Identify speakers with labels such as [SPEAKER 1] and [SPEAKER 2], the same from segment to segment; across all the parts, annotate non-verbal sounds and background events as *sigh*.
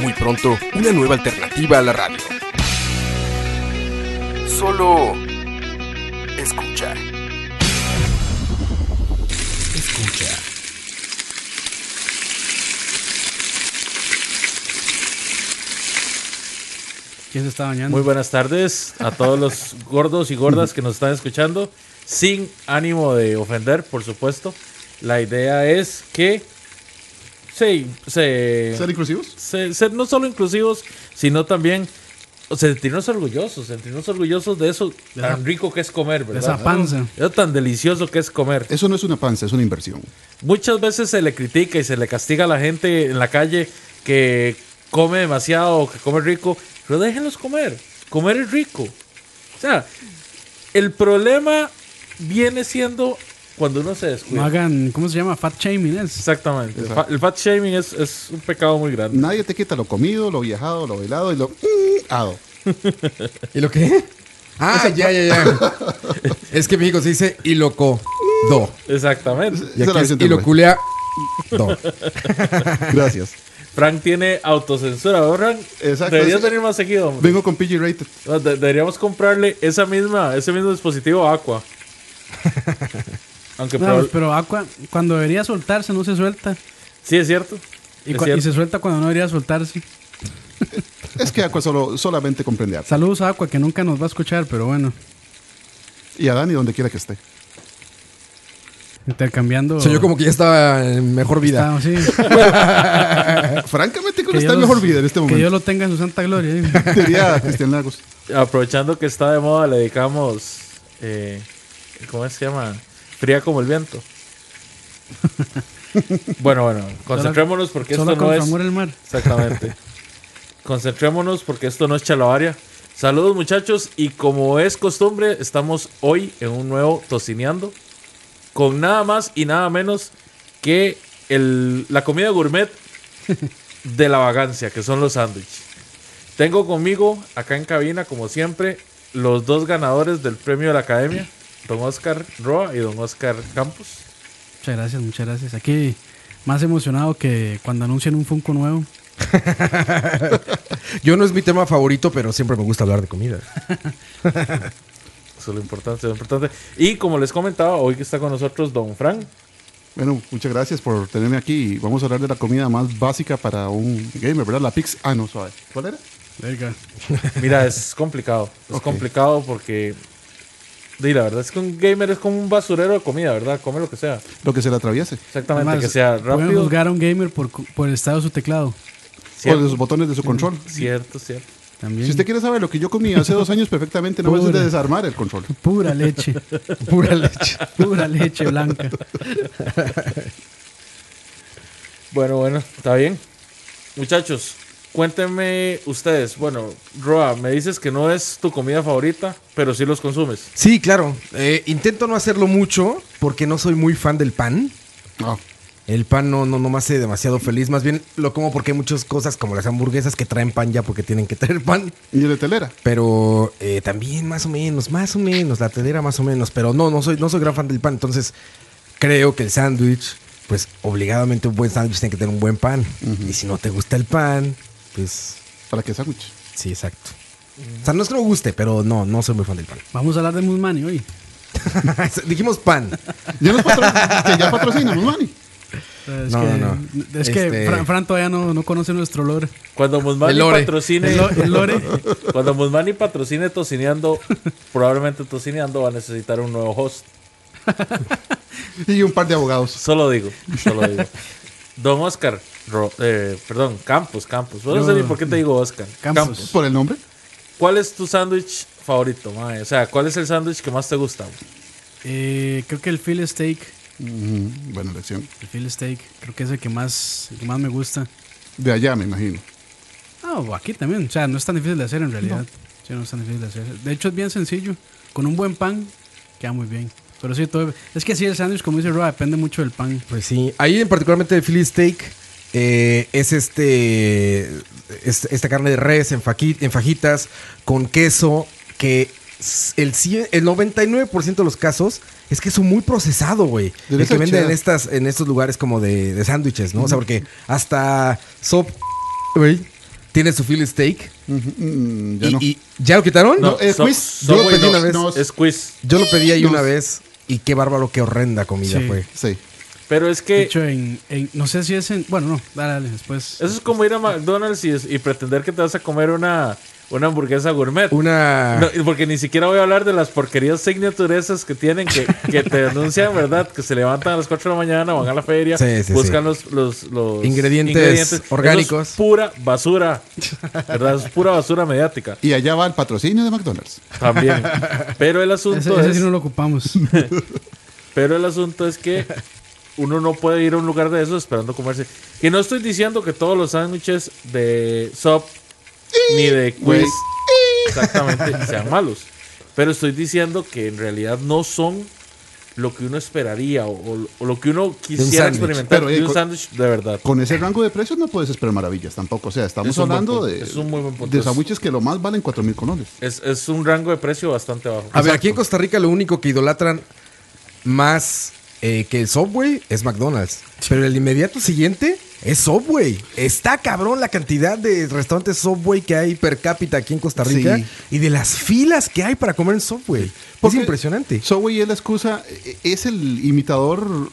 [SPEAKER 1] Muy pronto, una nueva alternativa a la radio. Solo escucha. Escucha.
[SPEAKER 2] ¿Quién se está bañando?
[SPEAKER 3] Muy buenas tardes a todos los gordos y gordas que nos están escuchando, sin ánimo de ofender, por supuesto. La idea es que se, se,
[SPEAKER 4] ¿Ser inclusivos?
[SPEAKER 3] se- ser no solo inclusivos, sino también sentirnos orgullosos, sentirnos orgullosos de eso tan rico que es comer, ¿verdad?
[SPEAKER 2] esa panza.
[SPEAKER 3] Eso tan delicioso que es comer.
[SPEAKER 4] Eso no es una panza, es una inversión.
[SPEAKER 3] Muchas veces se le critica y se le castiga a la gente en la calle que come demasiado o que come rico, pero déjenlos comer. Comer es rico. O sea, el problema viene siendo cuando uno se
[SPEAKER 2] No
[SPEAKER 3] descuida.
[SPEAKER 2] hagan, ¿cómo se llama? Fat shaming es.
[SPEAKER 3] Exactamente. El fa- El fat shaming es, es un pecado muy grande.
[SPEAKER 4] Nadie te quita lo comido, lo viajado, lo bailado y lo... mm, ado.
[SPEAKER 5] ¿Y lo qué? Ah, ya, ya, ya. *laughs* es que en México se dice y loco do.
[SPEAKER 3] Exactamente.
[SPEAKER 5] Y
[SPEAKER 4] Esa la
[SPEAKER 5] aquí
[SPEAKER 4] dicen
[SPEAKER 5] es y lo
[SPEAKER 4] también.
[SPEAKER 5] culea *laughs* do.
[SPEAKER 4] *laughs* Gracias.
[SPEAKER 3] Frank tiene autocensura, ¿verdad, Frank?
[SPEAKER 4] Exacto,
[SPEAKER 3] Deberías
[SPEAKER 4] es-
[SPEAKER 3] venir más seguido. hombre.
[SPEAKER 4] Vengo con PG Rated.
[SPEAKER 3] No, de- deberíamos comprarle esa misma, ese mismo dispositivo a
[SPEAKER 2] *laughs*
[SPEAKER 3] Aqua. Aunque
[SPEAKER 2] No, pues,
[SPEAKER 3] probable-
[SPEAKER 2] pero Aqua, cuando debería soltarse, no se suelta.
[SPEAKER 3] sí es cierto.
[SPEAKER 2] Y,
[SPEAKER 3] Es
[SPEAKER 2] cua- y
[SPEAKER 3] cierto.
[SPEAKER 2] se suelta cuando no debería soltarse.
[SPEAKER 4] Es que Aqua solo, solamente comprende arte.
[SPEAKER 2] Saludos a Aqua, que nunca nos va a escuchar, pero bueno.
[SPEAKER 4] Y a Dani donde quiera que esté.
[SPEAKER 3] Eh,
[SPEAKER 2] Intercambiando.
[SPEAKER 5] O sea, yo como que ya estaba en mejor vida.
[SPEAKER 2] Está- sí.
[SPEAKER 4] Francamente, creo
[SPEAKER 2] Que
[SPEAKER 4] que está
[SPEAKER 2] Dios
[SPEAKER 4] en
[SPEAKER 2] los-
[SPEAKER 4] mejor vida en este
[SPEAKER 2] Que Dios
[SPEAKER 4] momento.
[SPEAKER 2] lo tenga en su santa gloria. digo.
[SPEAKER 4] *laughs* Diría Cristian Lagos.
[SPEAKER 3] Aprovechando que está de moda, le dedicamos. eh, ¿Cómo se llama? Fría como el viento. bueno, bueno, concentrémonos porque
[SPEAKER 2] Solo
[SPEAKER 3] esto
[SPEAKER 2] con
[SPEAKER 3] no
[SPEAKER 2] su
[SPEAKER 3] es.
[SPEAKER 2] amor el mar.
[SPEAKER 3] Exactamente. *laughs* Concentrémonos porque esto no es chalabaria. Saludos, muchachos. Y como es costumbre, estamos hoy en un nuevo Tocineando con nada más y nada menos que el, la comida gourmet de la vagancia, que son los sándwiches. Tengo conmigo, acá en cabina, como siempre, los dos ganadores del premio de la academia, don Oscar Roa y don Oscar Campos.
[SPEAKER 2] Muchas gracias, muchas gracias. Aquí más emocionado que cuando anuncian un Funko nuevo.
[SPEAKER 5] Yo no es mi tema favorito, pero siempre me gusta hablar de comida.
[SPEAKER 3] Eso es lo importante, lo importante. Y como les comentaba, hoy que está con nosotros don Frank.
[SPEAKER 4] Bueno, muchas gracias por tenerme aquí. Y Vamos a hablar de la comida más básica para un gamer, ¿verdad? La Pix. Ah, no, suave. ¿Cuál era?
[SPEAKER 2] Verga.
[SPEAKER 3] Mira, es complicado. Es
[SPEAKER 4] Ok.
[SPEAKER 3] complicado porque. di, la verdad es que un gamer es como un basurero de comida, ¿verdad? Come lo que sea.
[SPEAKER 4] Lo que se le atraviese.
[SPEAKER 3] Exactamente,
[SPEAKER 2] Además,
[SPEAKER 3] que sea
[SPEAKER 2] Pueden
[SPEAKER 3] rápido.
[SPEAKER 2] juzgar a un gamer por, cu- por el estado de su teclado.
[SPEAKER 4] O de
[SPEAKER 3] Cierto,
[SPEAKER 4] los botones de su control.
[SPEAKER 3] cierto, cierto.
[SPEAKER 2] También.
[SPEAKER 4] Si usted quiere saber lo que yo comí hace dos años perfectamente, no es de
[SPEAKER 2] Pura.
[SPEAKER 4] desarmar el control.
[SPEAKER 2] Pura leche.
[SPEAKER 5] Pura leche.
[SPEAKER 2] Pura leche blanca.
[SPEAKER 3] Bueno, bueno, está bien. Muchachos, cuéntenme ustedes. Bueno, Roa, me dices que no es tu comida favorita, pero sí los consumes.
[SPEAKER 5] Sí, claro. Eh, intento no hacerlo mucho porque no soy muy fan del pan.
[SPEAKER 4] No.
[SPEAKER 5] El pan no, no, no me hace demasiado feliz. Más bien lo como porque hay muchas cosas como las hamburguesas que traen pan ya porque tienen que traer pan.
[SPEAKER 4] Y el de telera.
[SPEAKER 5] Pero eh, también más o menos, más o menos, la telera más o menos. Pero no, no soy, no soy gran fan del pan. Entonces creo que el sándwich, pues obligadamente un buen sándwich tiene que tener un buen pan. Y si no te gusta el pan, pues
[SPEAKER 4] ¿Para qué sándwich?
[SPEAKER 5] sí, exacto. O sea, no es que no guste, pero no, no soy muy fan del pan. *laughs*
[SPEAKER 2] Vamos a hablar de Musmani hoy.
[SPEAKER 5] Dijimos pan.
[SPEAKER 4] Ya nos patrocinan. que ya patrocinan, ¿no, Manny?
[SPEAKER 2] Es
[SPEAKER 5] No,
[SPEAKER 2] que,
[SPEAKER 5] no, no.
[SPEAKER 2] Es que
[SPEAKER 5] Este-
[SPEAKER 2] Fran, Fran todavía no, no conoce nuestro olor.
[SPEAKER 3] Cuando Musmani
[SPEAKER 5] El lore.
[SPEAKER 3] patrocine.
[SPEAKER 2] El, lo- el lore.
[SPEAKER 3] *laughs*
[SPEAKER 2] *laughs*
[SPEAKER 3] Cuando Musmani patrocine Tocineando, probablemente Tocineando va a necesitar un nuevo host.
[SPEAKER 4] Y un par de abogados.
[SPEAKER 3] Solo digo, solo digo. Don Oscar, Ro- eh, perdón, Campos, Campos. No sé ni por qué te digo Oscar.
[SPEAKER 2] Campos.
[SPEAKER 4] ¿Por el nombre?
[SPEAKER 3] ¿Cuál es tu sándwich favorito, mae? O sea, ¿cuál es el sándwich que más te gusta?
[SPEAKER 2] Eh, creo que el Phil Steak.
[SPEAKER 4] Mm, buena elección.
[SPEAKER 2] El Phil Steak. Creo que es el que más, el que más me gusta.
[SPEAKER 4] De allá, me imagino.
[SPEAKER 2] No, o aquí también. O sea, no es tan difícil de hacer en realidad. Sí, no es tan difícil de hacer. De hecho, es bien sencillo. Con un buen pan, queda muy bien. Pero sí, todo. Es que sí, el sándwich, como dice Roa, depende mucho del pan.
[SPEAKER 5] Pues sí, ahí en particularmente de Philly Steak eh, es este es- esta carne de res en, faqui- en fajitas con queso que s- el, cien- el 99% de los casos es queso muy procesado, güey.
[SPEAKER 4] De
[SPEAKER 5] El que
[SPEAKER 4] esa
[SPEAKER 5] venden en,
[SPEAKER 4] chida.
[SPEAKER 5] estas, en estos lugares como de, de sándwiches, ¿no? O sea, porque hasta Sop, güey, tiene su Philly Steak.
[SPEAKER 4] Ujú, mm, ya
[SPEAKER 5] y,
[SPEAKER 4] no.
[SPEAKER 5] y- ¿Ya lo quitaron?
[SPEAKER 4] No, es quiz.
[SPEAKER 3] so-
[SPEAKER 4] Yo
[SPEAKER 3] Subway
[SPEAKER 4] pedí
[SPEAKER 3] no,
[SPEAKER 4] una vez.
[SPEAKER 3] no, Es quiz.
[SPEAKER 5] Yo lo pedí ahí
[SPEAKER 4] No.
[SPEAKER 5] una vez y qué bárbaro, qué horrenda comida
[SPEAKER 2] Sí.
[SPEAKER 5] fue.
[SPEAKER 4] Sí.
[SPEAKER 3] Pero es
[SPEAKER 2] De
[SPEAKER 3] que
[SPEAKER 2] hecho, en, en- No sé si es en. Bueno, no, dale, dale, después.
[SPEAKER 3] eso es como ir a McDonald's y, y pretender que te vas a comer una, una hamburguesa gourmet.
[SPEAKER 5] Una...
[SPEAKER 3] No, porque ni siquiera voy a hablar de las porquerías signaturesas que tienen, que, que
[SPEAKER 5] *laughs*
[SPEAKER 3] te anuncian, ¿verdad? Que se levantan a las 4 de la mañana, van a la feria,
[SPEAKER 5] Sí, sí,
[SPEAKER 3] buscan los, los, los
[SPEAKER 5] Ingredientes orgánicos.
[SPEAKER 3] Eso es pura basura, ¿verdad? Eso es pura basura mediática
[SPEAKER 4] Y allá va el patrocinio de McDonald's.
[SPEAKER 5] *laughs*
[SPEAKER 3] también. Pero el
[SPEAKER 2] Ese,
[SPEAKER 3] asunto
[SPEAKER 2] ese
[SPEAKER 3] es,
[SPEAKER 2] sí no lo
[SPEAKER 3] *laughs*
[SPEAKER 2] ocupamos.
[SPEAKER 3] pero el asunto
[SPEAKER 4] *laughs*
[SPEAKER 3] es que uno no puede ir a un lugar de esos esperando comerse. Que no estoy diciendo que todos los sándwiches de Sop ni de
[SPEAKER 4] Güey.
[SPEAKER 3] Quiz exactamente sean malos. Pero estoy diciendo que en realidad no son lo que uno esperaría o, o- o lo que uno quisiera
[SPEAKER 5] sándwich.
[SPEAKER 3] experimentar
[SPEAKER 4] Pero, eh,
[SPEAKER 3] de un
[SPEAKER 4] con-
[SPEAKER 3] sándwich de verdad.
[SPEAKER 4] Con ese rango de precios no puedes esperar maravillas tampoco. O sea, estamos
[SPEAKER 3] Es un buen
[SPEAKER 4] hablando
[SPEAKER 3] punto.
[SPEAKER 4] de,
[SPEAKER 3] Es un muy buen punto.
[SPEAKER 4] de
[SPEAKER 3] Es-
[SPEAKER 4] sándwiches que lo más valen 4 mil colones.
[SPEAKER 3] Es, es un rango de precio bastante bajo.
[SPEAKER 4] Ah.
[SPEAKER 5] A ver, aquí en Costa Rica lo único que idolatran más eh, que el Subway es McDonald's. Pero el inmediato siguiente es Subway. Está cabrón la cantidad de restaurantes Subway que hay per cápita aquí en Costa Rica
[SPEAKER 4] Sí.
[SPEAKER 5] y de las filas que hay para comer en Subway.
[SPEAKER 4] Porque
[SPEAKER 5] es impresionante.
[SPEAKER 4] Subway es la excusa, e- es el imitador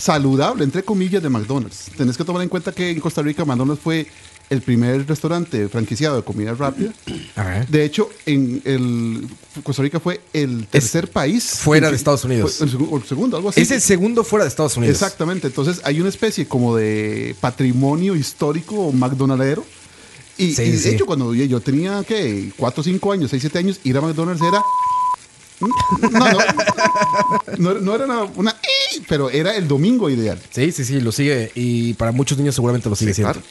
[SPEAKER 4] saludable, entre comillas, de McDonald's. Tenés que tomar en cuenta que en Costa Rica McDonald's fue el primer restaurante franquiciado de comida rápida.
[SPEAKER 5] Ajá.
[SPEAKER 4] De hecho, en el Costa Rica fue el tercer país
[SPEAKER 5] fuera de Estados Unidos.
[SPEAKER 4] Fue El, segu- o el segundo, algo así.
[SPEAKER 5] Es el segundo fuera de Estados Unidos.
[SPEAKER 4] Exactamente, entonces hay una especie como de patrimonio histórico o McDonaldero. Y,
[SPEAKER 5] Sí,
[SPEAKER 4] y de
[SPEAKER 5] sí.
[SPEAKER 4] hecho, cuando yo- yo tenía, ¿qué? 4, 5 años, 6, 7 años, ir a McDonald's era... *laughs* No, no, no, no era una, una- Pero era el domingo ideal.
[SPEAKER 5] Sí, sí, sí, lo sigue. Y para muchos niños seguramente lo sigue siendo.
[SPEAKER 4] Claro.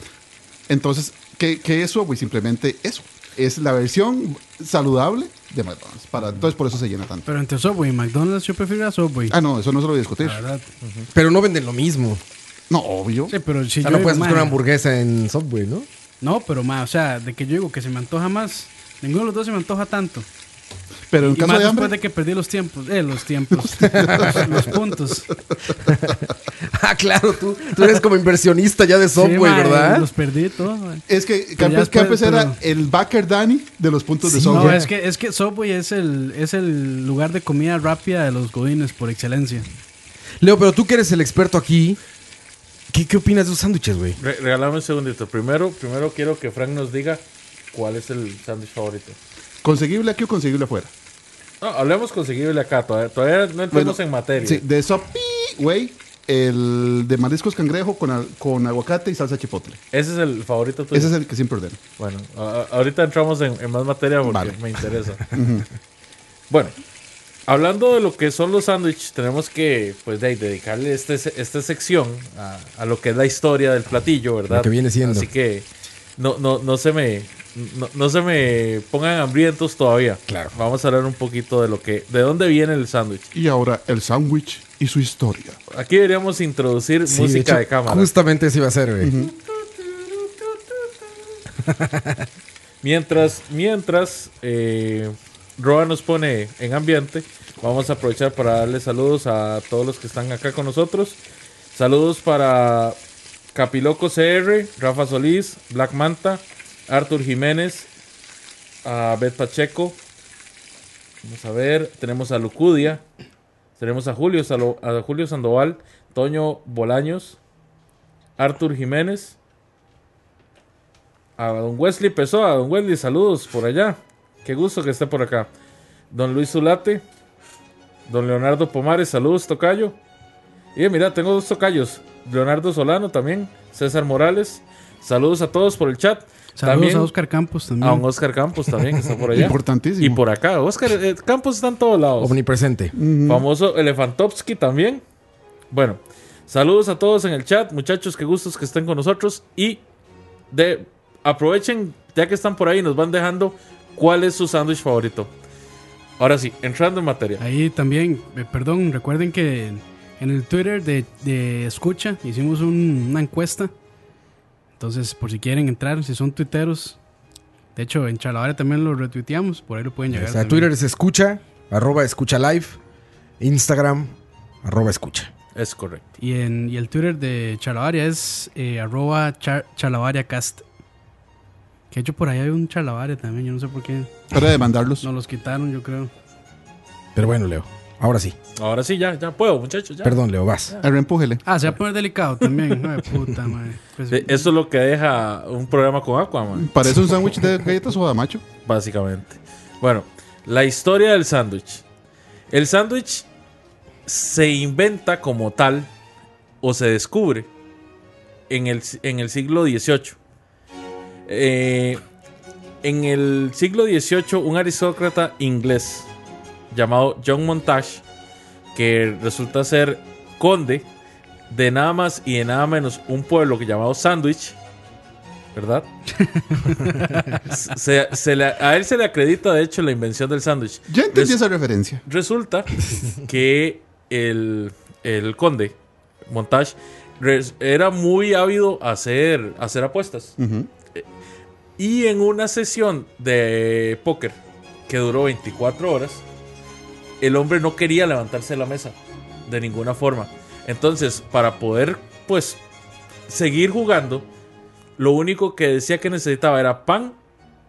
[SPEAKER 4] Entonces, ¿qué, ¿qué es Subway? Simplemente eso. Es la versión saludable de McDonald's. Para, entonces, por eso se llena tanto.
[SPEAKER 2] Pero entre Subway y McDonald's, yo prefiero a Subway.
[SPEAKER 4] Ah, no, eso no se lo voy a discutir.
[SPEAKER 2] La verdad.
[SPEAKER 5] Pero no venden lo mismo.
[SPEAKER 4] No, obvio.
[SPEAKER 2] Sí, pero si
[SPEAKER 5] O sea,
[SPEAKER 2] yo
[SPEAKER 5] no puedes
[SPEAKER 2] digo,
[SPEAKER 5] buscar una
[SPEAKER 2] "Mae,
[SPEAKER 5] hamburguesa en Subway, ¿no? *laughs*
[SPEAKER 2] No, pero más, o sea, de que yo digo que se me antoja más, ninguno de los dos se me antoja tanto.
[SPEAKER 4] Pero en
[SPEAKER 2] y
[SPEAKER 4] caso
[SPEAKER 2] más
[SPEAKER 4] de
[SPEAKER 2] después
[SPEAKER 4] hambre...
[SPEAKER 2] de que perdí los tiempos, eh, los
[SPEAKER 5] *laughs*
[SPEAKER 2] tiempos, los, los puntos.
[SPEAKER 5] Ah, claro, tú, tú eres como inversionista ya de Subway,
[SPEAKER 2] Sí, mae,
[SPEAKER 5] ¿verdad?
[SPEAKER 2] Los perdí todo. mae.
[SPEAKER 4] Es que
[SPEAKER 2] ya
[SPEAKER 4] Campes,
[SPEAKER 2] después,
[SPEAKER 4] Campes
[SPEAKER 2] pero-
[SPEAKER 4] era el backer Danny de los puntos de
[SPEAKER 5] Sí,
[SPEAKER 4] Subway.
[SPEAKER 2] No, es que, es que Subway es el, es el lugar de comida rápida de los godines por excelencia.
[SPEAKER 5] Leo, pero tú que eres el experto aquí, ¿qué, qué opinas de los sándwiches, güey?
[SPEAKER 3] Re- regálame un segundito. Primero, primero quiero que Frank nos diga cuál es el sándwich favorito.
[SPEAKER 4] ¿Conseguible aquí o conseguible afuera?
[SPEAKER 3] No, hablemos conseguible acá. Todavía, ¿eh? todavía no entramos en materia.
[SPEAKER 4] Sí, de Sopi, güey, el de mariscos cangrejo con, a- con aguacate y salsa chipotle.
[SPEAKER 3] Ese es el favorito tuyo.
[SPEAKER 4] Ese es el que siempre ordeno.
[SPEAKER 3] Bueno, a- a- ahorita entramos en, en más materia porque
[SPEAKER 4] Vale.
[SPEAKER 3] me
[SPEAKER 5] *laughs*
[SPEAKER 3] interesa. bueno, hablando de lo que son los sándwiches, tenemos que pues, de ahí, dedicarle este, se- esta sección a, a lo que es la historia del platillo, ¿verdad?
[SPEAKER 5] Lo que viene siendo.
[SPEAKER 3] Así que no, no, no, se me, no, no se me pongan hambrientos todavía.
[SPEAKER 5] Claro.
[SPEAKER 3] Vamos a hablar un poquito de lo que, de dónde viene el sándwich.
[SPEAKER 4] Y ahora el sándwich y su historia.
[SPEAKER 3] Aquí deberíamos introducir
[SPEAKER 5] Sí,
[SPEAKER 3] música
[SPEAKER 5] hecho,
[SPEAKER 3] de cámara.
[SPEAKER 5] Justamente eso iba a ser, güey.
[SPEAKER 3] Mientras, mientras eh, Roa nos pone en ambiente, vamos a aprovechar para darle saludos a todos los que están acá con nosotros. Saludos para Capiloco CR, Rafa Solís, Black Manta, Arthur Jiménez, a Bet Pacheco. Vamos a ver, tenemos a Lucudia, tenemos a Julio, Salo- a Julio Sandoval, Toño Bolaños, Arthur Jiménez. A don Wesley Pessoa, don Wesley, saludos por allá. Qué gusto que esté por acá. Don Luis Zulate, don Leonardo Pomares, saludos, tocayo. Y mira, tengo dos tocayos. Leonardo Solano también, César Morales. Saludos a todos por el chat.
[SPEAKER 2] Saludos
[SPEAKER 3] también,
[SPEAKER 2] a Oscar Campos también.
[SPEAKER 3] a un Oscar Campos también, que está por allá.
[SPEAKER 4] Importantísimo.
[SPEAKER 3] Y por acá. Oscar eh, Campos está en todos lados. Mm.
[SPEAKER 5] Omnipresente.
[SPEAKER 3] Famoso Elefantovsky también. Bueno, saludos a todos en el chat, muchachos, qué gustos que estén con nosotros. Y de aprovechen, ya que están por ahí, nos van dejando cuál es su sándwich favorito. Ahora sí, entrando en materia.
[SPEAKER 2] Ahí también, eh, perdón, recuerden que en el Twitter de, de Escucha hicimos un- una encuesta. Entonces, por si quieren entrar, si son tuiteros. De hecho, en Chalavara también lo retuiteamos, por ahí lo pueden llegar.
[SPEAKER 5] O sea,
[SPEAKER 2] también.
[SPEAKER 5] Twitter es escucha, arroba escucha live, Instagram, arroba escucha.
[SPEAKER 3] Es correcto.
[SPEAKER 2] Y, en, y el Twitter de Chalabaria es eh, arroba char- chalavariacast. Que de hecho por ahí hay un Chalabaria también, yo no sé por qué.
[SPEAKER 4] Para demandarlos.
[SPEAKER 2] Nos los quitaron, yo creo.
[SPEAKER 5] Pero bueno, Leo, ahora sí.
[SPEAKER 3] Ahora sí, ya, ya puedo, muchachos. Ya.
[SPEAKER 5] Perdón, Leo, vas.
[SPEAKER 4] Arre, empújele.
[SPEAKER 2] Ah, se va a poner delicado también. *laughs* Ay, puta madre. Pues,
[SPEAKER 3] Eh, Eso es lo que deja un programa con Aquaman,
[SPEAKER 4] Parece un sándwich de galletas o de macho.
[SPEAKER 3] básicamente. Bueno, la historia del sándwich. El sándwich se inventa como tal o se descubre en el, en el siglo XVIII. Eh, en el siglo XVIII, un aristócrata inglés llamado John Montage, que resulta ser conde de nada más y de nada menos un pueblo que llamado Sandwich, ¿verdad? Se- se le- a él se le acredita, de hecho, la invención del sándwich.
[SPEAKER 4] Ya entendí
[SPEAKER 3] Res-
[SPEAKER 4] esa referencia.
[SPEAKER 3] Resulta que el, el conde Montage res- era muy ávido a hacer, a hacer apuestas.
[SPEAKER 4] Ujú.
[SPEAKER 3] Y en una sesión de póker que duró 24 horas, el hombre no quería levantarse de la mesa de ninguna forma. Entonces, para poder pues seguir jugando, lo único que decía que necesitaba era pan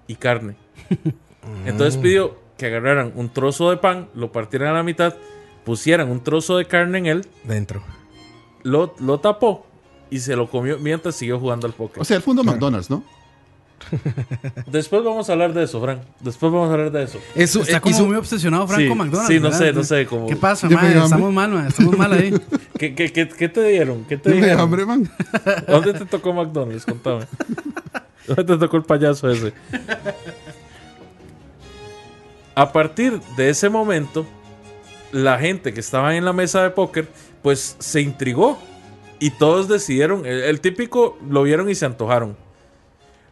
[SPEAKER 3] y carne. Entonces pidió que agarraran un trozo de pan, lo partieran a la mitad, pusieran un trozo de carne en él,
[SPEAKER 5] Dentro.
[SPEAKER 3] lo, lo tapó y se lo comió mientras siguió jugando al póker.
[SPEAKER 4] O sea, el fondo McDonald's, ¿no?
[SPEAKER 3] Después vamos a hablar de eso, Frank. Después vamos a hablar de eso.
[SPEAKER 5] Eso,
[SPEAKER 2] Está
[SPEAKER 5] eh,
[SPEAKER 2] como
[SPEAKER 5] hizo-
[SPEAKER 2] muy obsesionado Franco
[SPEAKER 3] Sí,
[SPEAKER 2] McDonald's.
[SPEAKER 3] sí, no
[SPEAKER 2] ¿verdad?
[SPEAKER 3] sé, no sé, como-
[SPEAKER 2] ¿Qué pasa,
[SPEAKER 4] Ya me
[SPEAKER 2] madre?
[SPEAKER 4] dio hambre.
[SPEAKER 2] Estamos mal, madre, Estamos mal
[SPEAKER 4] *laughs*
[SPEAKER 2] ahí.
[SPEAKER 3] ¿Qué, qué, qué- qué te dieron? ¿Qué te
[SPEAKER 4] No me da
[SPEAKER 3] dijeron?
[SPEAKER 4] hambre, man.
[SPEAKER 3] ¿Dónde te tocó McDonald's? Contame. ¿Dónde te tocó el payaso ese? A partir de ese momento, la gente que estaba en la mesa de póker, pues se intrigó. Y todos decidieron, el, el típico lo vieron y se antojaron.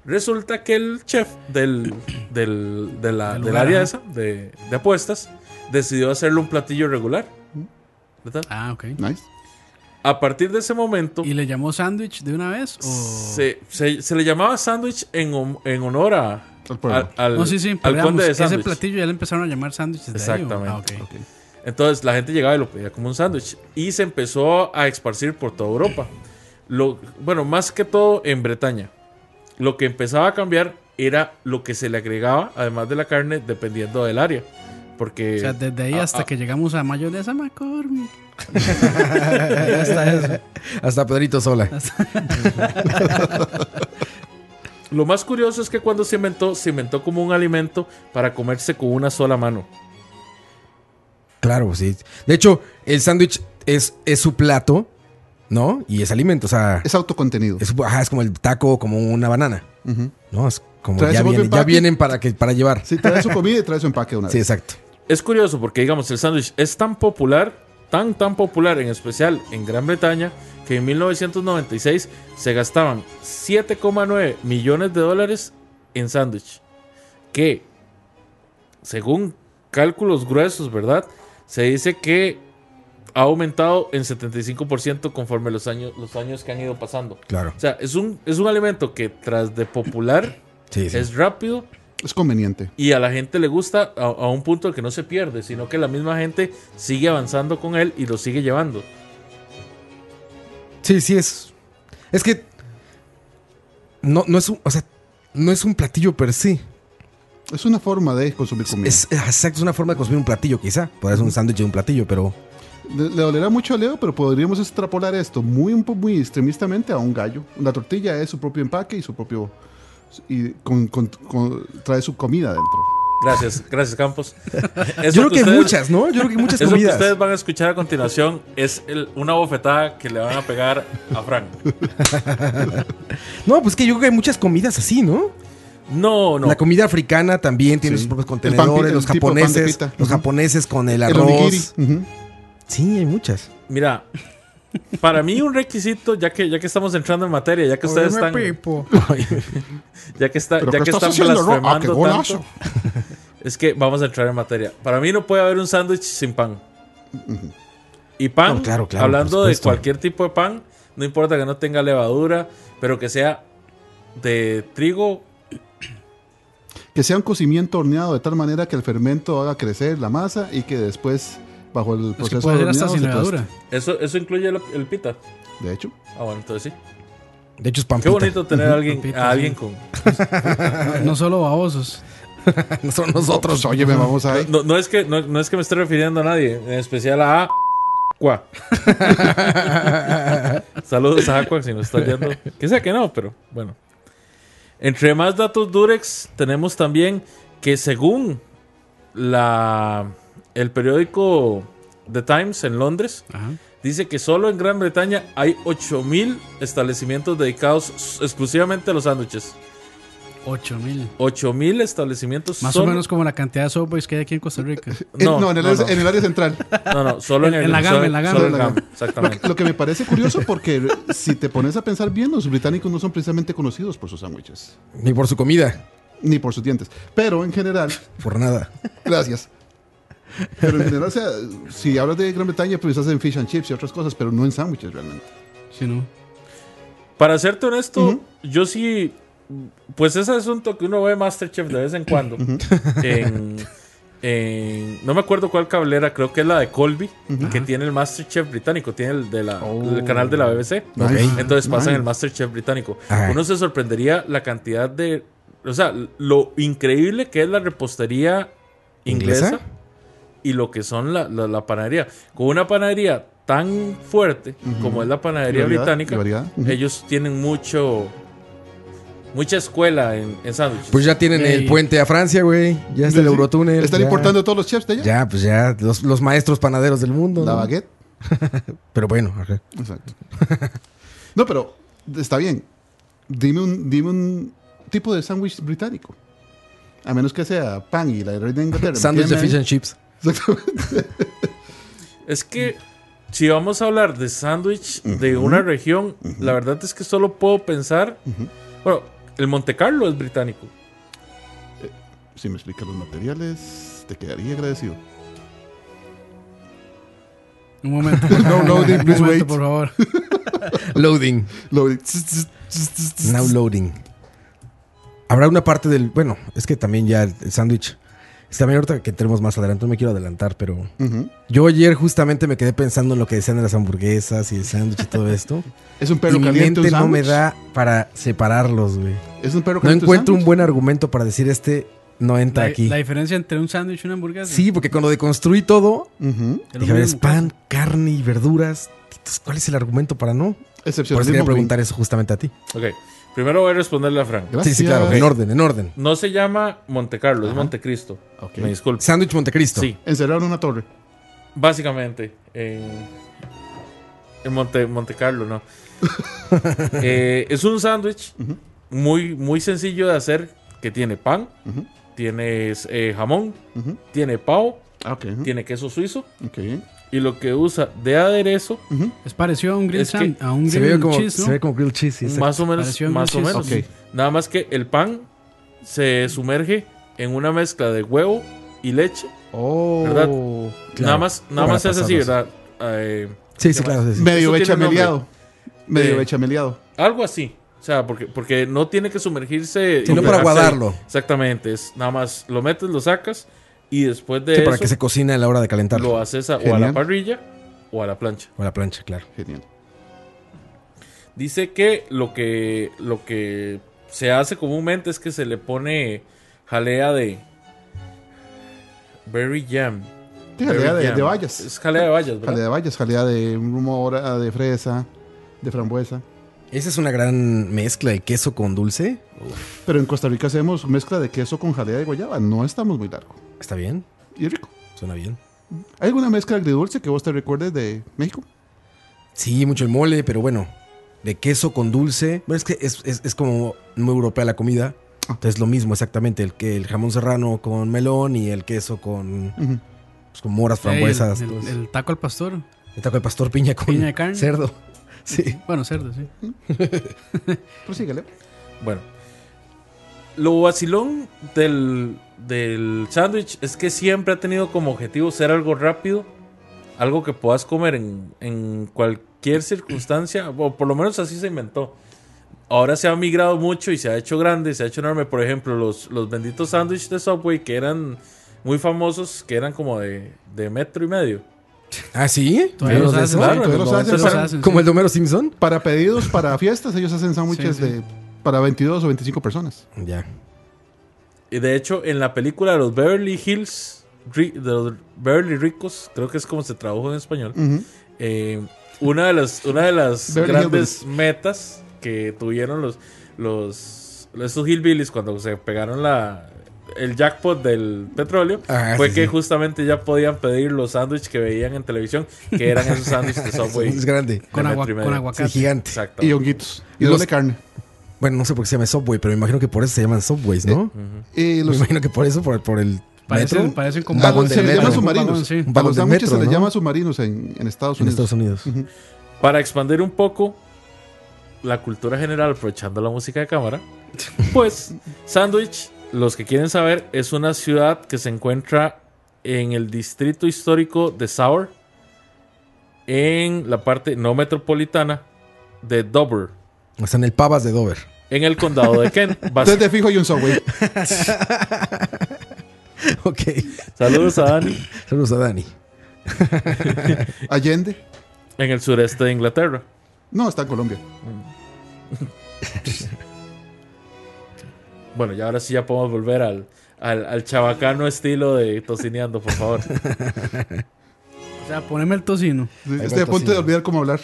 [SPEAKER 3] Resulta que el chef del, del, de la-
[SPEAKER 2] Del
[SPEAKER 3] del
[SPEAKER 2] lugar,
[SPEAKER 3] área
[SPEAKER 2] ajá.
[SPEAKER 3] esa, de, de apuestas, decidió hacerle un platillo regular. ¿Verdad?
[SPEAKER 2] Ah, ok.
[SPEAKER 4] Nice.
[SPEAKER 3] A partir de ese momento...
[SPEAKER 2] ¿Y le llamó sándwich de una vez? O...
[SPEAKER 3] se, se- se le llamaba sándwich en, hon- en honor a,
[SPEAKER 4] Al pueblo.
[SPEAKER 3] al- al-
[SPEAKER 2] No, sí, sí.
[SPEAKER 3] al
[SPEAKER 2] pero
[SPEAKER 3] conde
[SPEAKER 2] digamos,
[SPEAKER 3] de
[SPEAKER 2] ese
[SPEAKER 3] sándwich.
[SPEAKER 2] platillo ya le empezaron a llamar sándwich desde ahí. ¿o? Ah,
[SPEAKER 3] Exactamente.
[SPEAKER 2] ok.
[SPEAKER 4] Ok.
[SPEAKER 3] Entonces la gente llegaba y lo pedía como un sándwich. Y se empezó a esparcir por toda Europa. Lo, bueno, más que todo en Bretaña. Lo que empezaba a cambiar era lo que se le agregaba, además de la carne, dependiendo del área. Porque...
[SPEAKER 2] O sea, desde ahí
[SPEAKER 3] a-
[SPEAKER 2] hasta
[SPEAKER 3] a-
[SPEAKER 2] que llegamos a mayonesa McCormick.
[SPEAKER 5] Hasta Pedrito Sola.
[SPEAKER 3] Lo más curioso es que cuando se inventó, se inventó como un alimento para comerse con una sola mano.
[SPEAKER 5] Claro, sí. De hecho, el sándwich es, es su plato, ¿no? Y es alimento, o sea,
[SPEAKER 4] Es autocontenido.
[SPEAKER 5] es, su- ajá, es como el taco, como una banana,
[SPEAKER 4] Ujú.
[SPEAKER 5] ¿no? Es como
[SPEAKER 4] Trae
[SPEAKER 5] ya,
[SPEAKER 4] su propio
[SPEAKER 5] vienen- ya
[SPEAKER 4] empaque.
[SPEAKER 5] vienen para, que, para llevar. Sí,
[SPEAKER 4] Sí, trae su comida y trae su empaque de una vez.
[SPEAKER 5] exacto.
[SPEAKER 3] Es curioso porque, digamos, el sándwich es tan popular, tan, tan popular, en especial en Gran Bretaña, que en 1996 se gastaban 7,9 millones de dólares en sándwich. Que, según cálculos gruesos, ¿verdad? Se dice que ha aumentado en 75% conforme los años, los años que han ido pasando.
[SPEAKER 5] Claro.
[SPEAKER 3] O sea, es un, es un alimento que tras de popular
[SPEAKER 5] Sí, sí.
[SPEAKER 3] es rápido,
[SPEAKER 4] Es conveniente.
[SPEAKER 3] y a la gente le gusta a, a un punto que no se pierde, sino que la misma gente sigue avanzando con él y lo sigue llevando.
[SPEAKER 5] Sí, sí es. Es que no, no es un, o sea, no es un platillo per se.
[SPEAKER 4] Es una forma de consumir comida.
[SPEAKER 5] Es eh, exacto, es una forma de consumir un platillo, quizá. Podría
[SPEAKER 4] Mm.
[SPEAKER 5] ser un sándwich de un platillo, pero
[SPEAKER 4] Le, le dolerá mucho a Leo, pero podríamos extrapolar esto muy, un po- muy extremistamente a un gallo. La tortilla es su propio empaque y su propio. Y con- con- con- trae su comida dentro.
[SPEAKER 3] Gracias, *laughs* gracias Campos. Eso
[SPEAKER 5] yo creo que,
[SPEAKER 3] ustedes-
[SPEAKER 5] muchas, ¿no? Yo creo
[SPEAKER 3] *laughs*
[SPEAKER 5] que muchas
[SPEAKER 3] Eso
[SPEAKER 5] comidas.
[SPEAKER 3] que ustedes van a escuchar a continuación es el- una bofetada que le van a pegar a Frank.
[SPEAKER 5] No, pues que yo creo que hay muchas comidas así, ¿no?
[SPEAKER 3] No, no.
[SPEAKER 5] La comida africana también tiene
[SPEAKER 4] Sí.
[SPEAKER 5] sus propios
[SPEAKER 4] El pan pita,
[SPEAKER 5] contenedores,
[SPEAKER 4] el
[SPEAKER 5] los
[SPEAKER 4] tipo de pan de
[SPEAKER 5] japoneses,
[SPEAKER 4] pita.
[SPEAKER 5] los
[SPEAKER 4] Ujú.
[SPEAKER 5] japoneses con el
[SPEAKER 4] El onigiri.
[SPEAKER 5] arroz.
[SPEAKER 4] Ujú.
[SPEAKER 5] Sí, hay muchas.
[SPEAKER 3] Mira, Para mí un requisito, ya que, ya que estamos entrando en materia, ya que ustedes están,
[SPEAKER 6] Pipo.
[SPEAKER 3] ya que, está,
[SPEAKER 4] ¿Pero
[SPEAKER 3] ya
[SPEAKER 4] qué
[SPEAKER 3] que
[SPEAKER 4] estás
[SPEAKER 3] están
[SPEAKER 4] haciendo, Ro? Ah, qué
[SPEAKER 3] blasfemando
[SPEAKER 4] golazo.
[SPEAKER 3] tanto, es que vamos a entrar en materia. Para mí no puede haber un sándwich sin pan. Y pan,
[SPEAKER 5] No, claro, claro,
[SPEAKER 3] hablando
[SPEAKER 5] por
[SPEAKER 3] de
[SPEAKER 5] supuesto.
[SPEAKER 3] cualquier tipo de pan, no importa que no tenga levadura, pero que sea de trigo
[SPEAKER 4] Que sea un cocimiento horneado de tal manera que el fermento haga crecer la masa y que después, bajo el
[SPEAKER 2] Es que
[SPEAKER 4] proceso
[SPEAKER 2] puede
[SPEAKER 4] de
[SPEAKER 2] ser hasta sin
[SPEAKER 4] se
[SPEAKER 2] levadura.
[SPEAKER 3] Eso, eso incluye el, el pita.
[SPEAKER 4] tueste. De hecho,
[SPEAKER 3] Ah, bueno, entonces sí.
[SPEAKER 5] De hecho, es
[SPEAKER 3] Qué
[SPEAKER 5] pampita.
[SPEAKER 3] bonito tener a alguien,
[SPEAKER 2] Pampita,
[SPEAKER 3] a alguien
[SPEAKER 2] sí.
[SPEAKER 3] con.
[SPEAKER 2] Ah, No solo babosos.
[SPEAKER 5] *laughs* No son nosotros.
[SPEAKER 4] oye, vamos a
[SPEAKER 3] No, no es que, no, no es que me esté refiriendo a nadie, en especial a.
[SPEAKER 4] *laughs*
[SPEAKER 3] Aqua. Saludos a Aqua si nos está viendo. Que sea que no, pero bueno. Entre más datos Durex, tenemos también que según la, el periódico The Times en Londres,
[SPEAKER 2] Ajá.
[SPEAKER 3] Dice que solo en Gran Bretaña hay 8000 establecimientos dedicados s- exclusivamente a los sándwiches.
[SPEAKER 2] 8000.
[SPEAKER 3] 8000 establecimientos
[SPEAKER 2] Más
[SPEAKER 3] solo-
[SPEAKER 2] o menos como la cantidad de Subways que hay aquí en Costa
[SPEAKER 4] *laughs*
[SPEAKER 2] Rica.
[SPEAKER 4] Eh, No, en, el,
[SPEAKER 3] no,
[SPEAKER 4] en el área central.
[SPEAKER 3] no, no, solo en,
[SPEAKER 2] en
[SPEAKER 3] el-
[SPEAKER 2] la
[SPEAKER 3] solo-
[SPEAKER 2] gama, en la gama.
[SPEAKER 3] solo en
[SPEAKER 4] Solo en la Lo
[SPEAKER 3] gama,
[SPEAKER 4] que,
[SPEAKER 3] exactamente.
[SPEAKER 4] lo que me parece curioso porque si te pones a pensar bien, los británicos no son precisamente conocidos por sus sándwiches,
[SPEAKER 5] Ni por su comida.
[SPEAKER 4] ni por sus dientes. Pero en general,
[SPEAKER 5] Por nada.
[SPEAKER 4] gracias. Pero en general, o sea, si hablas de Gran Bretaña, pues hacen fish and chips y otras cosas, pero no en sándwiches realmente.
[SPEAKER 2] Sí, no.
[SPEAKER 3] Para serte honesto, yo sí. Pues ese asunto que uno ve Masterchef de vez en cuando. *laughs* en, en- no me acuerdo cuál cablera, creo que es la de Colby, que tiene el Masterchef británico, tiene el de la- el canal de la BBC.
[SPEAKER 4] Nice,
[SPEAKER 3] Entonces pasan
[SPEAKER 4] nice.
[SPEAKER 3] el Masterchef británico.
[SPEAKER 5] Ah.
[SPEAKER 3] Uno se sorprendería la cantidad de. O sea, lo increíble que es la repostería inglesa,
[SPEAKER 5] ¿Inglesa?
[SPEAKER 3] y lo que son la, la- la panadería. Con una panadería tan fuerte como es la panadería
[SPEAKER 4] Y variedad,
[SPEAKER 3] británica, Eh,
[SPEAKER 4] y variedad. Ujú.
[SPEAKER 3] ellos tienen mucho. Mucha escuela en, en sándwiches.
[SPEAKER 5] Pues ya tienen
[SPEAKER 2] Ey.
[SPEAKER 5] el puente a Francia, güey. Ya está el Eurotúnel.
[SPEAKER 4] Están
[SPEAKER 5] ya.
[SPEAKER 4] importando todos los chefs de allá.
[SPEAKER 5] Ya, pues ya. Los, los maestros panaderos del mundo.
[SPEAKER 4] La
[SPEAKER 5] ¿no?
[SPEAKER 4] baguette.
[SPEAKER 5] Pero bueno, ajá.
[SPEAKER 4] Exacto. no, pero está bien. Dime un, dime un tipo de sándwich británico. A menos que sea pan y la reina de Inglaterra. ¿me
[SPEAKER 5] Sándwich de fish
[SPEAKER 4] entienden?
[SPEAKER 5] and chips.
[SPEAKER 4] Exactamente.
[SPEAKER 3] Es que si vamos a hablar de sándwich de una región, la verdad es que solo puedo pensar. Bueno, el Monte Carlo es británico.
[SPEAKER 4] Si me explicas los materiales, te quedaría agradecido.
[SPEAKER 2] Un
[SPEAKER 4] *laughs*
[SPEAKER 2] momento.
[SPEAKER 4] No, no,
[SPEAKER 2] un
[SPEAKER 4] please wait.
[SPEAKER 2] momento, por favor.
[SPEAKER 5] Loading.
[SPEAKER 4] Lo de- tss, tss, tss, tss, tss.
[SPEAKER 5] Now loading. Habrá una parte del. Bueno, es que también ya el, el sándwich. Es también ahorita que tenemos más adelante, no me quiero adelantar, pero.
[SPEAKER 4] Ujú.
[SPEAKER 5] Yo ayer justamente me quedé pensando en lo que decían de las hamburguesas y el sándwich y todo
[SPEAKER 4] *laughs*
[SPEAKER 5] esto.
[SPEAKER 4] Es un perro
[SPEAKER 5] y mi
[SPEAKER 4] caliente.
[SPEAKER 5] mente
[SPEAKER 4] Un
[SPEAKER 5] no me
[SPEAKER 4] sándwich.
[SPEAKER 5] da para separarlos, güey.
[SPEAKER 4] Es un perro
[SPEAKER 5] No
[SPEAKER 4] caliente.
[SPEAKER 5] encuentro un
[SPEAKER 4] sándwich.
[SPEAKER 5] buen argumento para decir este no entra
[SPEAKER 2] La,
[SPEAKER 5] aquí.
[SPEAKER 2] la diferencia entre un sándwich y una hamburguesa.
[SPEAKER 5] Sí, porque cuando deconstruí todo,
[SPEAKER 4] Ujú.
[SPEAKER 2] Es lo
[SPEAKER 5] dije, a ver, es
[SPEAKER 2] mismo.
[SPEAKER 5] pan, carne y verduras. Entonces, ¿Cuál es el argumento para no? Por eso
[SPEAKER 4] Excepcionalismo
[SPEAKER 5] quería
[SPEAKER 4] green.
[SPEAKER 5] preguntar eso justamente a ti.
[SPEAKER 3] Ok, primero voy a responderle a Frank.
[SPEAKER 4] Gracias.
[SPEAKER 5] Sí, sí, claro. En orden, en orden.
[SPEAKER 3] No se llama Monte Carlo, es Montecristo.
[SPEAKER 4] Ok.
[SPEAKER 3] Me disculpo.
[SPEAKER 5] Sándwich Montecristo.
[SPEAKER 3] Sí,
[SPEAKER 4] Encerraron una torre.
[SPEAKER 3] básicamente. En, en Monte, Monte Carlo, no. Eh, es un sándwich muy, muy sencillo de hacer que tiene pan,
[SPEAKER 4] Ujú.
[SPEAKER 3] tienes eh, jamón,
[SPEAKER 4] Ujú.
[SPEAKER 3] tiene pavo,
[SPEAKER 4] Ah, ok. ujú.
[SPEAKER 3] tiene queso suizo
[SPEAKER 4] Ok.
[SPEAKER 3] y lo que usa de aderezo,
[SPEAKER 4] Ujú.
[SPEAKER 2] Es parecido a un grill
[SPEAKER 3] Es que
[SPEAKER 2] sand- a un
[SPEAKER 5] Se,
[SPEAKER 2] grill
[SPEAKER 5] ve como,
[SPEAKER 2] cheese, ¿no?
[SPEAKER 5] se ve como grilled cheese. sí, exacto.
[SPEAKER 3] más o menos,
[SPEAKER 2] Pareció
[SPEAKER 3] más o
[SPEAKER 2] un
[SPEAKER 3] menos.
[SPEAKER 4] cheese.
[SPEAKER 3] Nada más que el pan se sumerge en una mezcla de huevo y leche.
[SPEAKER 4] Oh.
[SPEAKER 3] ¿Verdad?
[SPEAKER 5] Claro.
[SPEAKER 3] Nada más, nada
[SPEAKER 5] Para
[SPEAKER 3] más es así,
[SPEAKER 5] pasarlos.
[SPEAKER 3] ¿verdad? Eh,
[SPEAKER 5] Sí, sí, claro. sí, sí.
[SPEAKER 4] Medio
[SPEAKER 3] Eso tiene
[SPEAKER 4] bechameleado. Medio
[SPEAKER 3] Eh,
[SPEAKER 4] bechameleado.
[SPEAKER 3] Algo así. O sea, porque, porque no tiene que sumergirse.
[SPEAKER 5] Sino
[SPEAKER 3] y
[SPEAKER 5] para
[SPEAKER 3] dejarse-
[SPEAKER 5] guardarlo.
[SPEAKER 3] Exactamente. Es nada más lo metes, lo sacas y después de
[SPEAKER 5] Sí, para
[SPEAKER 3] eso
[SPEAKER 5] que se cocine a la hora de calentarlo.
[SPEAKER 3] lo haces a- o a la
[SPEAKER 4] Genial.
[SPEAKER 3] parrilla o a la plancha.
[SPEAKER 5] O a la plancha, claro.
[SPEAKER 4] Genial.
[SPEAKER 3] Dice que lo que lo que se hace comúnmente es que se le pone jalea de berry jam.
[SPEAKER 4] Sí, jalea
[SPEAKER 3] Berry
[SPEAKER 4] de,
[SPEAKER 3] jam.
[SPEAKER 4] de vallas.
[SPEAKER 3] Es jalea de vallas, ¿verdad?
[SPEAKER 4] Jalea de vallas, jalea de rumora, de fresa, de frambuesa.
[SPEAKER 5] Esa es una gran mezcla de queso con dulce.
[SPEAKER 4] Pero en Costa Rica hacemos mezcla de queso con jalea de guayaba. No estamos muy largo.
[SPEAKER 5] ¿Está bien?
[SPEAKER 4] Y es rico.
[SPEAKER 5] ¿Suena bien?
[SPEAKER 4] ¿Hay alguna mezcla agridulce que vos te recuerdes de México?
[SPEAKER 5] Sí, mucho el mole, pero bueno, de queso con dulce. Bueno, es que es, es- es como muy europea la comida. Entonces lo mismo exactamente, el, que el jamón serrano con melón y el queso con,
[SPEAKER 4] Ujú.
[SPEAKER 5] pues, con moras,
[SPEAKER 2] Ey, el-
[SPEAKER 5] frambuesas. pues.
[SPEAKER 2] el,
[SPEAKER 5] entonces.
[SPEAKER 2] el taco al pastor.
[SPEAKER 5] El taco de pastor piña con
[SPEAKER 2] Piña de carne. *laughs*
[SPEAKER 5] cerdo. Sí.
[SPEAKER 2] Bueno, cerdo, sí.
[SPEAKER 4] Prosíguele.
[SPEAKER 3] Bueno. Lo vacilón del, del sándwich es que siempre ha tenido como objetivo ser algo rápido, algo que puedas comer en, en cualquier circunstancia, o por lo menos así se inventó. Ahora se ha migrado mucho y se ha hecho grande, se ha hecho enorme. Por ejemplo, los, los benditos sándwiches de Subway que eran muy famosos, que eran como de, de metro y medio.
[SPEAKER 5] ¿Ah, sí?
[SPEAKER 2] Todavía los
[SPEAKER 5] de
[SPEAKER 2] hacen,
[SPEAKER 5] esos?
[SPEAKER 2] sí,
[SPEAKER 3] en
[SPEAKER 4] todavía
[SPEAKER 3] los
[SPEAKER 4] los hacen,
[SPEAKER 2] Los
[SPEAKER 3] 90 eran-
[SPEAKER 2] hacen,
[SPEAKER 5] ¿Como
[SPEAKER 2] sí.
[SPEAKER 5] el de Homero Simpson?
[SPEAKER 4] Para pedidos, para fiestas, ellos hacen sándwiches
[SPEAKER 2] Sí, sí.
[SPEAKER 4] de para 22 o 25 personas.
[SPEAKER 5] Ya.
[SPEAKER 3] Y de hecho, en la película de los Beverly Hills, ri- de los Beverly Ricos, creo que es como se tradujo en español.
[SPEAKER 4] Ujú.
[SPEAKER 3] eh, una de las, una de las
[SPEAKER 4] Beverly
[SPEAKER 3] grandes metas que tuvieron los, los, estos hillbillies cuando se pegaron la, el jackpot del petróleo
[SPEAKER 5] Ah,
[SPEAKER 3] fue
[SPEAKER 5] sí,
[SPEAKER 3] que
[SPEAKER 5] sí.
[SPEAKER 3] justamente ya podían pedir los sándwiches que veían en televisión, que eran esos sándwiches de Subway.
[SPEAKER 5] Es grande.
[SPEAKER 2] Con,
[SPEAKER 3] De
[SPEAKER 2] agua,
[SPEAKER 3] metro y
[SPEAKER 2] con
[SPEAKER 3] medio.
[SPEAKER 5] Sí,
[SPEAKER 2] aguacate.
[SPEAKER 5] gigante.
[SPEAKER 3] Exacto.
[SPEAKER 4] Y honguitos. Y
[SPEAKER 5] Los-
[SPEAKER 4] doble carne.
[SPEAKER 5] Bueno, no sé por qué se llama Subway, pero me imagino que por eso se llaman Subways, ¿no?
[SPEAKER 4] Eh,
[SPEAKER 5] Me
[SPEAKER 4] los,
[SPEAKER 5] imagino que por eso, por, por el
[SPEAKER 2] Parecen,
[SPEAKER 5] metro
[SPEAKER 2] parecen como
[SPEAKER 5] Vagón
[SPEAKER 4] se
[SPEAKER 5] del
[SPEAKER 4] les
[SPEAKER 5] metro.
[SPEAKER 4] llama
[SPEAKER 5] Vagón,
[SPEAKER 4] submarinos.
[SPEAKER 2] sí.
[SPEAKER 5] Un
[SPEAKER 4] A
[SPEAKER 5] vagón
[SPEAKER 4] los
[SPEAKER 5] del
[SPEAKER 4] sándwiches
[SPEAKER 5] metro,
[SPEAKER 4] se les
[SPEAKER 5] ¿no?
[SPEAKER 4] llama submarinos en, en Estados
[SPEAKER 5] en
[SPEAKER 4] Unidos.
[SPEAKER 5] Estados Unidos.
[SPEAKER 3] Para expandir un poco la cultura general, aprovechando la música de cámara, pues Sandwich, los que quieren saber, es una ciudad que se encuentra en el distrito histórico de Sauer, en la parte no metropolitana de Dover,
[SPEAKER 5] O sea, en el Pavas de Dover. *laughs*
[SPEAKER 3] en el condado de Kent. Basi-
[SPEAKER 4] Entonces de fijo hay un subway.
[SPEAKER 5] ok.
[SPEAKER 3] Saludos a Dani,
[SPEAKER 5] Saludos a Dani.
[SPEAKER 4] Allende.
[SPEAKER 3] en el sureste de Inglaterra.
[SPEAKER 4] No, está en Colombia.
[SPEAKER 3] Bueno, ya ahora sí ya podemos volver al, al, al chabacano estilo de tocineando, por favor.
[SPEAKER 2] O sea, poneme el tocino.
[SPEAKER 5] va
[SPEAKER 4] Este
[SPEAKER 5] el
[SPEAKER 4] ponte de
[SPEAKER 5] tocino.
[SPEAKER 4] olvidar cómo hablar.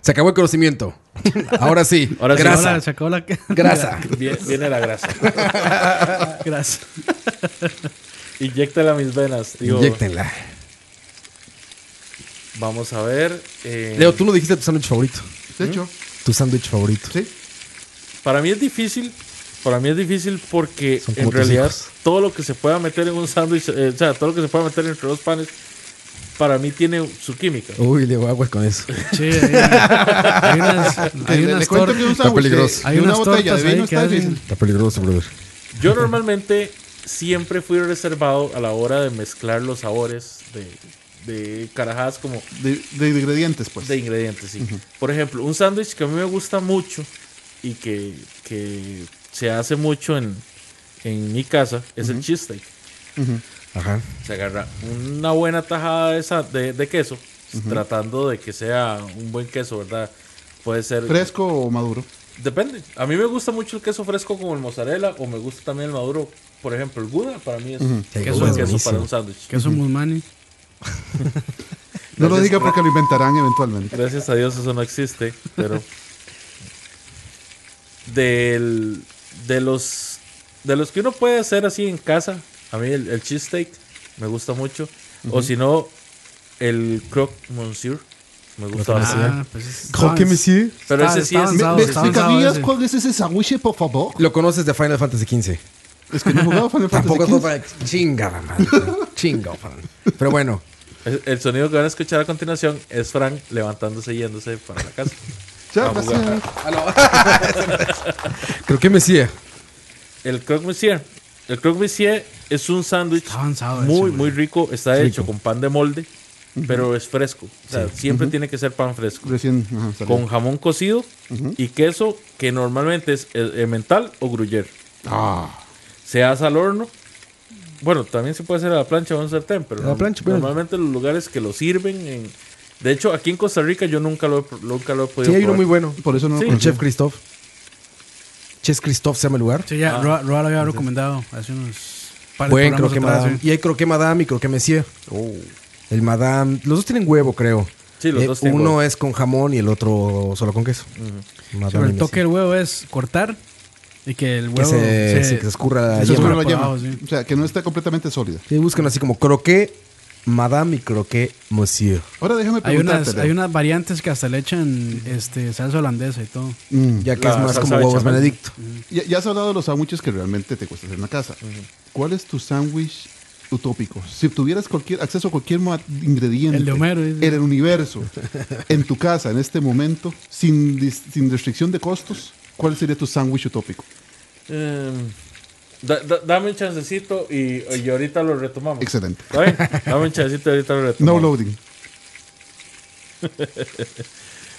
[SPEAKER 5] Se acabó el conocimiento. *laughs* Ahora sí.
[SPEAKER 3] Ahora sí.
[SPEAKER 5] grasa.
[SPEAKER 2] Ahora se acabó la
[SPEAKER 5] *laughs* Grasa.
[SPEAKER 3] Viene- viene la grasa.
[SPEAKER 2] *laughs* grasa.
[SPEAKER 3] Inyéctala a mis venas, tío.
[SPEAKER 5] Inyéctenla.
[SPEAKER 3] Vamos a ver. eh,
[SPEAKER 5] Leo, tú no dijiste tu sándwich favorito.
[SPEAKER 2] ¿Mm?
[SPEAKER 4] De hecho,
[SPEAKER 5] Tu sándwich favorito.
[SPEAKER 4] sí.
[SPEAKER 3] Para mí es difícil. Para mí es difícil porque
[SPEAKER 5] Son como
[SPEAKER 3] en
[SPEAKER 5] tus
[SPEAKER 3] realidad
[SPEAKER 5] hijos.
[SPEAKER 3] todo lo que se pueda meter en un sándwich, eh, o sea, todo lo que se pueda meter entre dos panes, para mí tiene su química.
[SPEAKER 5] Uy, Leo, aguas con eso.
[SPEAKER 2] Sí, ahí- hay unas,
[SPEAKER 4] Que
[SPEAKER 2] hay
[SPEAKER 4] le, le
[SPEAKER 2] unas
[SPEAKER 4] cuento
[SPEAKER 2] tor-
[SPEAKER 4] que un
[SPEAKER 5] Está
[SPEAKER 4] sándwich
[SPEAKER 5] peligroso.
[SPEAKER 4] de,
[SPEAKER 2] Hay
[SPEAKER 4] de una
[SPEAKER 2] unas
[SPEAKER 4] botella de
[SPEAKER 2] tortas
[SPEAKER 4] vino
[SPEAKER 2] ahí que
[SPEAKER 4] está
[SPEAKER 2] hacen-
[SPEAKER 4] difícil.
[SPEAKER 5] Está peligroso, brother.
[SPEAKER 3] Yo normalmente siempre fui reservado a la hora de mezclar los sabores de, de carajadas como
[SPEAKER 4] De, de ingredientes, pues.
[SPEAKER 3] de ingredientes, sí. Por ejemplo, un sándwich que a mí me gusta mucho y que, que se hace mucho en, en mi casa es el cheesesteak.
[SPEAKER 4] Ujú.
[SPEAKER 5] Ajá.
[SPEAKER 3] se agarra una buena tajada de, sa- de, de queso, tratando de que sea un buen queso, ¿verdad? Puede ser.
[SPEAKER 4] Fresco o maduro.
[SPEAKER 3] Depende. A mí me gusta mucho el queso fresco como el mozzarella, o me gusta también el maduro. Por ejemplo, el Gouda para mí es
[SPEAKER 5] El
[SPEAKER 3] queso,
[SPEAKER 5] Gouda es
[SPEAKER 3] queso
[SPEAKER 5] buenísimo.
[SPEAKER 3] para un sándwich.
[SPEAKER 2] Queso musmani.
[SPEAKER 4] No lo
[SPEAKER 3] Gracias.
[SPEAKER 4] diga porque lo inventarán eventualmente.
[SPEAKER 3] Gracias a Dios eso no existe, pero. Del, de los de los que uno puede hacer así en casa, a mí el, el cheesesteak me gusta mucho. O si no, el croque monsieur me gusta bastante.
[SPEAKER 2] Ah, pues es-
[SPEAKER 5] ¿Con qué, monsieur?
[SPEAKER 3] Pero
[SPEAKER 2] Ah, Está-
[SPEAKER 3] ese sí
[SPEAKER 2] está
[SPEAKER 3] es.
[SPEAKER 4] ¿Me,
[SPEAKER 2] avanzado,
[SPEAKER 4] me
[SPEAKER 2] está avanzado
[SPEAKER 4] explicarías
[SPEAKER 2] ese.
[SPEAKER 4] cuál es ese sándwich, por favor?
[SPEAKER 5] Lo conoces de Final Fantasy XV.
[SPEAKER 4] Es que no he jugado Final
[SPEAKER 5] Tampoco
[SPEAKER 4] Fantasy
[SPEAKER 5] es
[SPEAKER 4] XV.
[SPEAKER 5] para... Chinga, la *laughs* madre. Chinga, fan. Pero bueno.
[SPEAKER 3] El, el sonido que van a escuchar a continuación es Frank levantándose y yéndose para la casa.
[SPEAKER 4] Ya,
[SPEAKER 3] Vamos,
[SPEAKER 4] gracias.
[SPEAKER 5] Creo que monsieur.
[SPEAKER 3] El croque monsieur. El croque monsieur es un sándwich
[SPEAKER 2] Está avanzado ese,
[SPEAKER 3] muy,
[SPEAKER 2] güey.
[SPEAKER 3] muy rico. Está
[SPEAKER 5] Es
[SPEAKER 3] hecho
[SPEAKER 5] rico.
[SPEAKER 3] con pan de molde, pero es fresco. O sea, siempre tiene que ser pan fresco.
[SPEAKER 4] Recién. ajá, salió.
[SPEAKER 3] Con jamón cocido y queso que normalmente es eh, emmental o gruyere.
[SPEAKER 4] Ah,
[SPEAKER 3] Se hace al horno. Bueno, también se puede hacer a la plancha o a un sartén, pero
[SPEAKER 5] A la
[SPEAKER 3] no-
[SPEAKER 5] plancha, pues. pero-
[SPEAKER 3] normalmente los lugares que lo sirven en... De hecho, aquí en Costa Rica yo nunca lo he, pro- nunca lo he podido
[SPEAKER 5] Sí, hay uno
[SPEAKER 3] probar.
[SPEAKER 5] muy bueno.
[SPEAKER 4] por eso no lo
[SPEAKER 3] Sí.
[SPEAKER 5] El
[SPEAKER 4] conocí.
[SPEAKER 5] chef Christoph. Chef Christoph se llama el lugar.
[SPEAKER 2] Sí, ya, Roa, Roa lo había recomendado hace unos par de
[SPEAKER 5] Ah. Buen
[SPEAKER 2] programas
[SPEAKER 5] croque
[SPEAKER 2] atrás,
[SPEAKER 5] madame.
[SPEAKER 2] sí.
[SPEAKER 5] Y hay croque madame y croque monsieur. El madame. Los dos tienen huevo, creo.
[SPEAKER 3] Oh.
[SPEAKER 5] Eh,
[SPEAKER 3] Sí, los dos tienen
[SPEAKER 5] Uno
[SPEAKER 3] huevo.
[SPEAKER 5] es con jamón y el otro solo con queso. Madame
[SPEAKER 2] Pero
[SPEAKER 5] y
[SPEAKER 2] el toque del huevo es cortar y que el
[SPEAKER 5] Que
[SPEAKER 2] huevo
[SPEAKER 5] se, sí, que se escurra la
[SPEAKER 2] que se
[SPEAKER 4] Eso es
[SPEAKER 5] yema.
[SPEAKER 4] la
[SPEAKER 2] por
[SPEAKER 4] yema.
[SPEAKER 2] abajo, sí.
[SPEAKER 4] O sea, que no está completamente sólida.
[SPEAKER 5] Sí, buscan así como croque madame y croque monsieur.
[SPEAKER 4] Ahora déjame
[SPEAKER 2] Hay
[SPEAKER 4] preguntarte.
[SPEAKER 2] unas,
[SPEAKER 4] Leo.
[SPEAKER 2] hay unas variantes que hasta le echan este, salsa holandesa y todo.
[SPEAKER 4] Mm.
[SPEAKER 5] Ya que
[SPEAKER 3] La
[SPEAKER 5] es más
[SPEAKER 3] salsa
[SPEAKER 5] como
[SPEAKER 3] bechamel.
[SPEAKER 5] huevos benedicto.
[SPEAKER 4] Ya, ya has hablado de los sándwiches que realmente te cuesta hacer en la casa. ¿Cuál es tu sándwich utópico. Si tuvieras cualquier acceso a cualquier ma- ingrediente
[SPEAKER 2] El de Homero,
[SPEAKER 4] en
[SPEAKER 2] dice.
[SPEAKER 4] el universo, en tu casa, en este momento, sin, dis- sin restricción de costos, ¿cuál sería tu sándwich utópico?
[SPEAKER 3] Em, da- da- dame un chancecito y, y ahorita lo retomamos.
[SPEAKER 4] Excelente.
[SPEAKER 3] ¿Está bien? Dame un chancecito y ahorita lo
[SPEAKER 4] No
[SPEAKER 3] retomamos.
[SPEAKER 4] loading.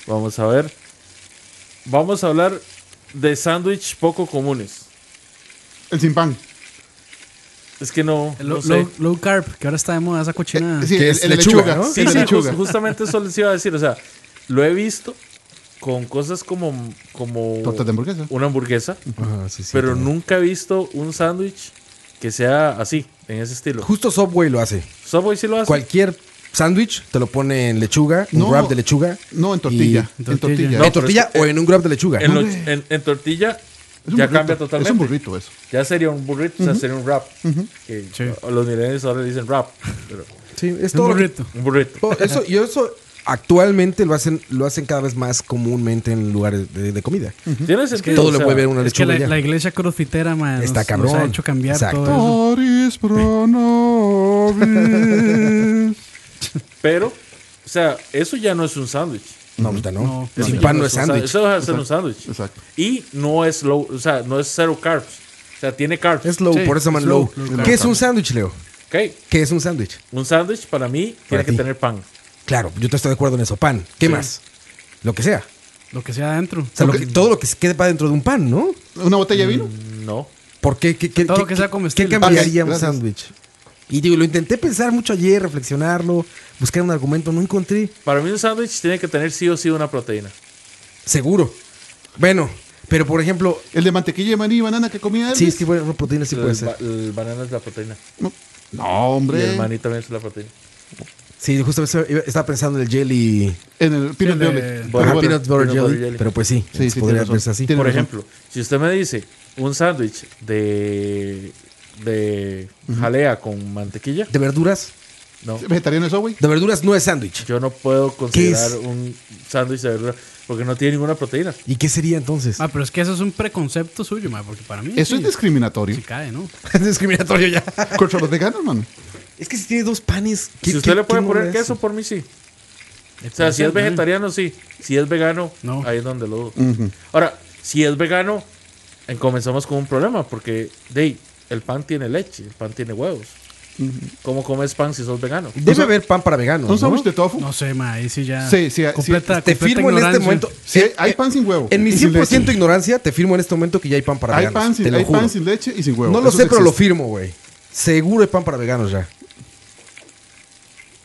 [SPEAKER 3] Vamos a ver. Vamos a hablar de sándwich poco comunes.
[SPEAKER 4] El sin pan.
[SPEAKER 3] Es que no,
[SPEAKER 2] El
[SPEAKER 3] no
[SPEAKER 2] low,
[SPEAKER 3] sé.
[SPEAKER 2] low- low carb, que ahora está de moda esa cochinada.
[SPEAKER 4] Eh, sí,
[SPEAKER 5] que
[SPEAKER 4] el,
[SPEAKER 5] es
[SPEAKER 4] el
[SPEAKER 5] lechuga,
[SPEAKER 4] lechuga.
[SPEAKER 5] ¿no?
[SPEAKER 4] el
[SPEAKER 3] Sí, sí,
[SPEAKER 4] lechuga.
[SPEAKER 3] jus- justamente eso les iba a decir. O sea, lo he visto con cosas como, como
[SPEAKER 4] Tortas de hamburguesa.
[SPEAKER 3] una hamburguesa,
[SPEAKER 5] Ajá, sí, sí,
[SPEAKER 3] pero
[SPEAKER 5] también.
[SPEAKER 3] nunca he visto un sándwich que sea así, en ese estilo.
[SPEAKER 5] Justo Subway lo hace.
[SPEAKER 3] Subway Ah, sí lo hace.
[SPEAKER 5] Cualquier sándwich te lo pone en lechuga, un
[SPEAKER 4] No.
[SPEAKER 5] wrap de lechuga.
[SPEAKER 4] No, en tortilla.
[SPEAKER 2] Y-
[SPEAKER 4] En tortilla.
[SPEAKER 5] en
[SPEAKER 3] No, pero
[SPEAKER 5] tortilla
[SPEAKER 3] es que-
[SPEAKER 5] o en un wrap de lechuga.
[SPEAKER 3] En, lo-
[SPEAKER 4] No, güey.
[SPEAKER 3] en- en tortilla
[SPEAKER 4] Es un
[SPEAKER 3] ya
[SPEAKER 4] burrito,
[SPEAKER 3] cambia totalmente.
[SPEAKER 4] Es un burrito eso.
[SPEAKER 3] Ya sería un burrito, o sea, sería un wrap. Que
[SPEAKER 2] Sí.
[SPEAKER 3] Los millennials ahora le dicen wrap, pero
[SPEAKER 5] Sí, es
[SPEAKER 2] Es un
[SPEAKER 5] todo. lo que-
[SPEAKER 2] burrito.
[SPEAKER 3] un burrito.
[SPEAKER 5] todo- eso, y eso actualmente lo hacen, lo hacen cada vez más comúnmente en lugares de, de comida.
[SPEAKER 3] Tiene sentido.
[SPEAKER 5] todo
[SPEAKER 3] o
[SPEAKER 5] le
[SPEAKER 3] sea,
[SPEAKER 5] mueve una
[SPEAKER 2] Mm. es que
[SPEAKER 5] lechuga.
[SPEAKER 2] la,
[SPEAKER 5] ya.
[SPEAKER 2] la iglesia crofitera, man,
[SPEAKER 5] Está
[SPEAKER 2] nos,
[SPEAKER 5] cabrón.
[SPEAKER 2] nos ha hecho cambiar
[SPEAKER 5] Exacto.
[SPEAKER 2] todo eso.
[SPEAKER 4] Paris pro nobis.
[SPEAKER 3] Pero, o sea, eso ya no es un sándwich.
[SPEAKER 5] No, ahorita no.
[SPEAKER 2] No,
[SPEAKER 5] Sin
[SPEAKER 3] Eso
[SPEAKER 5] pan
[SPEAKER 3] ya
[SPEAKER 5] no es sándwich.
[SPEAKER 3] Eso es un sándwich.
[SPEAKER 4] Exacto.
[SPEAKER 3] Y no es low, o sea, no es cero carbs. O sea, tiene carbs.
[SPEAKER 5] Es low,
[SPEAKER 2] Sí,
[SPEAKER 5] por eso
[SPEAKER 2] es
[SPEAKER 5] man
[SPEAKER 2] low,
[SPEAKER 5] low.
[SPEAKER 2] low carb.
[SPEAKER 5] ¿Qué es un sándwich, Leo?
[SPEAKER 3] Ok.
[SPEAKER 5] ¿Qué es un sándwich?
[SPEAKER 3] Un sándwich para mí
[SPEAKER 5] Para
[SPEAKER 3] tiene que
[SPEAKER 5] ti.
[SPEAKER 3] tener pan.
[SPEAKER 5] Claro, yo te estoy de acuerdo en eso. Pan. ¿Qué
[SPEAKER 3] Sí.
[SPEAKER 5] más? Lo que sea.
[SPEAKER 2] Lo que sea adentro.
[SPEAKER 5] O sea, lo que- todo lo que se quede para dentro de un pan, ¿no?
[SPEAKER 4] ¿Una botella de vino?
[SPEAKER 3] No.
[SPEAKER 5] ¿Por qué? ¿Qué, qué-
[SPEAKER 2] Todo
[SPEAKER 5] qué-
[SPEAKER 2] lo que sea
[SPEAKER 5] qué-
[SPEAKER 2] comestible.
[SPEAKER 5] qué cambiaría
[SPEAKER 4] Ok,
[SPEAKER 5] un
[SPEAKER 4] gracias.
[SPEAKER 5] sándwich? Y digo, lo intenté pensar mucho ayer, reflexionarlo, buscar un argumento, no encontré.
[SPEAKER 3] Para mí un sándwich tiene que tener sí o sí una proteína.
[SPEAKER 5] Seguro. Bueno, pero por ejemplo,
[SPEAKER 4] ¿El de mantequilla de maní y banana que comía Elvis?
[SPEAKER 5] sí, es que bueno, una proteína sí
[SPEAKER 4] Eh,
[SPEAKER 5] puede
[SPEAKER 3] el, ba-
[SPEAKER 5] ser.
[SPEAKER 3] el banana es la proteína.
[SPEAKER 4] No, no,
[SPEAKER 3] Y
[SPEAKER 4] hombre.
[SPEAKER 3] el maní también es la proteína.
[SPEAKER 5] Sí, justo eso, iba- estaba pensando en el jelly.
[SPEAKER 4] En el
[SPEAKER 2] Sí, el
[SPEAKER 4] peanut
[SPEAKER 2] de-
[SPEAKER 4] violet.
[SPEAKER 5] Ajá,
[SPEAKER 3] Butter-
[SPEAKER 4] Pero bueno,
[SPEAKER 5] peanut butter
[SPEAKER 3] peanut
[SPEAKER 5] jelly,
[SPEAKER 3] butter jelly.
[SPEAKER 5] Pero pues sí, entonces
[SPEAKER 4] sí,
[SPEAKER 5] podría
[SPEAKER 4] tienes razón.
[SPEAKER 5] verse así.
[SPEAKER 4] Tienes
[SPEAKER 3] Por
[SPEAKER 4] razón.
[SPEAKER 3] ejemplo, si usted me dice un sándwich de de jalea con mantequilla,
[SPEAKER 5] ¿De verduras?
[SPEAKER 3] no.
[SPEAKER 4] ¿Vegetariano eso, güey?
[SPEAKER 5] De verduras no es sándwich.
[SPEAKER 3] Yo no puedo
[SPEAKER 5] ¿Qué es?
[SPEAKER 3] considerar un sándwich de verdura porque no tiene ninguna proteína.
[SPEAKER 5] ¿Y qué sería
[SPEAKER 4] *laughs*
[SPEAKER 5] entonces?
[SPEAKER 2] Ah, pero es que eso es un preconcepto suyo, man, porque para mí.
[SPEAKER 4] Eso es
[SPEAKER 2] sí,
[SPEAKER 4] discriminatorio.
[SPEAKER 2] sí cae, ¿no?
[SPEAKER 5] es discriminatorio *laughs* ya.
[SPEAKER 4] Contra los veganos, mano.
[SPEAKER 5] Es que si tiene dos panes. ¿qué-
[SPEAKER 3] Si usted
[SPEAKER 5] qué-
[SPEAKER 3] le puede
[SPEAKER 5] qué
[SPEAKER 3] poner
[SPEAKER 5] moda es?
[SPEAKER 3] queso, por mí sí. O sea, si es vegetariano, sí. Si es vegano,
[SPEAKER 2] No.
[SPEAKER 3] ahí es donde lo dudo. Ahora, si es vegano, eh, comenzamos con un problema, porque de ahí, el pan tiene leche, el pan tiene huevos. ¿Cómo comes pan si sos vegano?
[SPEAKER 5] Debe haber pan para veganos.
[SPEAKER 4] ¿Un
[SPEAKER 5] ¿no?
[SPEAKER 4] sándwich de tofu?
[SPEAKER 2] No sé, ma, ahí sí ya.
[SPEAKER 4] Sí, sí, sí.
[SPEAKER 2] completa,
[SPEAKER 5] Te
[SPEAKER 2] completa
[SPEAKER 5] firmo en este
[SPEAKER 2] ignorancia.
[SPEAKER 5] momento.
[SPEAKER 4] Sí,
[SPEAKER 5] en-
[SPEAKER 4] hay pan sin huevo.
[SPEAKER 5] eh, En mi
[SPEAKER 4] Y sin
[SPEAKER 5] 100%
[SPEAKER 4] leche.
[SPEAKER 5] ignorancia, te firmo en este momento que ya hay pan para
[SPEAKER 4] Hay,
[SPEAKER 5] veganos.
[SPEAKER 4] pan sin,
[SPEAKER 5] te lo
[SPEAKER 4] hay
[SPEAKER 5] juro.
[SPEAKER 4] pan sin leche y sin huevo.
[SPEAKER 5] no lo
[SPEAKER 4] Eso
[SPEAKER 5] sé, pero lo
[SPEAKER 4] existe.
[SPEAKER 5] firmo, güey. Seguro hay pan para veganos ya.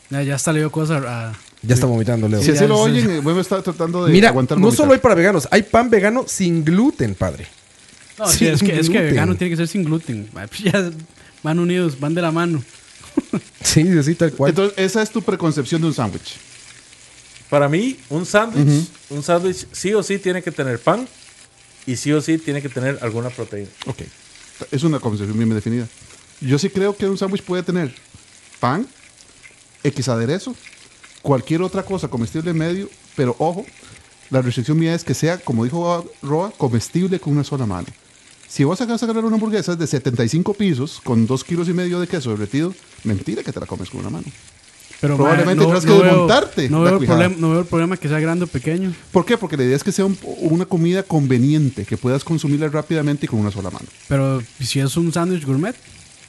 [SPEAKER 2] Ya, ya hasta le dio cosas a. a-
[SPEAKER 5] Ya está vomitando, Leo.
[SPEAKER 4] Si así
[SPEAKER 2] Ya,
[SPEAKER 4] lo
[SPEAKER 2] sí.
[SPEAKER 4] oyen, eh, bueno, está tratando de
[SPEAKER 5] Mira,
[SPEAKER 4] aguantar
[SPEAKER 5] no
[SPEAKER 4] vomitar.
[SPEAKER 5] solo hay para veganos, hay pan vegano sin gluten, padre. *laughs*
[SPEAKER 2] No,
[SPEAKER 5] Sin
[SPEAKER 2] sí, es, que, es que
[SPEAKER 5] gluten.
[SPEAKER 2] vegano tiene que ser sin gluten. ma, pues *laughs* ya van unidos, van de la mano.
[SPEAKER 5] Sí, sí, tal cual.
[SPEAKER 4] Entonces, esa es tu preconcepción de un sándwich.
[SPEAKER 3] Para mí, un sándwich, un sándwich sí o sí tiene que tener pan y sí o sí tiene que tener alguna proteína.
[SPEAKER 4] Ok. Es una concepción bien definida. Yo sí creo que un sándwich puede tener pan, X aderezo, cualquier otra cosa comestible en medio, pero ojo, la restricción mía es que sea, como dijo Roa, comestible con una sola mano. Si vos sacas a agarrar una hamburguesa de 75 pisos con 2 kilos y medio de queso derretido, mentira que te la comes con una mano.
[SPEAKER 2] Pero, ma,
[SPEAKER 4] Probablemente tendrás que
[SPEAKER 2] veo-
[SPEAKER 4] desmontarte
[SPEAKER 2] No
[SPEAKER 4] la
[SPEAKER 2] veo, el
[SPEAKER 4] cuijada.
[SPEAKER 2] problema, no veo el problema que sea grande o pequeño.
[SPEAKER 4] ¿Por qué? Porque la idea es que sea un- una comida conveniente, que puedas consumirla rápidamente y con una sola mano.
[SPEAKER 2] Pero si es un sándwich gourmet,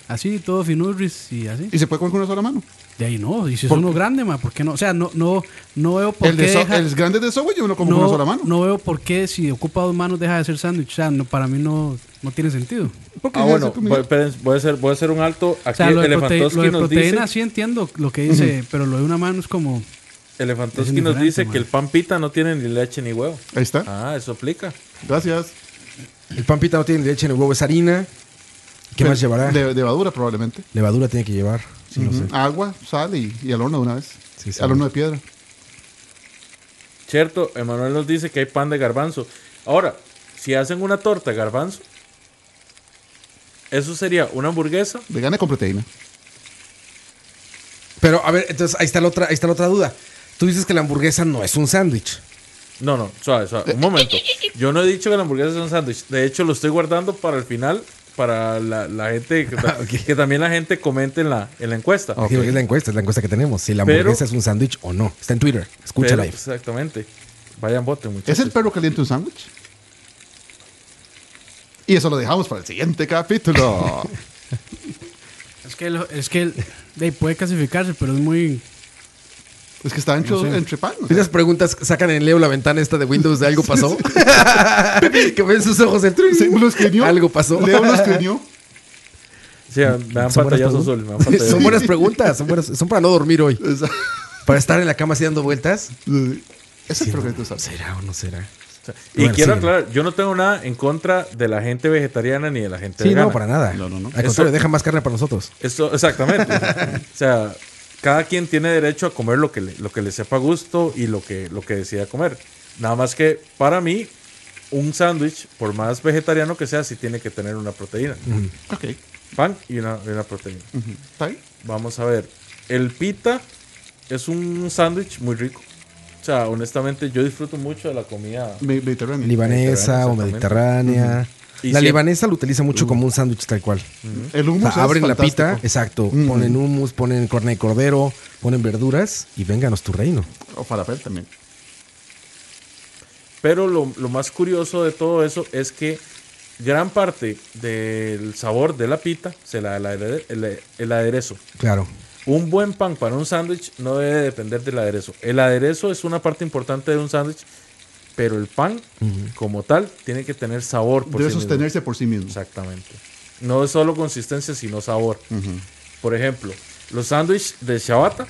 [SPEAKER 2] así, todo finurris y así.
[SPEAKER 4] Y se puede comer con una sola mano.
[SPEAKER 2] De ahí no, y si es
[SPEAKER 4] Por-
[SPEAKER 2] uno grande, ma, ¿por qué no? O sea, no, no, no veo por
[SPEAKER 4] El,
[SPEAKER 2] qué
[SPEAKER 4] de so-
[SPEAKER 2] deja-
[SPEAKER 4] el grande de software yo me lo como con una sola
[SPEAKER 2] no,
[SPEAKER 4] mano.
[SPEAKER 2] no veo por qué si ocupa dos manos deja de ser sándwich. O sea, no, para mí no, no tiene sentido.
[SPEAKER 4] Porque deja
[SPEAKER 3] Ah,
[SPEAKER 4] de
[SPEAKER 3] bueno,
[SPEAKER 4] ser comida.
[SPEAKER 3] voy, esperen, voy a hacer, voy a hacer un alto. Aquí
[SPEAKER 2] O sea, lo de, prote- lo
[SPEAKER 3] Elefantowski
[SPEAKER 2] de
[SPEAKER 3] nos
[SPEAKER 2] proteína
[SPEAKER 3] dice,
[SPEAKER 2] sí entiendo lo que dice, pero lo de una mano es como... es
[SPEAKER 3] Elefantowski nos
[SPEAKER 2] indiferente,
[SPEAKER 3] dice
[SPEAKER 2] man.
[SPEAKER 3] que el pan pita no tiene ni leche ni huevo.
[SPEAKER 4] Ahí está.
[SPEAKER 3] Ah, eso aplica.
[SPEAKER 4] Gracias.
[SPEAKER 5] El pan pita no tiene leche en el huevo, es harina. ¿Qué
[SPEAKER 4] Pero
[SPEAKER 5] más llevará?
[SPEAKER 4] Le- Eh, levadura probablemente.
[SPEAKER 5] Levadura tiene que llevar. Sí, no sé.
[SPEAKER 4] Ujú. Agua, sal y, y al horno de una vez.
[SPEAKER 5] Sí, sí.
[SPEAKER 4] al horno de piedra.
[SPEAKER 3] Cierto, Emanuel nos dice que hay pan de garbanzo. Ahora, si hacen una torta de garbanzo, eso sería una hamburguesa.
[SPEAKER 4] Vegana con proteína.
[SPEAKER 5] Pero a ver, entonces ahí está la otra, ahí está la otra duda. Tú dices que la hamburguesa no es un sándwich.
[SPEAKER 3] No, no, suave, suave. Un momento. Yo no he dicho que la hamburguesa es un sándwich. De hecho, lo estoy guardando para el final para la, la gente, que,
[SPEAKER 2] *laughs*
[SPEAKER 3] ta- que también la gente comente en la, en la encuesta.
[SPEAKER 5] Sí, porque es la encuesta, es la encuesta que tenemos. Si la
[SPEAKER 3] Pero-
[SPEAKER 5] hamburguesa es un sándwich o no. Está en Twitter.
[SPEAKER 3] Pero-
[SPEAKER 5] Escúchala. ahí.
[SPEAKER 3] Exactamente. Vayan, voten,
[SPEAKER 4] ¿Es
[SPEAKER 3] muchachos.
[SPEAKER 4] el perro caliente un sándwich? Y eso lo dejamos para el siguiente capítulo.
[SPEAKER 2] Es que, lo- es que de ahí puede clasificarse, pero es muy.
[SPEAKER 4] es que está entre,
[SPEAKER 2] No sé.
[SPEAKER 4] entre pan. o sea. *laughs*
[SPEAKER 5] Esas preguntas sacan en Leo la ventana esta de Windows de algo pasó. *laughs* que ven sus ojos el
[SPEAKER 4] Sí, lo escribió.
[SPEAKER 5] Algo pasó.
[SPEAKER 4] Leo lo escribió.
[SPEAKER 3] Sí, me dan
[SPEAKER 5] Son buenas
[SPEAKER 3] pantallazos,
[SPEAKER 5] preguntas.
[SPEAKER 3] Sol, me dan pantallazos.
[SPEAKER 5] *laughs* Son buenas preguntas, son, buenas- son para no dormir hoy.
[SPEAKER 4] Esa-
[SPEAKER 5] Para estar en la cama así dando vueltas.
[SPEAKER 4] Es el perro caliente un sándwich.
[SPEAKER 5] ¿Será o no será?
[SPEAKER 3] Y
[SPEAKER 5] Bueno,
[SPEAKER 3] quiero
[SPEAKER 5] sí.
[SPEAKER 3] aclarar, yo no tengo nada en contra de la gente vegetariana ni de la gente
[SPEAKER 5] Sí,
[SPEAKER 3] vegana.
[SPEAKER 5] no, para nada.
[SPEAKER 4] No, no, no.
[SPEAKER 5] Al contrario, deja más carne para nosotros.
[SPEAKER 3] Eso, exactamente. o sea, cada quien tiene derecho a comer lo que le, lo que le sepa a gusto y lo que, lo que decida comer. Nada más que para mí, un sándwich, por más vegetariano que sea, sí tiene que tener una proteína.
[SPEAKER 4] Ok.
[SPEAKER 3] Pan y una, y una proteína.
[SPEAKER 4] Ujú. ¿Está bien?
[SPEAKER 3] Vamos a ver. El pita es un sándwich muy rico. O sea, honestamente, yo disfruto mucho de la comida.
[SPEAKER 4] Me- Mediterráneo.
[SPEAKER 5] Libanesa o
[SPEAKER 3] exactamente.
[SPEAKER 5] mediterránea.
[SPEAKER 3] Y
[SPEAKER 5] La
[SPEAKER 3] si-
[SPEAKER 5] libanesa lo utiliza mucho como un sándwich tal cual.
[SPEAKER 4] El
[SPEAKER 5] O
[SPEAKER 4] hummus
[SPEAKER 5] sea,
[SPEAKER 4] es
[SPEAKER 5] abren la pita,
[SPEAKER 4] fantástico.
[SPEAKER 5] exacto. Ponen hummus, ponen carne de cordero, ponen verduras y vénganos tu reino.
[SPEAKER 4] O falafel también.
[SPEAKER 3] Pero lo, lo más curioso de todo eso es que gran parte del sabor de la pita se la la- el, el aderezo.
[SPEAKER 5] Claro.
[SPEAKER 3] Un buen pan para un sándwich no debe depender del aderezo. El aderezo es una parte importante de un sándwich, pero el pan como tal tiene que tener sabor. por
[SPEAKER 4] Debe
[SPEAKER 3] sí mismo.
[SPEAKER 4] sostenerse por sí mismo.
[SPEAKER 3] Exactamente. No es solo consistencia, sino sabor. Por ejemplo, los sándwiches de ciabatta.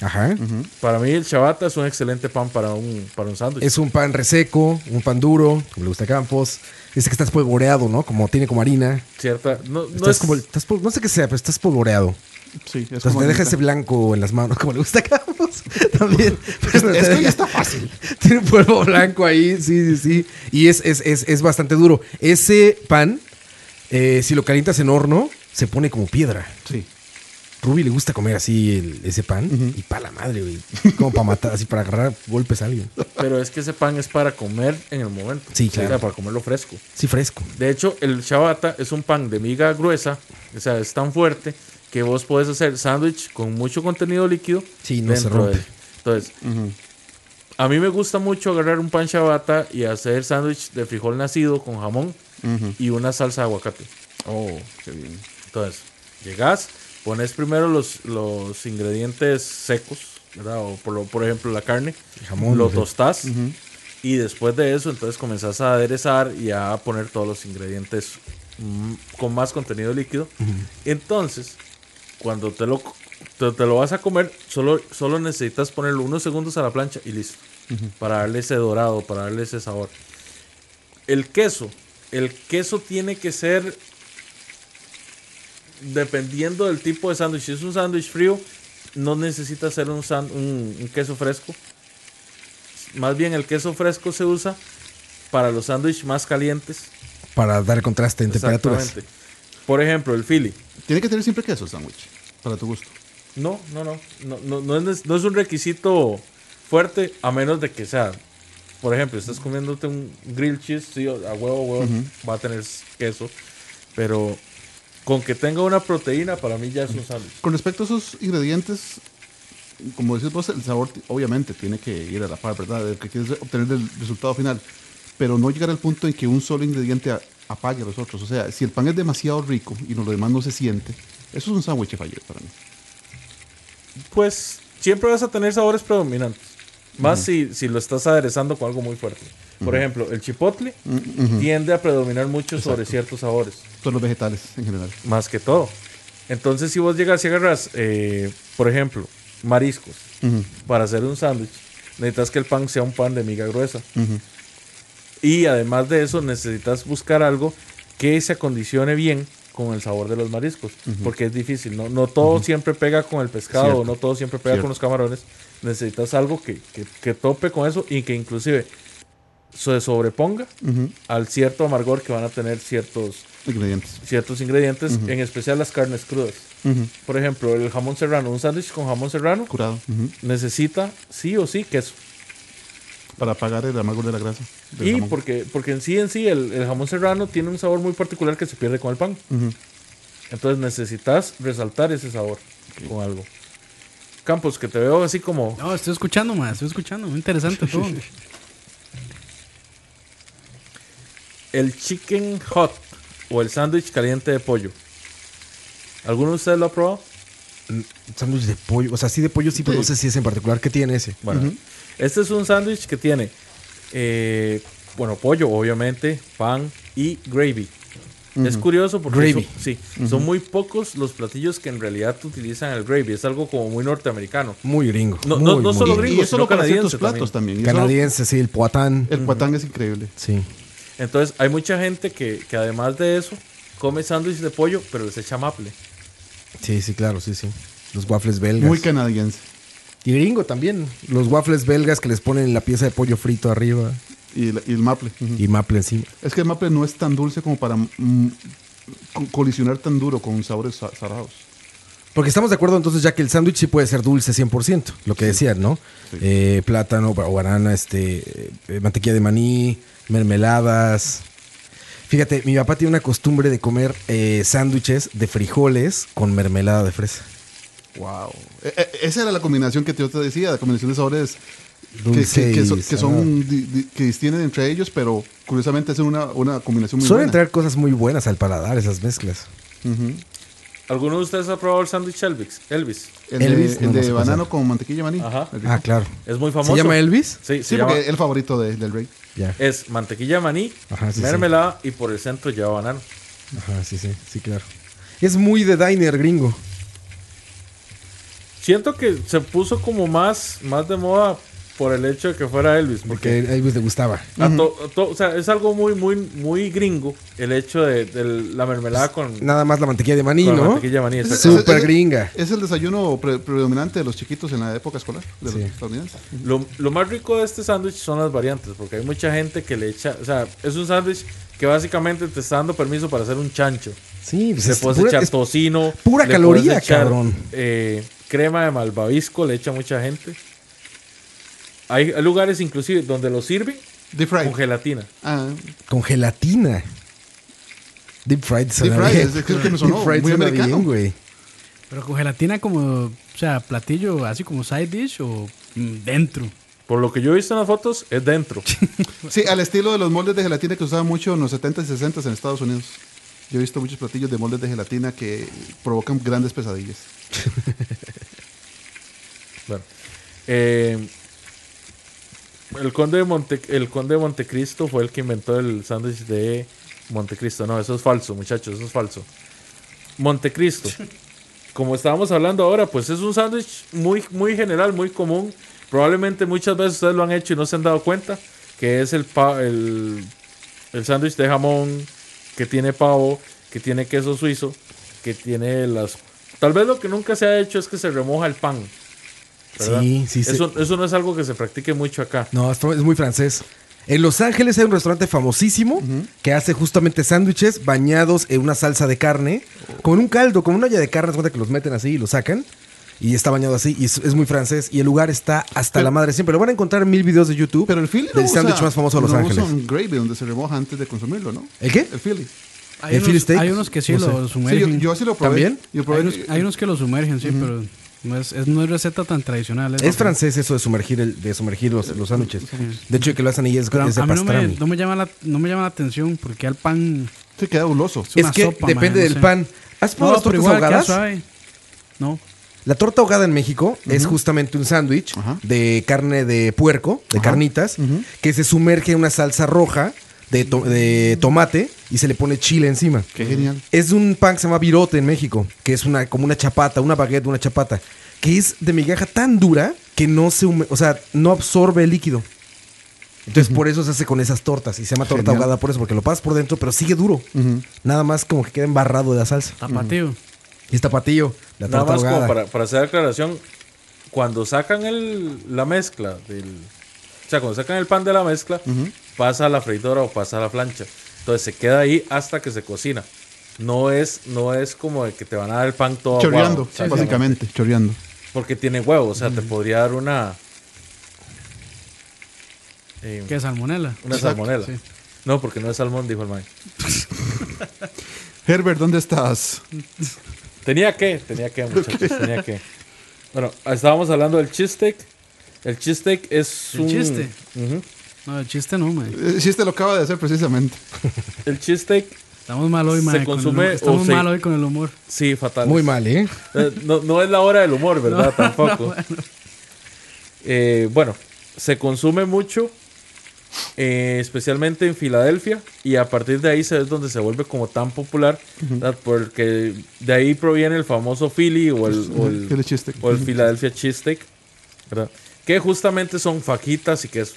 [SPEAKER 5] Ajá.
[SPEAKER 3] Para mí el ciabatta es un excelente pan para un, para un sándwich.
[SPEAKER 5] Es un pan reseco, un pan duro, como le gusta a Campos. Dice que está espolvoreado, ¿no? Como tiene como harina.
[SPEAKER 3] Cierta, no, no
[SPEAKER 5] Estás
[SPEAKER 3] es
[SPEAKER 5] como, estás pol- no sé qué sea, pero estás polvoreado.
[SPEAKER 4] Sí, es
[SPEAKER 5] Entonces
[SPEAKER 4] como
[SPEAKER 5] te deja
[SPEAKER 4] ahorita.
[SPEAKER 5] ese blanco en las manos, *laughs* como le gusta a Campos. *laughs* También. Pero te
[SPEAKER 4] Es que
[SPEAKER 5] deja-
[SPEAKER 4] ya
[SPEAKER 5] *laughs*
[SPEAKER 4] está fácil.
[SPEAKER 5] Tiene un polvo blanco ahí, sí, sí, sí. Y es, es, es, es bastante duro. Ese pan, eh, si lo calientas en horno, se pone como piedra.
[SPEAKER 4] Sí.
[SPEAKER 5] Ruby le gusta comer así el- ese pan y pa' la madre, güey. Como para matar, así para agarrar golpes a alguien.
[SPEAKER 3] Pero es que ese pan es para comer en el momento.
[SPEAKER 5] Sí,
[SPEAKER 3] O sea,
[SPEAKER 5] claro.
[SPEAKER 3] para comerlo fresco.
[SPEAKER 5] Sí, fresco.
[SPEAKER 3] De hecho, el ciabatta es un pan de miga gruesa, o sea, es tan fuerte que vos podés hacer sándwich con mucho contenido líquido.
[SPEAKER 5] Sí, no se
[SPEAKER 3] dentro de
[SPEAKER 5] rompe.
[SPEAKER 3] él. Entonces, a mí me gusta mucho agarrar un pan ciabatta y hacer sándwich de frijol nacido con jamón y una salsa de aguacate.
[SPEAKER 4] Oh, qué bien.
[SPEAKER 3] Entonces, llegás, pones primero los, los ingredientes secos, ¿verdad? O por, lo- por ejemplo, la carne,
[SPEAKER 5] jamón,
[SPEAKER 3] lo
[SPEAKER 5] ujú.
[SPEAKER 3] tostás y después de eso, entonces comenzás a aderezar y a poner todos los ingredientes mm, con más contenido líquido. Entonces, cuando te lo, co- te, te lo vas a comer, solo, solo necesitas ponerlo unos segundos a la plancha y listo. Para darle ese dorado, para darle ese sabor. El queso. El queso tiene que ser dependiendo del tipo de sándwich. Si es un sándwich frío, no necesita ser un, san- un- un queso fresco. Más bien el queso fresco se usa para los sándwiches más calientes.
[SPEAKER 5] Para dar contraste en temperaturas.
[SPEAKER 3] Exactamente. Por ejemplo, el Philly.
[SPEAKER 4] Tiene que tener siempre queso el sándwich. Para tu gusto.
[SPEAKER 3] No, no, no. No, no, no es, no es un requisito fuerte a menos de que sea. Por ejemplo, estás comiéndote un grill cheese, sí, a huevo, huevo, va a tener queso. Pero con que tenga una proteína, para mí ya es un sándwich.
[SPEAKER 4] Con respecto a esos ingredientes, como decís vos, el sabor ti- obviamente tiene que ir a la par, ¿verdad? El que quieres obtener el resultado final. Pero no llegar al punto en que un solo ingrediente a- apague a los otros. O sea, si el pan es demasiado rico y no- lo demás no se siente, eso es un sándwich fallido para mí.
[SPEAKER 3] pues siempre vas a tener sabores predominantes. Más si, si lo estás aderezando con algo muy fuerte. Por ejemplo, el chipotle
[SPEAKER 5] Mm,
[SPEAKER 3] tiende a predominar mucho sobre ciertos sabores,
[SPEAKER 4] Son los vegetales en general.
[SPEAKER 3] más que todo. Entonces, si vos llegas y agarras, eh, por ejemplo, mariscos
[SPEAKER 5] Mm-hmm.
[SPEAKER 3] para hacer un sándwich, necesitas que el pan sea un pan de miga gruesa. Y además de eso, necesitas buscar algo que se acondicione bien con el sabor de los mariscos, porque es difícil, no, no todo siempre pega con el pescado,
[SPEAKER 4] Cierto.
[SPEAKER 3] no todo siempre pega con
[SPEAKER 4] Cierto.
[SPEAKER 3] los camarones, necesitas algo que, que- que tope con eso y que inclusive se sobreponga
[SPEAKER 5] Mm-hmm.
[SPEAKER 3] al cierto amargor que van a tener ciertos,
[SPEAKER 4] Ingredientes.
[SPEAKER 3] ciertos ingredientes, en especial las carnes crudas.
[SPEAKER 5] Mm-hmm.
[SPEAKER 3] Por ejemplo, el jamón
[SPEAKER 5] Mm-hmm.
[SPEAKER 3] serrano, un sándwich con jamón serrano
[SPEAKER 4] Curado. Ujú.
[SPEAKER 3] necesita sí o sí queso.
[SPEAKER 4] para pagar el amargo de la grasa. del
[SPEAKER 3] Y
[SPEAKER 4] jamón.
[SPEAKER 3] porque, porque en sí, en sí, el, el jamón serrano tiene un sabor muy particular que se pierde con el pan.
[SPEAKER 4] Mm-hmm.
[SPEAKER 3] Entonces necesitas resaltar ese sabor con algo. Campos, que te veo así como...
[SPEAKER 2] No, estoy escuchando, más, estoy escuchando. Muy interesante todo.
[SPEAKER 4] *laughs*
[SPEAKER 3] El chicken hot o el sándwich caliente de pollo. ¿Alguno de ustedes lo ha probado?
[SPEAKER 5] Sándwich de pollo. O sea, sí de pollo, sí, pero no sé si es en particular. ¿Qué tiene ese?
[SPEAKER 3] Bueno, este es un sándwich que tiene, eh, bueno, pollo, obviamente, pan y gravy. Es curioso porque
[SPEAKER 5] Gravy.
[SPEAKER 3] son- sí, son muy pocos los platillos que en realidad utilizan el gravy. Es algo como muy norteamericano.
[SPEAKER 5] Muy gringo.
[SPEAKER 3] No-
[SPEAKER 5] muy,
[SPEAKER 3] no- no
[SPEAKER 5] muy
[SPEAKER 3] solo
[SPEAKER 4] Y
[SPEAKER 3] gringo.
[SPEAKER 4] eso lo
[SPEAKER 3] sino
[SPEAKER 4] para ciertos
[SPEAKER 3] canadiense
[SPEAKER 4] platos también. y eso-
[SPEAKER 5] Canadiense, sí, el poatán.
[SPEAKER 4] el cuatán es increíble.
[SPEAKER 5] Sí.
[SPEAKER 3] Entonces, hay mucha gente que, que además de eso come sándwiches de pollo, pero les echa maple.
[SPEAKER 5] Sí, sí, claro, sí, sí. Los waffles belgas.
[SPEAKER 4] Muy canadiense.
[SPEAKER 5] y gringo también. Los waffles belgas que les ponen la pieza de pollo frito arriba
[SPEAKER 4] Y, la- y el maple. ujú.
[SPEAKER 5] y maple encima.
[SPEAKER 4] Es que el maple no es tan dulce como para mm, co- colisionar tan duro con sabores sa- salados.
[SPEAKER 5] Porque estamos de acuerdo entonces ya que el sándwich sí puede ser dulce 100%, lo que decían, ¿no? Eh, plátano o banana, este, eh, mantequilla de maní, mermeladas. Fíjate, mi papá tiene una costumbre de comer eh, sándwiches de frijoles con mermelada de fresa.
[SPEAKER 4] Wow. E, esa era la combinación que yo te decía, la combinación de sabores que- que,
[SPEAKER 5] Dulce
[SPEAKER 4] que
[SPEAKER 5] y
[SPEAKER 4] so- que son di- di- que distinguen entre ellos, pero curiosamente hacen una, una combinación muy
[SPEAKER 5] Suelen
[SPEAKER 4] buena.
[SPEAKER 5] traer cosas muy buenas al paladar esas mezclas.
[SPEAKER 3] ¿Alguno de ustedes ha probado el sándwich Elvis? Elvis.
[SPEAKER 4] El de,
[SPEAKER 5] Elvis,
[SPEAKER 4] el
[SPEAKER 5] no, no
[SPEAKER 4] de
[SPEAKER 5] sé
[SPEAKER 4] banano con mantequilla de maní.
[SPEAKER 3] Ajá.
[SPEAKER 4] El rico.
[SPEAKER 5] Ah, claro.
[SPEAKER 3] Es muy famoso.
[SPEAKER 5] ¿Se llama Elvis?
[SPEAKER 3] Sí, se
[SPEAKER 4] sí,
[SPEAKER 3] llama- Eh.
[SPEAKER 4] porque es el favorito de- del rey.
[SPEAKER 5] Ya.
[SPEAKER 3] es mantequilla de maní,
[SPEAKER 5] Ajá, sí, sí.
[SPEAKER 3] mermelada y por el centro lleva banano.
[SPEAKER 5] Ajá, sí, sí, sí, claro. Es muy de diner gringo.
[SPEAKER 3] Siento que se puso como más, más de moda por el hecho de que fuera Elvis.
[SPEAKER 5] Porque
[SPEAKER 3] Porque
[SPEAKER 5] a Elvis le gustaba.
[SPEAKER 3] a to- a to- o sea, es algo muy, muy, muy gringo el hecho de, de la mermelada con,
[SPEAKER 5] Nada más la mantequilla de maní,
[SPEAKER 3] con la
[SPEAKER 5] ¿no?
[SPEAKER 3] mantequilla de maní.
[SPEAKER 4] Es-
[SPEAKER 3] exacto.
[SPEAKER 5] Súper
[SPEAKER 4] es- es-
[SPEAKER 5] gringa.
[SPEAKER 4] Es el desayuno pre- predominante de los chiquitos en la época escolar, de
[SPEAKER 5] Sí.
[SPEAKER 4] los estadounidenses.
[SPEAKER 3] Lo, lo más rico de este sándwich son las variantes, porque hay mucha gente que le echa, o sea, es un sándwich que básicamente te está dando permiso para hacer un chancho.
[SPEAKER 5] Sí, pues
[SPEAKER 3] Le
[SPEAKER 5] es
[SPEAKER 3] puedes
[SPEAKER 5] pura-
[SPEAKER 3] echar
[SPEAKER 5] es-
[SPEAKER 3] tocino.
[SPEAKER 5] pura
[SPEAKER 3] le
[SPEAKER 5] caloría,
[SPEAKER 3] puedes echar,
[SPEAKER 5] cabrón.
[SPEAKER 3] eh, crema de malvavisco le echa mucha gente. Hay, hay lugares inclusive donde lo sirven
[SPEAKER 4] Deep fried.
[SPEAKER 3] con gelatina.
[SPEAKER 4] Ah,
[SPEAKER 5] Con gelatina. Deep fried suena
[SPEAKER 4] Deep fried,
[SPEAKER 5] bien.
[SPEAKER 4] es- es que me sonó
[SPEAKER 5] Deep fried
[SPEAKER 4] muy
[SPEAKER 5] suena
[SPEAKER 4] americano.
[SPEAKER 5] bien, güey.
[SPEAKER 2] Pero con gelatina como, o sea, platillo así como side dish o mm, dentro.
[SPEAKER 3] Por lo que yo he visto en las fotos, es dentro.
[SPEAKER 4] sí, al estilo de los moldes de gelatina que usaban mucho en los 70 y 60 en Estados Unidos. Yo he visto muchos platillos de moldes de gelatina que provocan grandes pesadillas.
[SPEAKER 3] Bueno. Eh, el conde de Monte, el conde de Montecristo fue el que inventó el sándwich de Montecristo. No, eso es falso, muchachos, eso es falso. Montecristo. Como estábamos hablando ahora, pues es un sándwich muy, muy general, muy común. Probablemente muchas veces ustedes lo han hecho y no se han dado cuenta. Que es el pa- el, el sándwich de jamón, que tiene pavo, que tiene queso suizo, que tiene las. Tal vez lo que nunca se ha hecho es que se remoja el pan. ¿verdad?
[SPEAKER 5] Sí, sí, sí.
[SPEAKER 3] Eso, eso no es algo que se practique mucho acá.
[SPEAKER 5] No, esto es muy francés. En Los Ángeles hay un restaurante famosísimo que hace justamente sándwiches bañados en una salsa de carne, con un caldo, con una olla de carne, haz cuenta que los meten así y lo sacan. Y está bañado así, y es, es muy francés. Y el lugar está hasta la madre siempre. Lo van a encontrar en mil videos de YouTube
[SPEAKER 4] Pero el Philly no
[SPEAKER 5] del
[SPEAKER 4] usa-
[SPEAKER 5] sándwich más famoso de Los
[SPEAKER 4] no
[SPEAKER 5] Ángeles.
[SPEAKER 4] usa un gravy donde se remoja antes de consumirlo, ¿no?
[SPEAKER 5] ¿El qué?
[SPEAKER 4] El Philly.
[SPEAKER 2] Hay,
[SPEAKER 5] ¿El Philly
[SPEAKER 2] unos,
[SPEAKER 5] steak?
[SPEAKER 2] hay unos que sí
[SPEAKER 5] No sé.
[SPEAKER 2] lo
[SPEAKER 4] Sí, yo,
[SPEAKER 2] sumergen.
[SPEAKER 4] yo sí lo probé.
[SPEAKER 5] ¿También?
[SPEAKER 4] Yo probé-
[SPEAKER 2] hay, unos, hay unos que lo sumergen, sí, pero no es, es- no es receta tan tradicional.
[SPEAKER 5] Es francés eso de sumergir, el, de sumergir los, los sándwiches. De hecho, que lo hacen ahí es,
[SPEAKER 2] Pero a,
[SPEAKER 5] es de
[SPEAKER 2] a mí no me,
[SPEAKER 5] pastrami.
[SPEAKER 2] no me llama la, no me llama la atención porque al pan...
[SPEAKER 4] Sí, queda guloso.
[SPEAKER 2] una
[SPEAKER 5] es que
[SPEAKER 2] sopa,
[SPEAKER 5] depende
[SPEAKER 2] man, no
[SPEAKER 5] del
[SPEAKER 2] sé.
[SPEAKER 5] pan. ¿Has probado las
[SPEAKER 2] pero
[SPEAKER 5] tortas
[SPEAKER 2] igual queda
[SPEAKER 5] ahogadas?
[SPEAKER 2] suave. No.
[SPEAKER 5] La torta ahogada en México es justamente un sándwich
[SPEAKER 4] Ajá.
[SPEAKER 5] de carne de puerco, de carnitas, que se sumerge en una salsa roja de, to- de tomate y se le pone chile encima.
[SPEAKER 4] Qué genial.
[SPEAKER 5] Es un pan que se llama virote en México, que es una como una chapata, una baguette, una chapata, que es de migaja tan dura que no se, hume- o sea, no absorbe el líquido. Entonces por eso se hace con esas tortas y se llama torta
[SPEAKER 4] Genial.
[SPEAKER 5] ahogada por eso, porque lo pasas por dentro, pero sigue duro. Nada más como que queda embarrado de la salsa.
[SPEAKER 2] Tapateo.
[SPEAKER 5] Y está patillo, la
[SPEAKER 3] Nada
[SPEAKER 5] torta
[SPEAKER 3] más como
[SPEAKER 5] ahogada.
[SPEAKER 3] para, para hacer aclaración, cuando sacan el, la mezcla del... O sea, cuando sacan el pan de la mezcla, pasa a la freidora o pasa a la plancha. Entonces se queda ahí hasta que se cocina. No es, no es como de que te van a dar el pan todo aguado.
[SPEAKER 4] Chorreando,
[SPEAKER 3] O sea,
[SPEAKER 4] básicamente, chorreando.
[SPEAKER 3] Porque tiene huevo, o sea, te podría dar una... eh,
[SPEAKER 2] ¿Qué es salmonela?
[SPEAKER 3] una salmonela. No, porque no es salmón, dijo el man.
[SPEAKER 4] Herbert, ¿dónde estás?
[SPEAKER 3] Tenía que, tenía que, muchachos, tenía que. Bueno, estábamos hablando del cheesesteak. El cheesesteak es
[SPEAKER 2] ¿El
[SPEAKER 3] un.
[SPEAKER 2] chiste?
[SPEAKER 3] Mm, Ujú.
[SPEAKER 2] No, el chiste no, mae.
[SPEAKER 4] Eh, Sí, este lo acaba de hacer precisamente.
[SPEAKER 3] El cheesesteak,
[SPEAKER 2] Estamos mal hoy,
[SPEAKER 3] ¿Se
[SPEAKER 2] mae. con el
[SPEAKER 3] consume
[SPEAKER 2] humor.
[SPEAKER 3] o
[SPEAKER 2] Estamos
[SPEAKER 3] se-
[SPEAKER 2] mal hoy con el humor.
[SPEAKER 3] sí, fatal.
[SPEAKER 5] Muy mal, ¿eh?
[SPEAKER 3] Eh, no, no es la hora del humor, ¿verdad? Tampoco. Eh, bueno, se consume mucho, eh, especialmente en Filadelfia, y a partir de ahí se es donde se vuelve como tan popular, ¿verdad? porque de ahí proviene el famoso Philly o el, o el,
[SPEAKER 4] Philly cheesesteak.
[SPEAKER 3] o el Philadelphia cheesesteak, ¿verdad? que justamente son fajitas y que es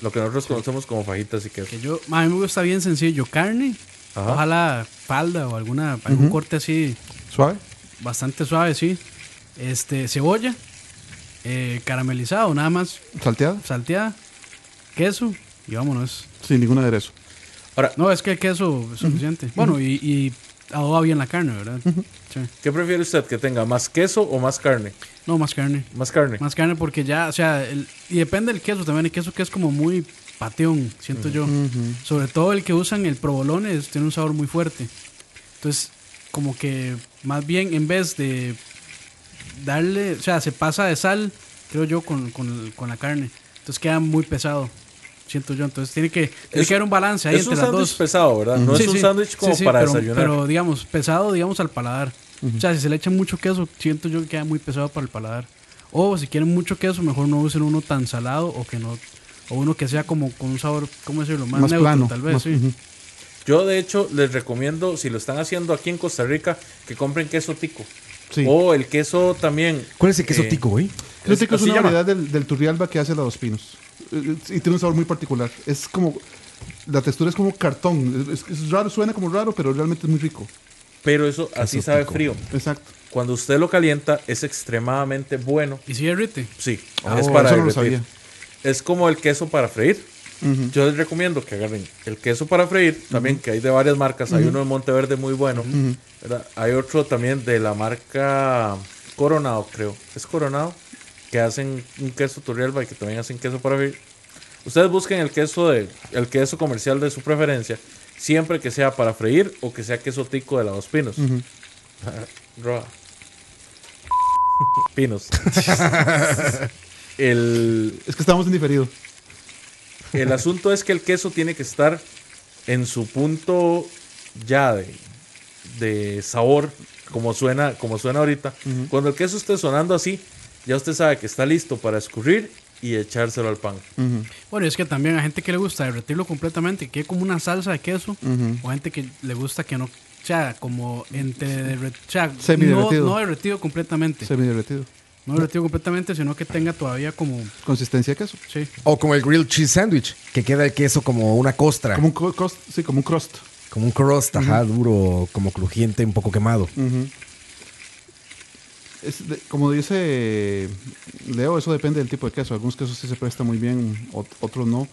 [SPEAKER 3] lo que nosotros conocemos como fajitas y que es.
[SPEAKER 2] Que yo, mae, a mí me gusta bien sencillo. Carne,
[SPEAKER 3] Ajá.
[SPEAKER 2] ojalá falda o alguna, algún corte así
[SPEAKER 4] ¿Suave?
[SPEAKER 2] bastante suave, sí. Este, cebolla, eh, caramelizado, nada más,
[SPEAKER 4] ¿Salteada?
[SPEAKER 2] salteada, queso y vámonos.
[SPEAKER 4] Sin ningún aderezo.
[SPEAKER 3] Ahora,
[SPEAKER 2] No, es que el queso es suficiente. Bueno, y, y adoba bien la carne, ¿verdad? Sí.
[SPEAKER 3] ¿qué prefiere usted que tenga, más queso o más carne?
[SPEAKER 2] No, más carne.
[SPEAKER 3] Más carne.
[SPEAKER 2] Más carne porque ya, o sea, el- y depende del queso también. El queso que es como muy pateón, siento yo. Sobre todo el que usan el provolone es- tiene un sabor muy fuerte. Entonces, como que más bien en vez de darle, o sea, se pasa de sal, creo yo, con, con, con la carne. Entonces queda muy pesado, siento yo. Entonces tiene que, tiene
[SPEAKER 3] Es-
[SPEAKER 2] que haber un balance ahí
[SPEAKER 3] Es un
[SPEAKER 2] entre las
[SPEAKER 3] sándwich
[SPEAKER 2] dos.
[SPEAKER 3] pesado, ¿verdad? No
[SPEAKER 2] Sí,
[SPEAKER 3] es un
[SPEAKER 2] sí.
[SPEAKER 3] sándwich como
[SPEAKER 2] Sí, sí,
[SPEAKER 3] para
[SPEAKER 2] pero,
[SPEAKER 3] desayunar.
[SPEAKER 2] Pero digamos, pesado, digamos, al paladar. O sea, si se le echa mucho queso, siento yo que queda muy pesado para el paladar. O si quieren mucho queso, mejor no usen uno tan salado o que no. O uno que sea como con un sabor, ¿cómo decirlo? Más,
[SPEAKER 4] Más
[SPEAKER 2] neutro,
[SPEAKER 4] plano,
[SPEAKER 2] tal vez,
[SPEAKER 4] más-
[SPEAKER 2] sí.
[SPEAKER 4] ujú.
[SPEAKER 3] Yo de hecho les recomiendo, si lo están haciendo aquí en Costa Rica, que compren queso tico.
[SPEAKER 4] Sí.
[SPEAKER 3] O el queso también.
[SPEAKER 5] ¿Cuál es el queso
[SPEAKER 3] eh,
[SPEAKER 5] tico, güey?
[SPEAKER 4] Creo que es
[SPEAKER 3] así
[SPEAKER 4] una
[SPEAKER 3] llama.
[SPEAKER 4] variedad del, del Turrialba que hace la Dos Pinos. Eh, Y tiene un sabor muy particular. Es como. La textura es como cartón. Es, es raro, suena como raro, pero realmente es muy rico.
[SPEAKER 3] Pero eso así
[SPEAKER 5] Queso
[SPEAKER 3] sabe
[SPEAKER 5] tico.
[SPEAKER 3] frío.
[SPEAKER 4] Exacto.
[SPEAKER 3] Cuando usted lo calienta es extremadamente bueno.
[SPEAKER 2] Y si derrite.
[SPEAKER 3] Sí,
[SPEAKER 4] Ah,
[SPEAKER 3] es
[SPEAKER 4] oh,
[SPEAKER 3] para
[SPEAKER 4] eso no lo
[SPEAKER 3] derretir.
[SPEAKER 4] sabía.
[SPEAKER 3] Es como el queso para freír. Yo les recomiendo que agarren el queso para freír, también que hay de varias marcas. Hay uno de Monteverde muy bueno. ¿verdad? Hay otro también de la marca Coronado, creo. Es Coronado, que hacen un queso Turrialba y que también hacen queso para freír. Ustedes busquen el queso, de, el queso comercial de su preferencia, siempre que sea para freír o que sea queso tico de la Dos Pinos. *laughs* Roa. *laughs* Pinos. el,
[SPEAKER 4] Es que estamos en diferido.
[SPEAKER 3] el asunto es que el queso tiene que estar en su punto ya de, de sabor, como suena, como suena ahorita. Cuando el queso esté sonando así, ya usted sabe que está listo para escurrir y echárselo al pan.
[SPEAKER 2] Bueno, es que también hay gente que le gusta derretirlo completamente, que quede como una salsa de queso. O gente que le gusta que no. O sea, como entre. derre- o sea, no,
[SPEAKER 4] Semiderretido.
[SPEAKER 2] no derretido completamente.
[SPEAKER 4] Semi derretido.
[SPEAKER 2] No derretido completamente, sino que tenga todavía como.
[SPEAKER 4] Consistencia de queso.
[SPEAKER 2] Sí.
[SPEAKER 5] O como el grilled cheese sandwich, que queda el queso como una costra.
[SPEAKER 4] Como un co- crust. Sí, como un crust.
[SPEAKER 5] Como un crust, ajá, duro, como crujiente, un poco quemado.
[SPEAKER 4] Es de- como dice Leo, eso depende del tipo de queso. Algunos quesos sí se prestan muy bien, ot- otros no.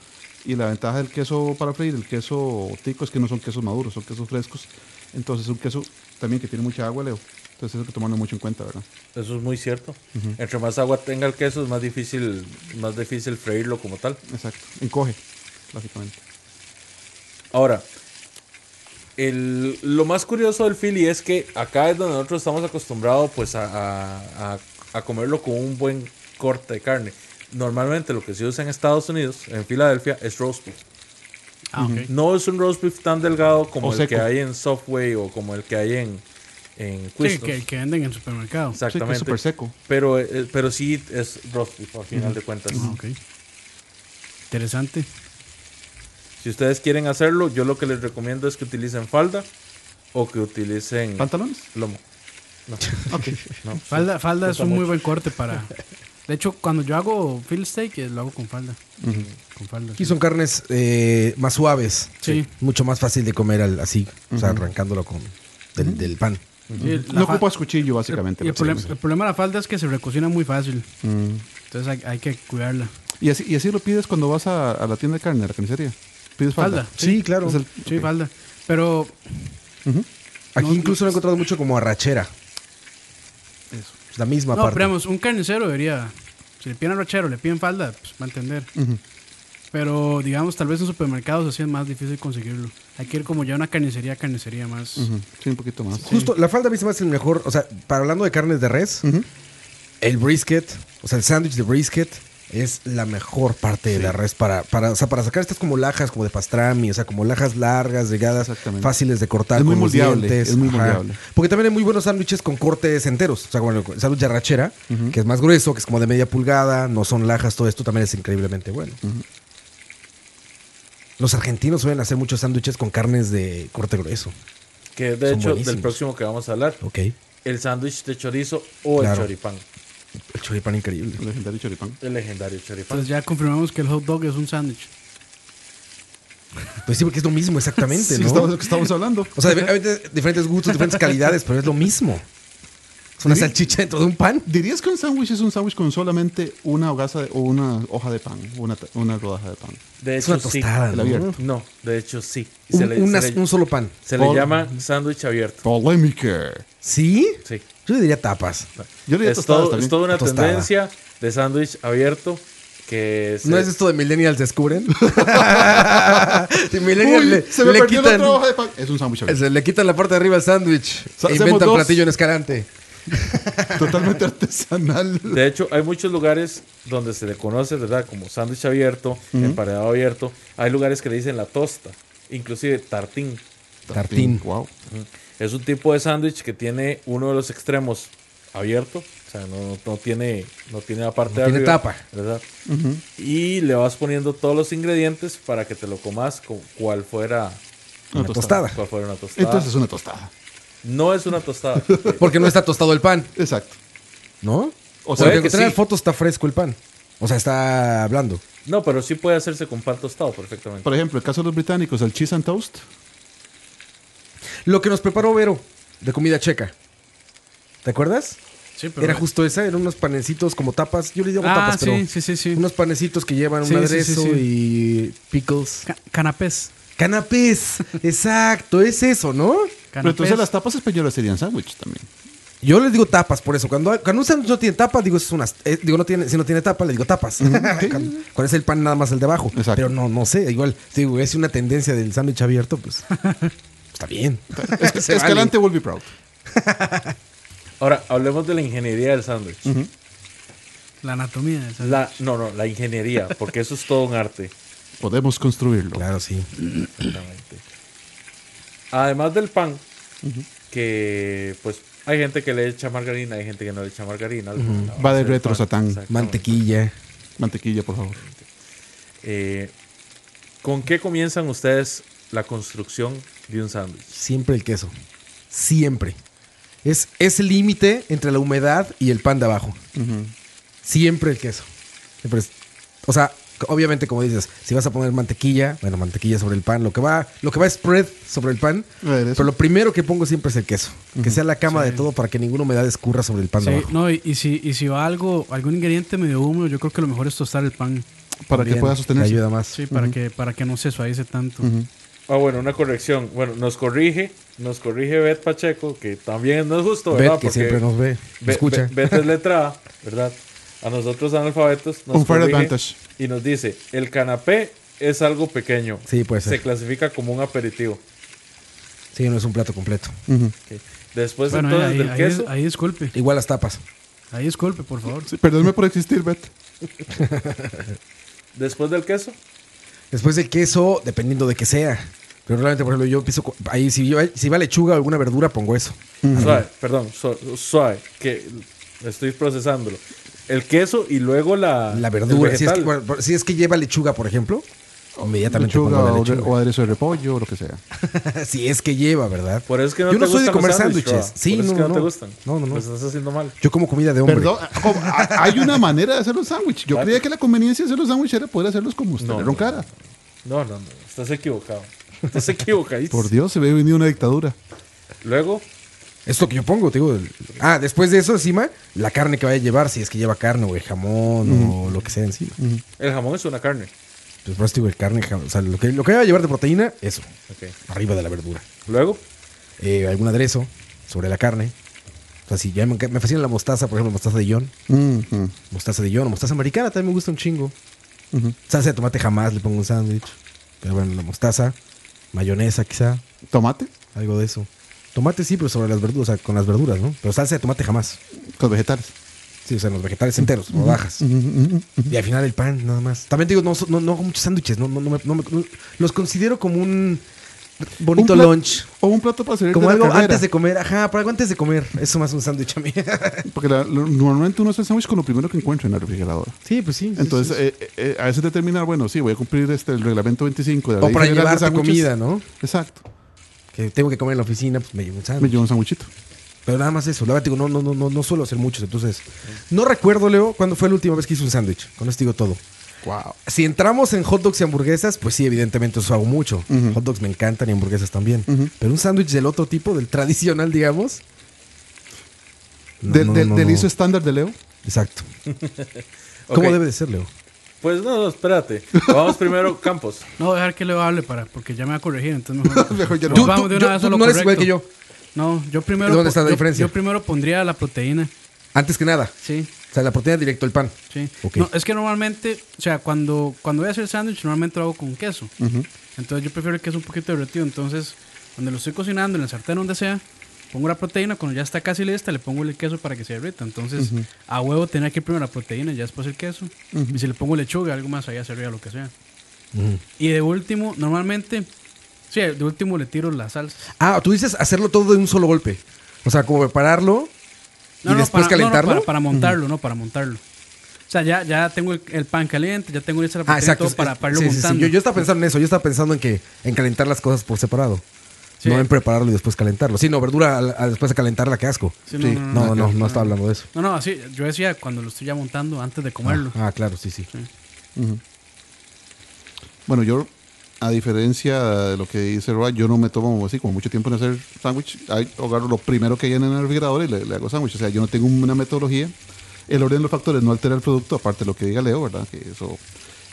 [SPEAKER 4] Y la ventaja del queso para freír, el queso tico, es que no son quesos maduros, son quesos frescos. Entonces es un queso también que tiene mucha agua, Leo. Entonces eso hay que tomarlo mucho en cuenta, ¿verdad?
[SPEAKER 3] Eso es muy cierto. Entre más agua tenga el queso, es más difícil, más difícil freírlo como tal.
[SPEAKER 4] Exacto. Encoge, básicamente.
[SPEAKER 3] Ahora, el- lo más curioso del Philly es que acá es donde nosotros estamos acostumbrados pues a, a- a- a comerlo con un buen corte de carne. Normalmente lo que se usa en Estados Unidos, en Filadelfia, es roast beef.
[SPEAKER 2] Ah, ok.
[SPEAKER 3] No es un roast beef tan delgado como
[SPEAKER 4] O
[SPEAKER 3] el
[SPEAKER 4] seco.
[SPEAKER 3] que hay en Softway o como el que hay en, en
[SPEAKER 2] Sí,
[SPEAKER 3] Quiznos.
[SPEAKER 2] que, que venden en el supermercado.
[SPEAKER 4] Sí, que
[SPEAKER 3] Exactamente.
[SPEAKER 4] es súper seco.
[SPEAKER 3] pero, eh, pero sí es roast beef al final de cuentas.
[SPEAKER 2] Ah, ok. Interesante.
[SPEAKER 3] Si ustedes quieren hacerlo, yo lo que les recomiendo es que utilicen falda o que utilicen
[SPEAKER 4] ¿Pantalones?
[SPEAKER 3] lomo.
[SPEAKER 5] *laughs*
[SPEAKER 3] No.
[SPEAKER 4] Ok.
[SPEAKER 3] No.
[SPEAKER 2] Falda, falda es
[SPEAKER 3] Cuesta
[SPEAKER 2] un muy
[SPEAKER 3] mucho.
[SPEAKER 2] buen corte
[SPEAKER 4] *laughs*
[SPEAKER 2] para. De hecho, cuando yo hago field steak, eh, lo hago con falda. Con falda.
[SPEAKER 5] Aquí son carnes eh, más suaves.
[SPEAKER 2] Sí.
[SPEAKER 5] Mucho más fácil de comer al- así, o sea, arrancándolo con, del, del pan.
[SPEAKER 2] Sí, la
[SPEAKER 4] No
[SPEAKER 2] fa-
[SPEAKER 4] ocupas cuchillo,
[SPEAKER 2] el-
[SPEAKER 4] básicamente.
[SPEAKER 2] y el,
[SPEAKER 4] lo que
[SPEAKER 2] problema,
[SPEAKER 4] hacemos.
[SPEAKER 2] el problema de la falda es que se recocina muy fácil.
[SPEAKER 4] Mm.
[SPEAKER 2] Entonces hay, hay que cuidarla.
[SPEAKER 4] y, así, y así lo pides cuando vas a, a la tienda de carne, a la carnicería. Pides falda.
[SPEAKER 2] Falda.
[SPEAKER 5] Sí, claro.
[SPEAKER 4] Es el-
[SPEAKER 2] Sí, falda. Pero
[SPEAKER 5] Aquí incluso lo he encontrado mucho como arrachera. Es la misma
[SPEAKER 2] no,
[SPEAKER 5] parte.
[SPEAKER 2] pero digamos, un carnicero debería. Si le piden arrachero, le piden falda, pues va a entender. Pero digamos, tal vez en supermercados así es más difícil conseguirlo. Hay que ir como ya a una carnicería, carnicería más.
[SPEAKER 4] Ujú, Sí, un poquito más.
[SPEAKER 5] Justo, la falda a mí se me hace el mejor. O sea, para hablando de carnes de res, el brisket, o sea, el sándwich de brisket es la mejor parte de la res para, para, o sea, para sacar estas como lajas, como de pastrami, o sea, como lajas largas, delgadas,
[SPEAKER 4] Exactamente.
[SPEAKER 5] fáciles de cortar.
[SPEAKER 4] Es muy
[SPEAKER 5] con los
[SPEAKER 4] moldeable,
[SPEAKER 5] dientes.
[SPEAKER 4] es muy
[SPEAKER 5] Ajá.
[SPEAKER 4] moldeable.
[SPEAKER 5] Porque también hay muy buenos sándwiches con cortes enteros. O sea, bueno, el sándwich de arrachera, que es más grueso, que es como de media pulgada, no son lajas, todo esto también es increíblemente bueno. Los argentinos suelen hacer muchos sándwiches con carnes de corte grueso.
[SPEAKER 3] Que es de
[SPEAKER 5] Son
[SPEAKER 3] hecho del
[SPEAKER 5] buenísimos.
[SPEAKER 3] próximo que vamos a hablar.
[SPEAKER 5] Ok.
[SPEAKER 3] El sándwich de chorizo o el
[SPEAKER 5] Claro.
[SPEAKER 3] choripán.
[SPEAKER 5] El choripán increíble.
[SPEAKER 4] El legendario choripán.
[SPEAKER 3] El legendario choripán.
[SPEAKER 2] Entonces Pues ya confirmamos que el hot dog es un sándwich.
[SPEAKER 5] Pues sí, porque es lo mismo
[SPEAKER 4] *laughs*
[SPEAKER 5] exactamente,
[SPEAKER 4] Sí,
[SPEAKER 5] ¿no?
[SPEAKER 4] estamos, estamos hablando.
[SPEAKER 5] O sea, obviamente, diferentes gustos, diferentes calidades, pero es lo mismo. Es una
[SPEAKER 4] Sí.
[SPEAKER 5] salchicha dentro de un pan.
[SPEAKER 4] ¿Dirías que un sándwich es un sándwich con solamente una hogaza de- o una hoja de pan, una, ta- una rodaja de pan?
[SPEAKER 3] De
[SPEAKER 5] Es
[SPEAKER 3] hecho,
[SPEAKER 5] una tostada,
[SPEAKER 4] el
[SPEAKER 5] ¿no?
[SPEAKER 4] abierto.
[SPEAKER 3] sí. No, de hecho, sí. Y
[SPEAKER 5] Un,
[SPEAKER 3] se le,
[SPEAKER 5] una-
[SPEAKER 3] se le-
[SPEAKER 5] un solo pan.
[SPEAKER 3] se le
[SPEAKER 4] Por-
[SPEAKER 3] llama sándwich abierto.
[SPEAKER 4] Polémica.
[SPEAKER 5] ¿Sí?
[SPEAKER 3] Sí.
[SPEAKER 5] Yo le diría tapas.
[SPEAKER 4] Yo le diría
[SPEAKER 3] Es,
[SPEAKER 4] tostadas
[SPEAKER 3] todo,
[SPEAKER 4] también.
[SPEAKER 3] es toda una
[SPEAKER 5] Tostada.
[SPEAKER 3] tendencia de sándwich abierto que se-
[SPEAKER 5] ¿No es esto de Millennials descubren? si Millennials
[SPEAKER 4] Uy,
[SPEAKER 5] le,
[SPEAKER 4] se me
[SPEAKER 5] le
[SPEAKER 4] perdió
[SPEAKER 5] quitan,
[SPEAKER 4] la otra hoja de pan. Es un sándwich abierto.
[SPEAKER 5] se le quitan la parte de arriba al sándwich.
[SPEAKER 4] Sa-
[SPEAKER 5] E
[SPEAKER 4] hacemos
[SPEAKER 5] inventan
[SPEAKER 4] dos.
[SPEAKER 5] platillo en escalante.
[SPEAKER 4] *laughs* Totalmente artesanal.
[SPEAKER 3] De hecho, hay muchos lugares donde se le conoce, ¿verdad? Como sándwich abierto, emparedado abierto. Hay lugares que le dicen la tosta, inclusive tartín.
[SPEAKER 5] Tartín.
[SPEAKER 4] Wow.
[SPEAKER 3] Es un tipo de sándwich que tiene uno de los extremos abierto, o sea, no, no tiene, no tiene la parte
[SPEAKER 5] No
[SPEAKER 3] de
[SPEAKER 5] tiene
[SPEAKER 3] arriba,
[SPEAKER 5] tapa.
[SPEAKER 3] ¿verdad? Y le vas poniendo todos los ingredientes para que te lo comas con cual fuera,
[SPEAKER 5] Una tostada.
[SPEAKER 3] cual fuera una tostada.
[SPEAKER 4] Entonces es una tostada.
[SPEAKER 3] no es una
[SPEAKER 5] *laughs*
[SPEAKER 3] tostada.
[SPEAKER 5] Porque no está tostado el pan,
[SPEAKER 4] Exacto.
[SPEAKER 5] ¿no?
[SPEAKER 4] O
[SPEAKER 5] O
[SPEAKER 4] sea,
[SPEAKER 5] sea,
[SPEAKER 3] que
[SPEAKER 5] porque en
[SPEAKER 3] sí.
[SPEAKER 5] la foto está fresco el pan. O sea, está blando.
[SPEAKER 3] no, pero sí puede hacerse con pan tostado perfectamente.
[SPEAKER 4] Por ejemplo, el caso de los británicos, el cheese and toast.
[SPEAKER 5] Lo que nos preparó Vero de comida checa. ¿Te acuerdas?
[SPEAKER 2] Sí, pero.
[SPEAKER 5] Era justo esa, eran unos panecitos como tapas. Yo le llamo
[SPEAKER 2] Ah,
[SPEAKER 5] tapas,
[SPEAKER 2] sí,
[SPEAKER 5] pero.
[SPEAKER 2] sí, sí, sí.
[SPEAKER 5] Unos panecitos que llevan
[SPEAKER 2] Sí,
[SPEAKER 5] un
[SPEAKER 2] sí,
[SPEAKER 5] aderezo
[SPEAKER 2] sí, sí.
[SPEAKER 5] y pickles.
[SPEAKER 2] Ca- canapés.
[SPEAKER 5] Canapés,
[SPEAKER 2] *laughs*
[SPEAKER 5] exacto, es eso, ¿no?
[SPEAKER 4] Pero
[SPEAKER 2] Canapés.
[SPEAKER 4] entonces las tapas españolas serían sándwich también.
[SPEAKER 5] Yo les digo tapas por eso. Cuando, cuando un sándwich no tiene tapa, digo, es unas, eh, digo no tiene, si no tiene tapa, le digo tapas. *laughs* cuando, cuando es el pan nada más el de abajo.
[SPEAKER 4] Exacto.
[SPEAKER 5] Pero no, no sé, igual, digo, es una tendencia del sándwich abierto,
[SPEAKER 2] *laughs*
[SPEAKER 5] pues. está bien.
[SPEAKER 4] Es
[SPEAKER 5] *laughs* *laughs* Se vale.
[SPEAKER 4] Escalante will be proud.
[SPEAKER 3] Ahora, hablemos de la ingeniería del sándwich.
[SPEAKER 2] La anatomía del sándwich.
[SPEAKER 3] La, no, no, la ingeniería, porque eso es todo un arte.
[SPEAKER 4] Podemos construirlo.
[SPEAKER 5] Claro, sí.
[SPEAKER 3] Exactamente. Además del pan, que pues hay gente que le echa margarina, hay gente que no le echa margarina. La base
[SPEAKER 4] Va de
[SPEAKER 3] del
[SPEAKER 4] retro,
[SPEAKER 3] pan,
[SPEAKER 4] Satán.
[SPEAKER 3] exactamente.
[SPEAKER 5] Mantequilla.
[SPEAKER 4] Mantequilla, por favor.
[SPEAKER 3] Eh, ¿Con qué comienzan ustedes la construcción de un sándwich?
[SPEAKER 5] Siempre el queso. Siempre. Es, es el límite entre la humedad y el pan de abajo. Siempre el queso. Siempre es- o sea, c- obviamente, como dices, si vas a poner mantequilla, bueno, mantequilla sobre el pan, lo que va, lo que va es spread sobre el pan.
[SPEAKER 4] Aderezo.
[SPEAKER 5] Pero lo primero que pongo siempre es el queso. Que sea la cama de todo para que ninguna humedad escurra sobre el pan de
[SPEAKER 2] Sí,
[SPEAKER 5] abajo.
[SPEAKER 2] no, y, y si, y si va algo, algún ingrediente medio húmedo, yo creo que lo mejor es tostar el pan.
[SPEAKER 4] Para que
[SPEAKER 5] Bien,
[SPEAKER 4] pueda
[SPEAKER 5] te
[SPEAKER 4] sostenerse.
[SPEAKER 5] ayuda más.
[SPEAKER 2] Sí, para, que, para que no se suavice tanto.
[SPEAKER 3] Ah, bueno, una corrección. Bueno, nos corrige, nos corrige Bet Pacheco, que también no es justo,
[SPEAKER 5] Beth,
[SPEAKER 3] ¿verdad?
[SPEAKER 5] que siempre nos ve, nos
[SPEAKER 3] Be-
[SPEAKER 5] escucha.
[SPEAKER 3] Be- Bet es letra A, ¿verdad? A nosotros analfabetos nos
[SPEAKER 4] Un fair
[SPEAKER 3] corrige
[SPEAKER 4] advantage.
[SPEAKER 3] y nos dice, el canapé es algo pequeño.
[SPEAKER 5] Sí, puede
[SPEAKER 3] Se
[SPEAKER 5] ser.
[SPEAKER 3] clasifica como un aperitivo.
[SPEAKER 5] Sí, no es un plato completo.
[SPEAKER 4] Ujú.
[SPEAKER 3] Ok. Después
[SPEAKER 2] Bueno,
[SPEAKER 3] entonces
[SPEAKER 2] ahí,
[SPEAKER 3] del
[SPEAKER 2] ahí-
[SPEAKER 3] queso,
[SPEAKER 2] ahí disculpe.
[SPEAKER 5] Igual las tapas.
[SPEAKER 2] Ahí disculpe, por favor.
[SPEAKER 4] Sí, perdónme por existir, Bet.
[SPEAKER 3] después del queso,
[SPEAKER 5] Después del queso, dependiendo de que sea. Pero realmente, por ejemplo, yo empiezo. con- Ahí, si, yo, si va lechuga o alguna verdura, pongo eso.
[SPEAKER 3] suave, perdón, su- suave, que estoy procesándolo. El queso y luego la,
[SPEAKER 5] La
[SPEAKER 3] el
[SPEAKER 5] verdura. Si es, que,
[SPEAKER 3] vegetal.
[SPEAKER 5] bueno, por- si es que lleva lechuga, por ejemplo, inmediatamente
[SPEAKER 4] Lechuga
[SPEAKER 5] pongo la
[SPEAKER 4] o, re-
[SPEAKER 5] lechuga.
[SPEAKER 4] o aderezo de repollo o lo que sea.
[SPEAKER 5] *laughs* si es que lleva, ¿verdad?
[SPEAKER 3] Por eso es que no
[SPEAKER 5] yo
[SPEAKER 3] te
[SPEAKER 5] no soy de
[SPEAKER 3] gustan los
[SPEAKER 5] comer sándwiches.
[SPEAKER 3] Roa.
[SPEAKER 5] Sí,
[SPEAKER 3] Por eso es
[SPEAKER 5] no,
[SPEAKER 3] que no,
[SPEAKER 5] no, no.
[SPEAKER 3] te gustan.
[SPEAKER 5] No, no, no.
[SPEAKER 3] Pues estás haciendo mal.
[SPEAKER 5] Yo como comida de hombre.
[SPEAKER 4] Perdón, ¿cómo? ¿A- hay una manera de hacer los sándwiches. Yo creía que la conveniencia de hacer los sándwiches era poder hacerlos como usted
[SPEAKER 3] No,
[SPEAKER 4] le
[SPEAKER 3] no,
[SPEAKER 4] roncara.
[SPEAKER 3] No, no, no. Estás equivocado.
[SPEAKER 5] *laughs*
[SPEAKER 3] Estás equivocadísimo.
[SPEAKER 4] Por Dios, se ve venir una dictadura.
[SPEAKER 3] Luego,
[SPEAKER 5] Es lo que yo pongo, te digo. el- Ah, después de eso, encima, la carne que vaya a llevar, si es que lleva carne o el jamón o lo que sea encima.
[SPEAKER 3] el jamón es una carne.
[SPEAKER 5] Pues por eso te digo, el carne, jamón, o sea, lo que, lo que vaya a llevar de proteína, eso.
[SPEAKER 3] Ok.
[SPEAKER 5] Arriba de la verdura.
[SPEAKER 3] Luego,
[SPEAKER 5] eh, algún aderezo sobre la carne. O sea, si ya me, enca- me fascina la mostaza, por ejemplo, mostaza de John,
[SPEAKER 4] Ujú.
[SPEAKER 5] mostaza de John o mostaza americana también me gusta un chingo. Salsa de tomate jamás le pongo un sándwich. Pero bueno, la mostaza, mayonesa quizá,
[SPEAKER 4] Tomate
[SPEAKER 5] algo de eso. Tomate sí, pero sobre las verduras, o sea, con las verduras, ¿no? Pero salsa de tomate jamás.
[SPEAKER 4] con vegetales.
[SPEAKER 5] Sí, o sea, los vegetales enteros, rodajas. Y al final el pan, nada más. También digo, no, so- no, no hago muchos sándwiches. No, no, no me- no me- no- los considero como un bonito
[SPEAKER 4] Un plat-
[SPEAKER 5] lunch.
[SPEAKER 4] O un plato para servir
[SPEAKER 5] Como
[SPEAKER 4] de la
[SPEAKER 5] algo
[SPEAKER 4] carrera.
[SPEAKER 5] antes de comer. Ajá, para algo antes de comer. Eso más un sándwich a mí.
[SPEAKER 4] Porque la- lo- normalmente uno hace el sándwich con lo primero que encuentra en la refrigeradora.
[SPEAKER 5] *laughs* sí, pues sí. sí,
[SPEAKER 4] Entonces,
[SPEAKER 5] sí.
[SPEAKER 4] eh, eh, eh, a veces determinar, bueno, sí, voy a cumplir este, el reglamento 25 de la
[SPEAKER 5] o
[SPEAKER 4] Ley
[SPEAKER 5] para
[SPEAKER 4] General de
[SPEAKER 5] llevar tu
[SPEAKER 4] Sándwiches.
[SPEAKER 5] comida, ¿no?
[SPEAKER 4] Exacto.
[SPEAKER 5] eh, Que tengo que comer en la oficina, pues me llevo un sándwich.
[SPEAKER 4] Me llevo un sándwichito.
[SPEAKER 5] Pero nada más eso, la verdad digo, no, no, no, no, no suelo hacer muchos, entonces. No recuerdo, Leo, cuándo fue la última vez que hice un sándwich. Con esto digo todo.
[SPEAKER 4] Wow.
[SPEAKER 5] Si entramos en hot dogs y hamburguesas, pues sí, evidentemente eso hago mucho. Hot dogs me encantan y hamburguesas también. Pero un sándwich del otro tipo, del tradicional, digamos. no,
[SPEAKER 4] del
[SPEAKER 5] no,
[SPEAKER 4] del-
[SPEAKER 5] no,
[SPEAKER 4] del
[SPEAKER 5] no.
[SPEAKER 4] ISO estándar de Leo. *laughs*
[SPEAKER 5] Exacto. ¿Cómo
[SPEAKER 3] Ok.
[SPEAKER 5] debe de ser, Leo?
[SPEAKER 3] Pues no, no, espérate. Vamos primero,
[SPEAKER 5] *laughs*
[SPEAKER 3] Campos.
[SPEAKER 2] No voy a dejar que Leo hable para, porque ya me va a corregir, entonces mejor.
[SPEAKER 4] Mejor ya
[SPEAKER 2] Nos
[SPEAKER 4] no.
[SPEAKER 5] Tú-
[SPEAKER 2] vamos
[SPEAKER 5] tú-
[SPEAKER 2] de una
[SPEAKER 5] yo-
[SPEAKER 2] vez
[SPEAKER 5] tú
[SPEAKER 2] a lo
[SPEAKER 5] no eres igual
[SPEAKER 2] correcto.
[SPEAKER 5] que yo.
[SPEAKER 2] No, yo primero.
[SPEAKER 5] ¿Dónde
[SPEAKER 2] po-
[SPEAKER 5] está la
[SPEAKER 2] yo-
[SPEAKER 5] diferencia?
[SPEAKER 2] Yo primero pondría la proteína.
[SPEAKER 5] Antes que nada.
[SPEAKER 2] Sí,
[SPEAKER 5] O sea, la proteína directo al pan.
[SPEAKER 2] sí.
[SPEAKER 5] Ok.
[SPEAKER 2] No, es que normalmente, o sea, cuando, cuando voy a hacer sándwich, normalmente lo hago con queso. Entonces yo prefiero el queso un poquito derretido. Entonces, cuando lo estoy cocinando en la sartén, donde sea, pongo la proteína. Cuando ya está casi lista, le pongo el queso para que se derrita. Entonces, a huevo tenía que ir primero la proteína, ya después el queso. Y si le pongo lechuga, algo más allá se arriba, lo que sea. Y de último, normalmente, sí, de último le tiro la salsa.
[SPEAKER 5] Ah, tú dices hacerlo todo de un solo golpe. O sea, como prepararlo y después
[SPEAKER 2] para, no,
[SPEAKER 5] calentarlo.
[SPEAKER 2] para, para montarlo, no, para montarlo. O sea, ya, ya tengo el, el pan caliente, ya tengo lista la
[SPEAKER 5] Ah,
[SPEAKER 2] proteína y
[SPEAKER 5] exacto.
[SPEAKER 2] todo para, para irlo
[SPEAKER 5] Sí, sí, sí.
[SPEAKER 2] montando.
[SPEAKER 5] Yo, yo estaba pensando en eso. Yo estaba pensando en que en calentar las cosas por separado.
[SPEAKER 2] Sí.
[SPEAKER 5] No en prepararlo y después calentarlo. Sí, no, verdura al- al- después de calentarla, qué asco.
[SPEAKER 2] Sí,
[SPEAKER 5] no, no, no, no, estaba hablando de eso.
[SPEAKER 2] No, no, así, yo decía cuando lo estoy ya montando antes de comerlo.
[SPEAKER 5] Ah, claro, sí, sí.
[SPEAKER 4] Bueno, yo, a diferencia de lo que dice Roa, yo no me tomo así como mucho tiempo en hacer sándwich. Ahí Agarro lo primero que hay en el refrigerador y le, le hago sándwich. O sea, yo no tengo una metodología. El orden de los factores no altera el producto, aparte de lo que diga Leo, ¿verdad? Que eso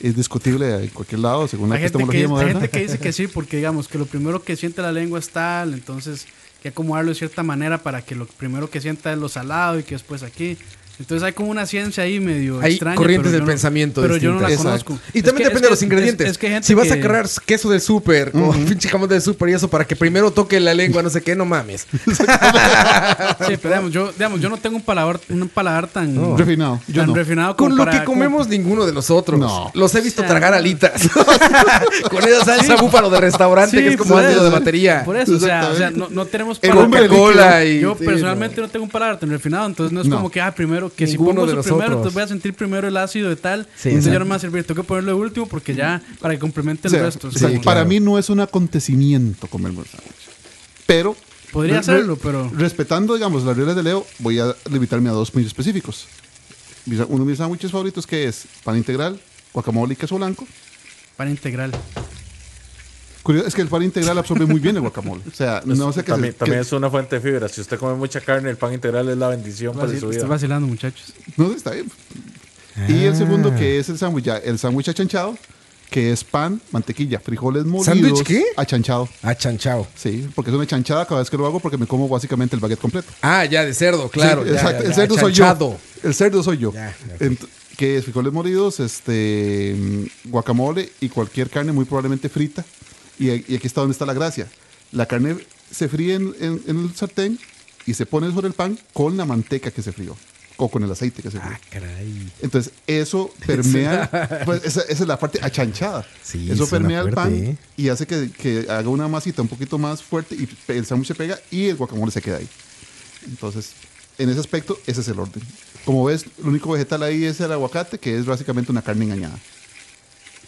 [SPEAKER 4] es discutible en cualquier lado, según la
[SPEAKER 2] Hay gente,
[SPEAKER 4] epistemología
[SPEAKER 2] que, hay
[SPEAKER 4] moderna.
[SPEAKER 2] gente que dice que sí, porque digamos que lo primero que siente la lengua es tal, entonces hay que acomodarlo de cierta manera para que lo primero que sienta es lo salado y que después aquí. Entonces hay como una ciencia ahí medio
[SPEAKER 5] Hay
[SPEAKER 2] extraña.
[SPEAKER 5] corrientes
[SPEAKER 2] pero
[SPEAKER 5] del
[SPEAKER 2] yo no-
[SPEAKER 5] pensamiento
[SPEAKER 2] Pero yo no la
[SPEAKER 4] distintas.
[SPEAKER 2] conozco.
[SPEAKER 5] Y
[SPEAKER 2] Es
[SPEAKER 5] también
[SPEAKER 2] que-
[SPEAKER 5] depende
[SPEAKER 2] es
[SPEAKER 5] de
[SPEAKER 2] que-
[SPEAKER 5] los
[SPEAKER 2] es-
[SPEAKER 5] ingredientes.
[SPEAKER 2] es que hay gente
[SPEAKER 5] si vas a
[SPEAKER 2] que-
[SPEAKER 5] cargar queso del súper o pinche jamón del súper y eso para que primero toque la lengua, no sé qué,
[SPEAKER 2] *laughs*
[SPEAKER 5] no mames.
[SPEAKER 2] Sí, pero digamos, yo, digamos, yo no tengo un paladar, un paladar tan,
[SPEAKER 4] Refinado. Yo
[SPEAKER 2] tan
[SPEAKER 4] no.
[SPEAKER 2] refinado como
[SPEAKER 5] Con lo
[SPEAKER 2] para-
[SPEAKER 5] que comemos ninguno de nosotros.
[SPEAKER 4] No.
[SPEAKER 5] Los he visto
[SPEAKER 2] O sea,
[SPEAKER 5] tragar
[SPEAKER 2] no. *laughs*
[SPEAKER 5] alitas. *laughs* Con esa salsa búfalo de restaurante
[SPEAKER 2] Sí,
[SPEAKER 5] que es como
[SPEAKER 2] por
[SPEAKER 5] ácido
[SPEAKER 2] eso,
[SPEAKER 5] de batería.
[SPEAKER 2] Por eso, o sea, o sea,
[SPEAKER 4] Exactamente.
[SPEAKER 2] no, no tenemos
[SPEAKER 5] El
[SPEAKER 2] paladar.
[SPEAKER 5] Coca-Cola
[SPEAKER 2] Yo-
[SPEAKER 5] y-
[SPEAKER 2] Yo
[SPEAKER 5] sí,
[SPEAKER 2] personalmente no tengo un paladar tan refinado, entonces no es
[SPEAKER 4] No.
[SPEAKER 2] como que, ah, primero, que si
[SPEAKER 5] Ninguno
[SPEAKER 2] pongo
[SPEAKER 5] de
[SPEAKER 2] eso
[SPEAKER 5] nosotros.
[SPEAKER 2] primero, entonces voy a sentir primero el ácido de tal,
[SPEAKER 5] Sí,
[SPEAKER 2] entonces ya
[SPEAKER 5] exacto.
[SPEAKER 2] no me va a servir, tengo que ponerlo de último porque ya, para que complemente
[SPEAKER 4] O
[SPEAKER 2] el
[SPEAKER 4] sea,
[SPEAKER 2] resto. es
[SPEAKER 4] o sea,
[SPEAKER 2] como-
[SPEAKER 4] Para mí no es un acontecimiento comerme un sándwich. Pero.
[SPEAKER 2] Podría
[SPEAKER 4] re-
[SPEAKER 2] hacerlo, pero-
[SPEAKER 4] Respetando, digamos, las reglas de Leo, voy a limitarme a dos muy específicos. Mis- Uno de mis sándwiches favoritos que es pan integral, guacamole y queso blanco.
[SPEAKER 2] Pan integral.
[SPEAKER 4] Curioso, es que el pan integral absorbe muy bien el guacamole. O sea, no sé qué
[SPEAKER 3] también,
[SPEAKER 4] se-
[SPEAKER 3] también
[SPEAKER 4] que-
[SPEAKER 3] es una fuente de fibra. Si usted come mucha carne, el pan integral es la bendición para su
[SPEAKER 2] Vacil- Estoy
[SPEAKER 3] vida.
[SPEAKER 2] vacilando, muchachos.
[SPEAKER 4] No sé, está bien. Y el segundo que es el sándwich, ya, el sándwich achanchado, que es pan, mantequilla, frijoles molidos.
[SPEAKER 5] ¿Sándwich qué?
[SPEAKER 4] Achanchado.
[SPEAKER 5] Ah, chanchao.
[SPEAKER 4] Sí, porque es una chanchada cada vez que lo hago porque me como básicamente el baguette completo.
[SPEAKER 5] Ah, ya, de cerdo, claro.
[SPEAKER 4] Sí,
[SPEAKER 5] ya,
[SPEAKER 4] exacto.
[SPEAKER 5] ya,
[SPEAKER 4] el
[SPEAKER 5] ya,
[SPEAKER 4] cerdo soy
[SPEAKER 5] chanchado.
[SPEAKER 4] yo. El cerdo soy yo.
[SPEAKER 5] Ya, ya, pues. ok.
[SPEAKER 4] Ent- que es frijoles molidos, este mm, guacamole y cualquier carne muy probablemente frita. Y, a- y aquí está donde está la gracia. La carne se fríe en, en- en el sartén y se pone sobre el pan con la manteca que se frió o con el aceite que se frió.
[SPEAKER 5] Ah, caray.
[SPEAKER 4] Entonces,
[SPEAKER 5] *laughs*
[SPEAKER 4] eso permea. pues, esa, esa es la parte achanchada.
[SPEAKER 5] Sí,
[SPEAKER 4] eso
[SPEAKER 5] suena
[SPEAKER 4] permea el pan
[SPEAKER 5] fuerte, ¿eh?
[SPEAKER 4] y hace que, que haga una masita un poquito más fuerte y pe- el sándwich se pega y el guacamole se queda ahí. Entonces, en ese aspecto, ese es el orden. Como ves, el único vegetal ahí es el aguacate, que es básicamente una carne engañada.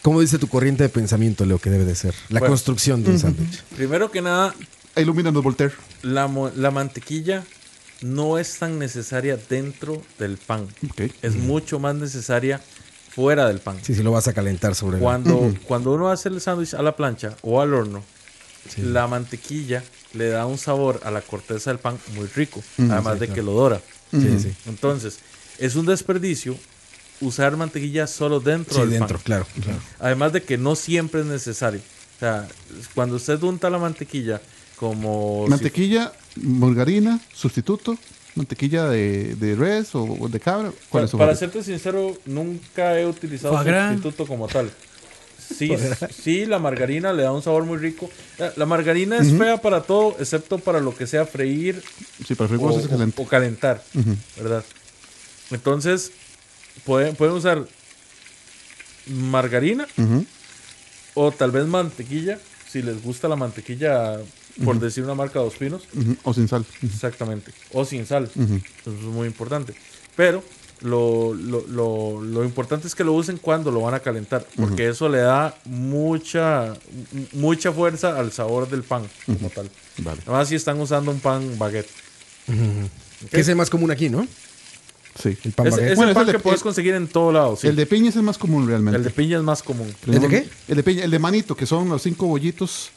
[SPEAKER 5] ¿Cómo dice tu corriente de pensamiento, Leo, que debe de ser? La
[SPEAKER 3] Bueno.
[SPEAKER 5] construcción de un sándwich.
[SPEAKER 3] Primero que nada,
[SPEAKER 4] Ahí Ilumínanos, Voltaire.
[SPEAKER 3] la, mo- la mantequilla no es tan necesaria dentro del pan.
[SPEAKER 4] Ok.
[SPEAKER 3] Es mucho más necesaria fuera del pan.
[SPEAKER 5] Sí, sí, lo vas a calentar sobre el-
[SPEAKER 3] Cuando, cuando uno hace el sándwich a la plancha o al horno, la mantequilla le da un sabor a la corteza del pan muy rico, además de que lo dora.
[SPEAKER 5] Sí, sí.
[SPEAKER 3] Entonces, es un desperdicio usar mantequilla solo dentro
[SPEAKER 5] Sí,
[SPEAKER 3] del
[SPEAKER 5] dentro,
[SPEAKER 3] pan.
[SPEAKER 5] claro, claro.
[SPEAKER 3] Además de que no siempre es necesario. O sea, cuando
[SPEAKER 5] Oh,
[SPEAKER 3] usted unta la mantequilla como si
[SPEAKER 4] Mantequilla, margarina, sustituto, mantequilla de, de res o, o de cabra. ¿Cuál
[SPEAKER 3] Para,
[SPEAKER 4] es su
[SPEAKER 3] para
[SPEAKER 4] favorito?
[SPEAKER 3] serte sincero, nunca he utilizado
[SPEAKER 2] Foie gras.
[SPEAKER 3] sustituto como tal. Sí, *laughs* sí, la margarina le da un sabor muy rico. La- La margarina es fea para todo, excepto para lo que sea freír
[SPEAKER 4] Sí, para freír
[SPEAKER 3] o,
[SPEAKER 4] cosas es excelente.
[SPEAKER 3] o calentar, ¿verdad? Entonces, pueden, pueden usar margarina
[SPEAKER 4] Ujú.
[SPEAKER 3] o tal vez mantequilla, si les gusta la mantequilla, por decir una marca Dos Pinos.
[SPEAKER 4] Ujú, O sin sal. Ujú.
[SPEAKER 3] Exactamente. O sin sal. Eso es muy importante. Pero lo, lo- lo- lo importante es que lo usen cuando lo van a calentar. Porque eso le da mucha, m- mucha fuerza al sabor del pan como tal.
[SPEAKER 4] Vale.
[SPEAKER 3] Además, si están usando un pan baguette.
[SPEAKER 5] Que es el más común aquí, ¿no?
[SPEAKER 4] Sí.
[SPEAKER 5] El pan
[SPEAKER 3] es
[SPEAKER 5] baguette.
[SPEAKER 3] es
[SPEAKER 4] Bueno,
[SPEAKER 3] el
[SPEAKER 4] es
[SPEAKER 3] pan
[SPEAKER 4] el de-
[SPEAKER 3] que puedes
[SPEAKER 4] el-
[SPEAKER 3] conseguir en todo lado. sí.
[SPEAKER 4] El de piña es el más común realmente.
[SPEAKER 3] El de piña es más común.
[SPEAKER 5] ¿El de qué?
[SPEAKER 4] El de piña, el de manito, que son los cinco bollitos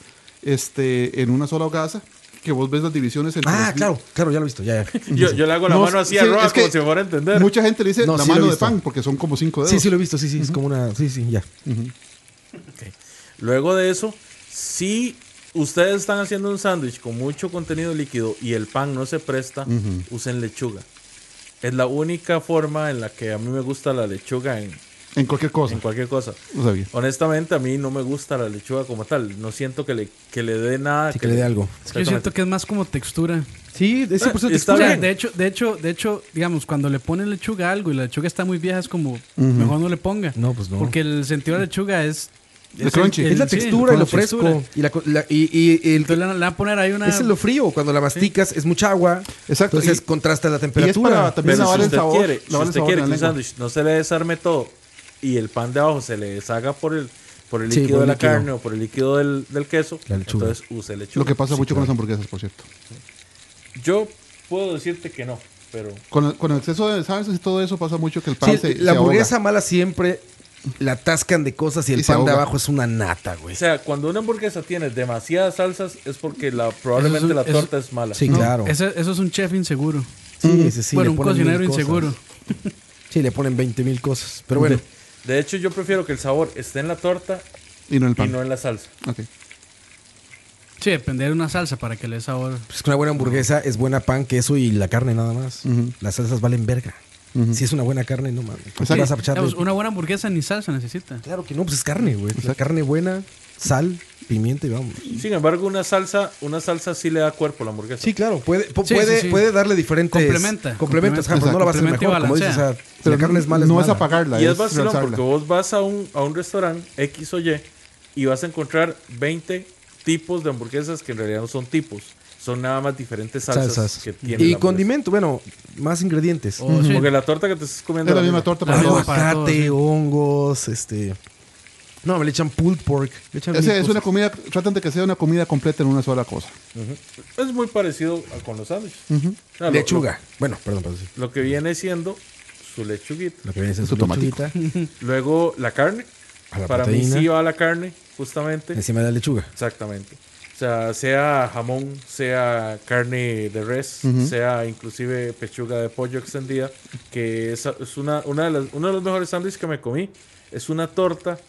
[SPEAKER 4] este, en una sola hogaza, que vos ves las divisiones entre
[SPEAKER 5] Ah,
[SPEAKER 4] los-
[SPEAKER 5] claro, claro, ya lo he visto, ya, ya.
[SPEAKER 3] Yo, yo le hago la
[SPEAKER 4] No,
[SPEAKER 3] mano así
[SPEAKER 4] sí,
[SPEAKER 3] a Roa
[SPEAKER 4] es que
[SPEAKER 3] como si me fuera a entender.
[SPEAKER 4] Mucha gente le dice
[SPEAKER 5] No,
[SPEAKER 4] la
[SPEAKER 5] sí lo he
[SPEAKER 4] mano de
[SPEAKER 5] visto.
[SPEAKER 4] pan porque son como cinco dedos.
[SPEAKER 5] Sí, sí, lo he visto, sí, sí, es como una... Sí, sí, ya.
[SPEAKER 3] Luego de eso, si ustedes están haciendo un sándwich con mucho contenido líquido y el pan no se presta, usen lechuga. Es la única forma en la que a mí me gusta la lechuga en,
[SPEAKER 4] En cualquier cosa.
[SPEAKER 3] en cualquier cosa.
[SPEAKER 4] No sabía.
[SPEAKER 3] Honestamente, a mí no me gusta la lechuga como tal. No siento que le, que le dé nada.
[SPEAKER 5] Sí, que le dé algo. Ah,
[SPEAKER 2] Es que yo siento que es más como textura.
[SPEAKER 5] Sí, ese
[SPEAKER 3] por cierto,
[SPEAKER 2] O
[SPEAKER 3] Está
[SPEAKER 2] sea,
[SPEAKER 3] bien.
[SPEAKER 2] de hecho, de hecho, de hecho, digamos, cuando le ponen lechuga a algo y la lechuga está muy vieja, es como mejor no le ponga.
[SPEAKER 5] No, pues no.
[SPEAKER 2] Porque el sentido de la lechuga es.
[SPEAKER 4] El crunchy.
[SPEAKER 5] Es la
[SPEAKER 2] sí,
[SPEAKER 5] textura y lo
[SPEAKER 2] la textura.
[SPEAKER 5] fresco. Y, la, co- la- y, y- y el-
[SPEAKER 2] Entonces le van a- le van a poner ahí una.
[SPEAKER 5] es lo frío, cuando la masticas es mucha agua.
[SPEAKER 4] Exacto,
[SPEAKER 5] Entonces
[SPEAKER 4] y-
[SPEAKER 5] contrasta la
[SPEAKER 4] y es para
[SPEAKER 5] temperatura.
[SPEAKER 4] también
[SPEAKER 3] Pero si
[SPEAKER 4] lavar el
[SPEAKER 3] usted
[SPEAKER 4] sabor.
[SPEAKER 3] quiere, si
[SPEAKER 4] lavar el
[SPEAKER 3] usted
[SPEAKER 4] sabor
[SPEAKER 3] quiere
[SPEAKER 4] en
[SPEAKER 3] que
[SPEAKER 4] la
[SPEAKER 3] un
[SPEAKER 4] lengua.
[SPEAKER 3] sándwich no se le desarme todo y el pan de abajo se le deshaga por el, por el
[SPEAKER 5] Sí,
[SPEAKER 3] líquido de
[SPEAKER 5] por el
[SPEAKER 3] la
[SPEAKER 5] líquido.
[SPEAKER 3] carne o por el líquido del, del queso,
[SPEAKER 5] La lechuga.
[SPEAKER 3] entonces use lechuga.
[SPEAKER 4] Lo que pasa mucho con las hamburguesas, por cierto.
[SPEAKER 3] Yo puedo decirte que no, pero
[SPEAKER 4] Con el, con el exceso de salsas y todo eso pasa mucho que el pan
[SPEAKER 5] Sí,
[SPEAKER 4] se,
[SPEAKER 5] la
[SPEAKER 4] se ahoga.
[SPEAKER 5] hamburguesa mala siempre la atascan de cosas y el
[SPEAKER 4] Y se
[SPEAKER 5] pan de
[SPEAKER 4] ahoga.
[SPEAKER 5] abajo es una nata, güey.
[SPEAKER 3] O sea, cuando una hamburguesa tiene demasiadas salsas es porque la, probablemente
[SPEAKER 2] Eso es un-
[SPEAKER 3] la
[SPEAKER 2] eso-
[SPEAKER 3] torta es mala.
[SPEAKER 5] Sí,
[SPEAKER 2] No,
[SPEAKER 5] claro.
[SPEAKER 2] ese- eso es un chef inseguro.
[SPEAKER 5] Sí, ese sí,
[SPEAKER 2] bueno, un
[SPEAKER 5] le ponen mil
[SPEAKER 2] cocinero
[SPEAKER 5] cosas.
[SPEAKER 2] inseguro.
[SPEAKER 5] Sí, le ponen 20 mil cosas. Pero bueno,
[SPEAKER 3] De hecho, yo prefiero que el sabor esté en la torta
[SPEAKER 4] Y no en el
[SPEAKER 3] y
[SPEAKER 4] pan.
[SPEAKER 3] no en la salsa.
[SPEAKER 4] Ok.
[SPEAKER 2] Sí, depende de una salsa para que le dé sabor.
[SPEAKER 5] pues una buena hamburguesa es buena pan, queso y la carne nada más. Las salsas valen verga. Si es una buena carne, no mames. ¿Por qué
[SPEAKER 4] Exacto.
[SPEAKER 5] vas a echarle-
[SPEAKER 2] Digamos, una buena hamburguesa ni salsa necesita.
[SPEAKER 5] Claro que no, pues es carne, güey. La carne buena, sal, pimienta y vamos.
[SPEAKER 3] Sin embargo, una salsa, una salsa sí le da cuerpo a la hamburguesa.
[SPEAKER 5] Sí, claro, puede, pu-
[SPEAKER 2] Sí,
[SPEAKER 5] puede,
[SPEAKER 2] sí, sí.
[SPEAKER 5] puede darle diferentes.
[SPEAKER 2] Complementa,
[SPEAKER 5] Complementos,
[SPEAKER 2] complementa.
[SPEAKER 5] ajá, pero no la vas a hacer
[SPEAKER 2] Complementa y
[SPEAKER 5] mejor, como dices.
[SPEAKER 2] balancea.
[SPEAKER 5] o sea, si la carne es mala,
[SPEAKER 4] no
[SPEAKER 5] es mala.
[SPEAKER 4] apagarla,
[SPEAKER 3] Y
[SPEAKER 4] es,
[SPEAKER 3] es vacilón
[SPEAKER 4] lanzarla.
[SPEAKER 3] porque vos vas a un, a un restaurante X o Y y vas a encontrar 20 tipos de hamburguesas que en realidad no son tipos. Son nada más diferentes salsas,
[SPEAKER 5] Salsas.
[SPEAKER 3] que tienen.
[SPEAKER 5] Y
[SPEAKER 3] la hamburguesa.
[SPEAKER 5] condimento, bueno, más ingredientes.
[SPEAKER 2] O, sí,
[SPEAKER 3] Porque la torta que te estás comiendo
[SPEAKER 4] Es la misma torta para
[SPEAKER 3] *laughs*
[SPEAKER 2] Ah,
[SPEAKER 4] todos.
[SPEAKER 2] bueno. Oh, para todo, sí.
[SPEAKER 5] Aguacate, hongos, este. No, me le echan pulled pork. Le echan
[SPEAKER 4] Ese
[SPEAKER 5] mil
[SPEAKER 4] es una
[SPEAKER 5] cosas.
[SPEAKER 4] comida, tratan de que sea una comida completa en una sola cosa.
[SPEAKER 3] Es muy parecido a con los sándwiches. O sea, lo-
[SPEAKER 5] Lechuga. Bueno, perdón, perdón. sí.
[SPEAKER 3] Lo, lo que viene siendo su lechuguita.
[SPEAKER 5] Lo que viene a ser
[SPEAKER 4] Su
[SPEAKER 5] su
[SPEAKER 4] tomatico.
[SPEAKER 5] lechuguita
[SPEAKER 3] Luego la carne.
[SPEAKER 5] A la
[SPEAKER 3] Para mí
[SPEAKER 5] proteína.
[SPEAKER 3] sí va la carne, justamente.
[SPEAKER 5] encima de la lechuga.
[SPEAKER 3] Exactamente. O sea, sea jamón, sea carne de res, sea inclusive pechuga de pollo extendida, que es, es una, una de las, uno de los mejores sándwiches que me comí. Es una torta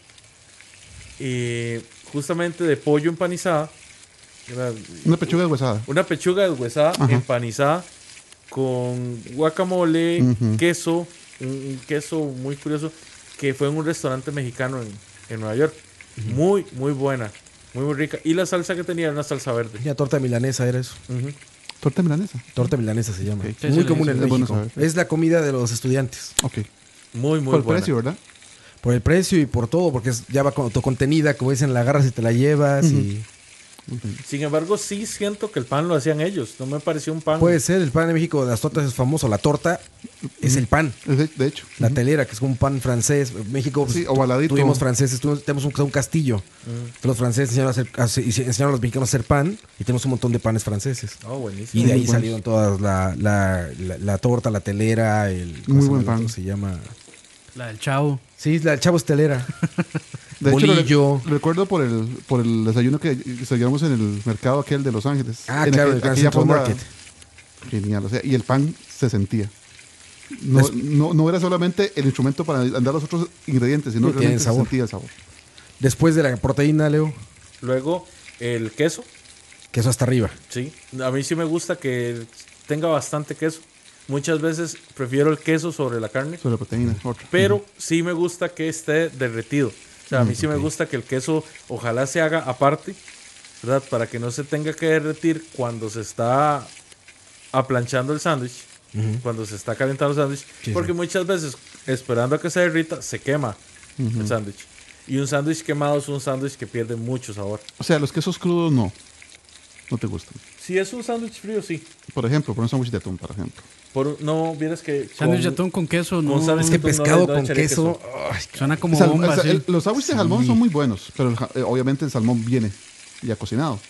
[SPEAKER 3] eh, justamente de pollo empanizada. Era
[SPEAKER 4] Una pechuga deshuesada.
[SPEAKER 3] Una pechuga deshuesada empanizada con guacamole, queso, un, un queso muy curioso que fue en un restaurante mexicano en, en Nueva York. Muy, muy buena, muy, muy rica. Y la salsa que tenía era una salsa verde.
[SPEAKER 5] Ya torta milanesa era eso.
[SPEAKER 4] Torta milanesa.
[SPEAKER 5] Torta milanesa se llama.
[SPEAKER 4] Ok.
[SPEAKER 2] Sí,
[SPEAKER 5] Muy
[SPEAKER 2] sí,
[SPEAKER 5] común
[SPEAKER 2] sí,
[SPEAKER 5] en
[SPEAKER 4] sí. Es bueno
[SPEAKER 5] México.
[SPEAKER 4] saber.
[SPEAKER 5] es la comida de los estudiantes.
[SPEAKER 4] Ok.
[SPEAKER 3] Muy, muy
[SPEAKER 4] Por el
[SPEAKER 3] buena.
[SPEAKER 4] precio, ¿verdad?
[SPEAKER 5] Por el precio y por todo, porque es- ya va con autocontenida, como dicen, la agarras y te la llevas. y
[SPEAKER 3] Sin embargo, sí siento que el pan lo hacían ellos. No me pareció un pan.
[SPEAKER 5] Puede ser, el pan de México de las tortas es famoso. La torta es el pan.
[SPEAKER 4] Es De, de hecho.
[SPEAKER 5] La telera, que es como un pan francés. México, pues,
[SPEAKER 4] Sí, ovaladito. Mm.
[SPEAKER 5] tuvimos franceses, tuvimos, tenemos un, un castillo. Los franceses enseñaron a, hacer, a- se- y se- enseñaron a los mexicanos a hacer pan y tenemos un montón de panes franceses.
[SPEAKER 3] Oh, buenísimo.
[SPEAKER 5] Y de ahí
[SPEAKER 4] buenos.
[SPEAKER 5] salieron todas la, la, la- la torta, la telera, el... ¿cómo
[SPEAKER 4] Muy
[SPEAKER 5] se llama
[SPEAKER 4] buen
[SPEAKER 5] el otro?
[SPEAKER 4] pan.
[SPEAKER 5] Se llama...
[SPEAKER 2] La del chavo.
[SPEAKER 5] Sí, la chavo es telera.
[SPEAKER 4] *laughs* De
[SPEAKER 5] Bolillo.
[SPEAKER 4] hecho, lo re- recuerdo por el, por el desayuno que seguíamos en el mercado aquel de Los Ángeles.
[SPEAKER 5] Ah,
[SPEAKER 4] En
[SPEAKER 5] claro,
[SPEAKER 4] aquel-
[SPEAKER 5] el Grand
[SPEAKER 4] aquella
[SPEAKER 5] Central
[SPEAKER 4] fonda-
[SPEAKER 5] Market.
[SPEAKER 4] Genial. O sea, y el pan se sentía. No, no, no era solamente el instrumento para andar los otros ingredientes, sino
[SPEAKER 5] Sí,
[SPEAKER 4] realmente
[SPEAKER 5] tiene
[SPEAKER 4] se
[SPEAKER 5] sabor.
[SPEAKER 4] sentía el sabor.
[SPEAKER 5] Después de la proteína, Leo,
[SPEAKER 3] Luego, el queso.
[SPEAKER 5] queso hasta arriba.
[SPEAKER 3] Sí. A mí sí me gusta que tenga bastante queso. Muchas veces prefiero el queso sobre la carne,
[SPEAKER 4] Sobre la proteína. Otra.
[SPEAKER 3] pero sí me gusta que esté derretido. O sea, a
[SPEAKER 2] Mm,
[SPEAKER 3] mí sí me gusta que el queso ojalá se haga aparte, ¿verdad? Para que no se tenga que derretir cuando se está aplanchando el sándwich, cuando se está calentando el sándwich,
[SPEAKER 5] Sí,
[SPEAKER 3] porque
[SPEAKER 5] sí.
[SPEAKER 3] muchas veces esperando a que se derrita, se quema el sándwich. Y un sándwich quemado es un sándwich que pierde mucho sabor.
[SPEAKER 4] O sea, los quesos crudos no. No te gustan.
[SPEAKER 3] Si es un sándwich frío, sí.
[SPEAKER 4] Por ejemplo, por un sándwich de atún, por ejemplo.
[SPEAKER 3] Por, no, vieras que...
[SPEAKER 2] Sándwich de
[SPEAKER 3] con-
[SPEAKER 2] atún con queso, no.
[SPEAKER 3] con sándwich
[SPEAKER 5] Es que
[SPEAKER 3] no le-
[SPEAKER 5] pescado
[SPEAKER 3] no le
[SPEAKER 5] con
[SPEAKER 3] echaría
[SPEAKER 5] queso. ay,
[SPEAKER 2] Suena como
[SPEAKER 4] El sal-
[SPEAKER 2] bomba,
[SPEAKER 4] el sa-
[SPEAKER 2] sí.
[SPEAKER 4] el- los sándwiches de salmón son muy buenos, pero el ja- eh, obviamente el salmón viene ya cocinado.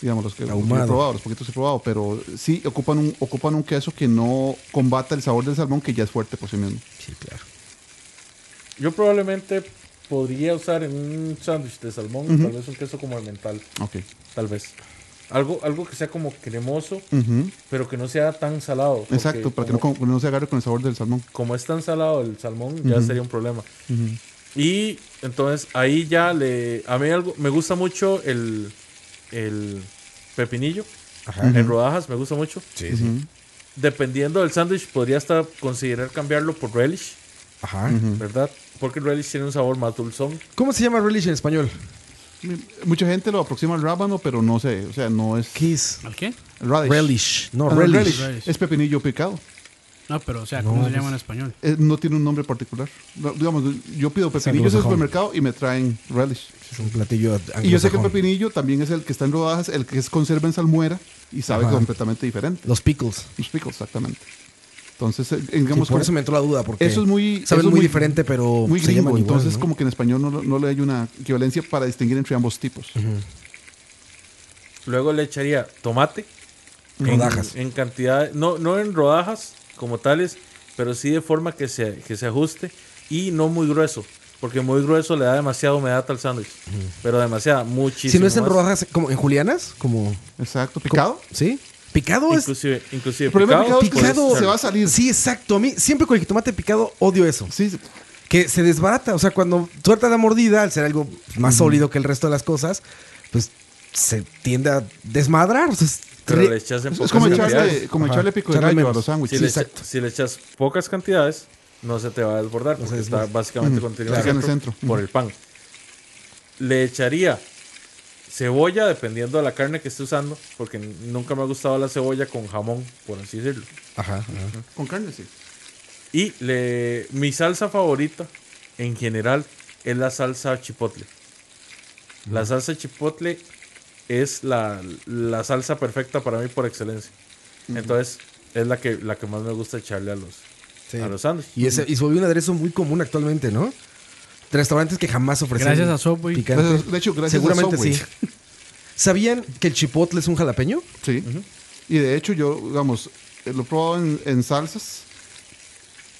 [SPEAKER 4] Digamos, los que, los que yo he
[SPEAKER 5] Ahumado.
[SPEAKER 4] probado, los poquitos que he probado, pero sí ocupan un, ocupan un queso que no combata el sabor del salmón, que ya es fuerte por sí mismo.
[SPEAKER 5] sí, claro.
[SPEAKER 3] Yo probablemente podría usar en un sándwich de salmón, tal vez un queso como mental,
[SPEAKER 4] Ok.
[SPEAKER 3] tal vez. Algo, algo que sea como cremoso,
[SPEAKER 4] Ujú.
[SPEAKER 3] pero que no sea tan salado. porque
[SPEAKER 4] Exacto, para que no,
[SPEAKER 3] como,
[SPEAKER 4] com- no se agarre con el sabor del salmón.
[SPEAKER 3] como es tan salado el salmón, ya sería un problema. Y entonces ahí ya le... A mí algo, me gusta mucho el, el pepinillo
[SPEAKER 5] Ajá.
[SPEAKER 3] en rodajas, me gusta mucho.
[SPEAKER 5] Sí, sí.
[SPEAKER 3] Dependiendo del sándwich, podría hasta considerar cambiarlo por relish,
[SPEAKER 5] Ajá.
[SPEAKER 3] ¿verdad? Porque el relish tiene un sabor más dulzón.
[SPEAKER 5] ¿Cómo se llama relish en español?
[SPEAKER 4] Mi- Mucha gente lo aproxima al rábano, pero no sé, o sea, no es
[SPEAKER 5] ¿Qué es?
[SPEAKER 2] ¿Al qué?
[SPEAKER 4] radish.
[SPEAKER 5] Relish. No,
[SPEAKER 4] Ah, no,
[SPEAKER 5] relish.
[SPEAKER 4] relish.
[SPEAKER 2] Relish.
[SPEAKER 4] Es pepinillo picado.
[SPEAKER 2] No, pero o sea, ¿cómo
[SPEAKER 5] No,
[SPEAKER 2] se llama
[SPEAKER 5] pues-
[SPEAKER 2] en español?
[SPEAKER 4] Eh, no tiene un nombre particular. No, digamos, yo pido pepinillos en el
[SPEAKER 5] anglosajón.
[SPEAKER 4] supermercado y me traen relish.
[SPEAKER 5] Es un
[SPEAKER 4] Y yo
[SPEAKER 5] platillo
[SPEAKER 4] sé que el
[SPEAKER 5] anglosajón.
[SPEAKER 4] pepinillo también es el que está en rodajas, el que es conserva en salmuera y sabe
[SPEAKER 5] Ajá.
[SPEAKER 4] completamente diferente.
[SPEAKER 5] Los pickles.
[SPEAKER 4] Los picos, exactamente. Entonces, eh,
[SPEAKER 5] Sí,
[SPEAKER 4] digamos,
[SPEAKER 5] por
[SPEAKER 4] como-
[SPEAKER 5] eso me entró la duda, porque
[SPEAKER 4] Eso es muy-
[SPEAKER 5] saben
[SPEAKER 4] eso es
[SPEAKER 5] muy
[SPEAKER 4] muy-
[SPEAKER 5] diferente, pero
[SPEAKER 4] muy
[SPEAKER 5] se
[SPEAKER 4] gringo,
[SPEAKER 5] llaman igual,
[SPEAKER 4] entonces
[SPEAKER 5] ¿no?
[SPEAKER 4] como que en español no, no le hay una equivalencia para distinguir entre ambos tipos.
[SPEAKER 3] Luego le echaría tomate. en-
[SPEAKER 5] rodajas.
[SPEAKER 3] En, cantidad, no, no en rodajas como tales, pero sí de forma que se, que se ajuste y no muy grueso. Porque muy grueso le da demasiada humedad al sándwich. Pero demasiada, muchísimo.
[SPEAKER 5] Si no es en
[SPEAKER 3] más.
[SPEAKER 5] rodajas, como en julianas, como
[SPEAKER 4] Exacto, picado.
[SPEAKER 5] ¿sí? Picado es
[SPEAKER 3] Inclusive, inclusive
[SPEAKER 4] El problema
[SPEAKER 3] picado,
[SPEAKER 4] del picado es que
[SPEAKER 3] puedes
[SPEAKER 4] se va a
[SPEAKER 3] echarlo.
[SPEAKER 4] salir. Sí,
[SPEAKER 5] Sí, exacto. A mí siempre con el jitomate picado odio eso.
[SPEAKER 4] sí,
[SPEAKER 5] Que se desbarata, o sea, cuando suelta la mordida, al ser algo más sólido que el resto de las cosas, pues se tiende a desmadrar. o sea, es-
[SPEAKER 3] Pero le echas en
[SPEAKER 4] es,
[SPEAKER 3] pocas
[SPEAKER 5] pues,
[SPEAKER 4] como echarle,
[SPEAKER 3] cantidades.
[SPEAKER 4] como
[SPEAKER 5] Ajá,
[SPEAKER 4] echarle pico de
[SPEAKER 5] echarle
[SPEAKER 4] gallo a
[SPEAKER 5] menos.
[SPEAKER 4] los
[SPEAKER 3] Si
[SPEAKER 4] sándwiches.
[SPEAKER 3] le,
[SPEAKER 4] Pues Sí,
[SPEAKER 3] echa- si le echas pocas cantidades, no se te va a desbordar. Porque
[SPEAKER 5] se
[SPEAKER 3] está
[SPEAKER 5] desborda.
[SPEAKER 3] básicamente contenido
[SPEAKER 4] claro.
[SPEAKER 3] en el
[SPEAKER 4] Está en el
[SPEAKER 3] centro
[SPEAKER 4] centro.
[SPEAKER 3] por
[SPEAKER 4] Ujú.
[SPEAKER 3] el pan. Le echaría cebolla dependiendo de la carne que esté usando. Porque nunca me ha gustado la cebolla con jamón, por así decirlo.
[SPEAKER 5] Ajá, ajá.
[SPEAKER 4] Con carne, sí.
[SPEAKER 3] Y le, mi salsa favorita en general es la salsa chipotle. La salsa chipotle es la, la salsa perfecta para mí por excelencia. Entonces, es la que, la que más me gusta echarle a los,
[SPEAKER 5] Sí.
[SPEAKER 3] a los sándwiches.
[SPEAKER 5] Y, ese, y se volvió un aderezo muy común actualmente, ¿no? Restaurantes que jamás ofrecen.
[SPEAKER 2] Gracias a Subway.
[SPEAKER 5] picante.
[SPEAKER 4] Gracias- de hecho, gracias a
[SPEAKER 5] Seguramente
[SPEAKER 4] Subway.
[SPEAKER 5] sí. *laughs* ¿Sabían que el chipotle es un jalapeño?
[SPEAKER 4] Sí. Y de hecho, yo, digamos, eh, lo he probado en, en salsas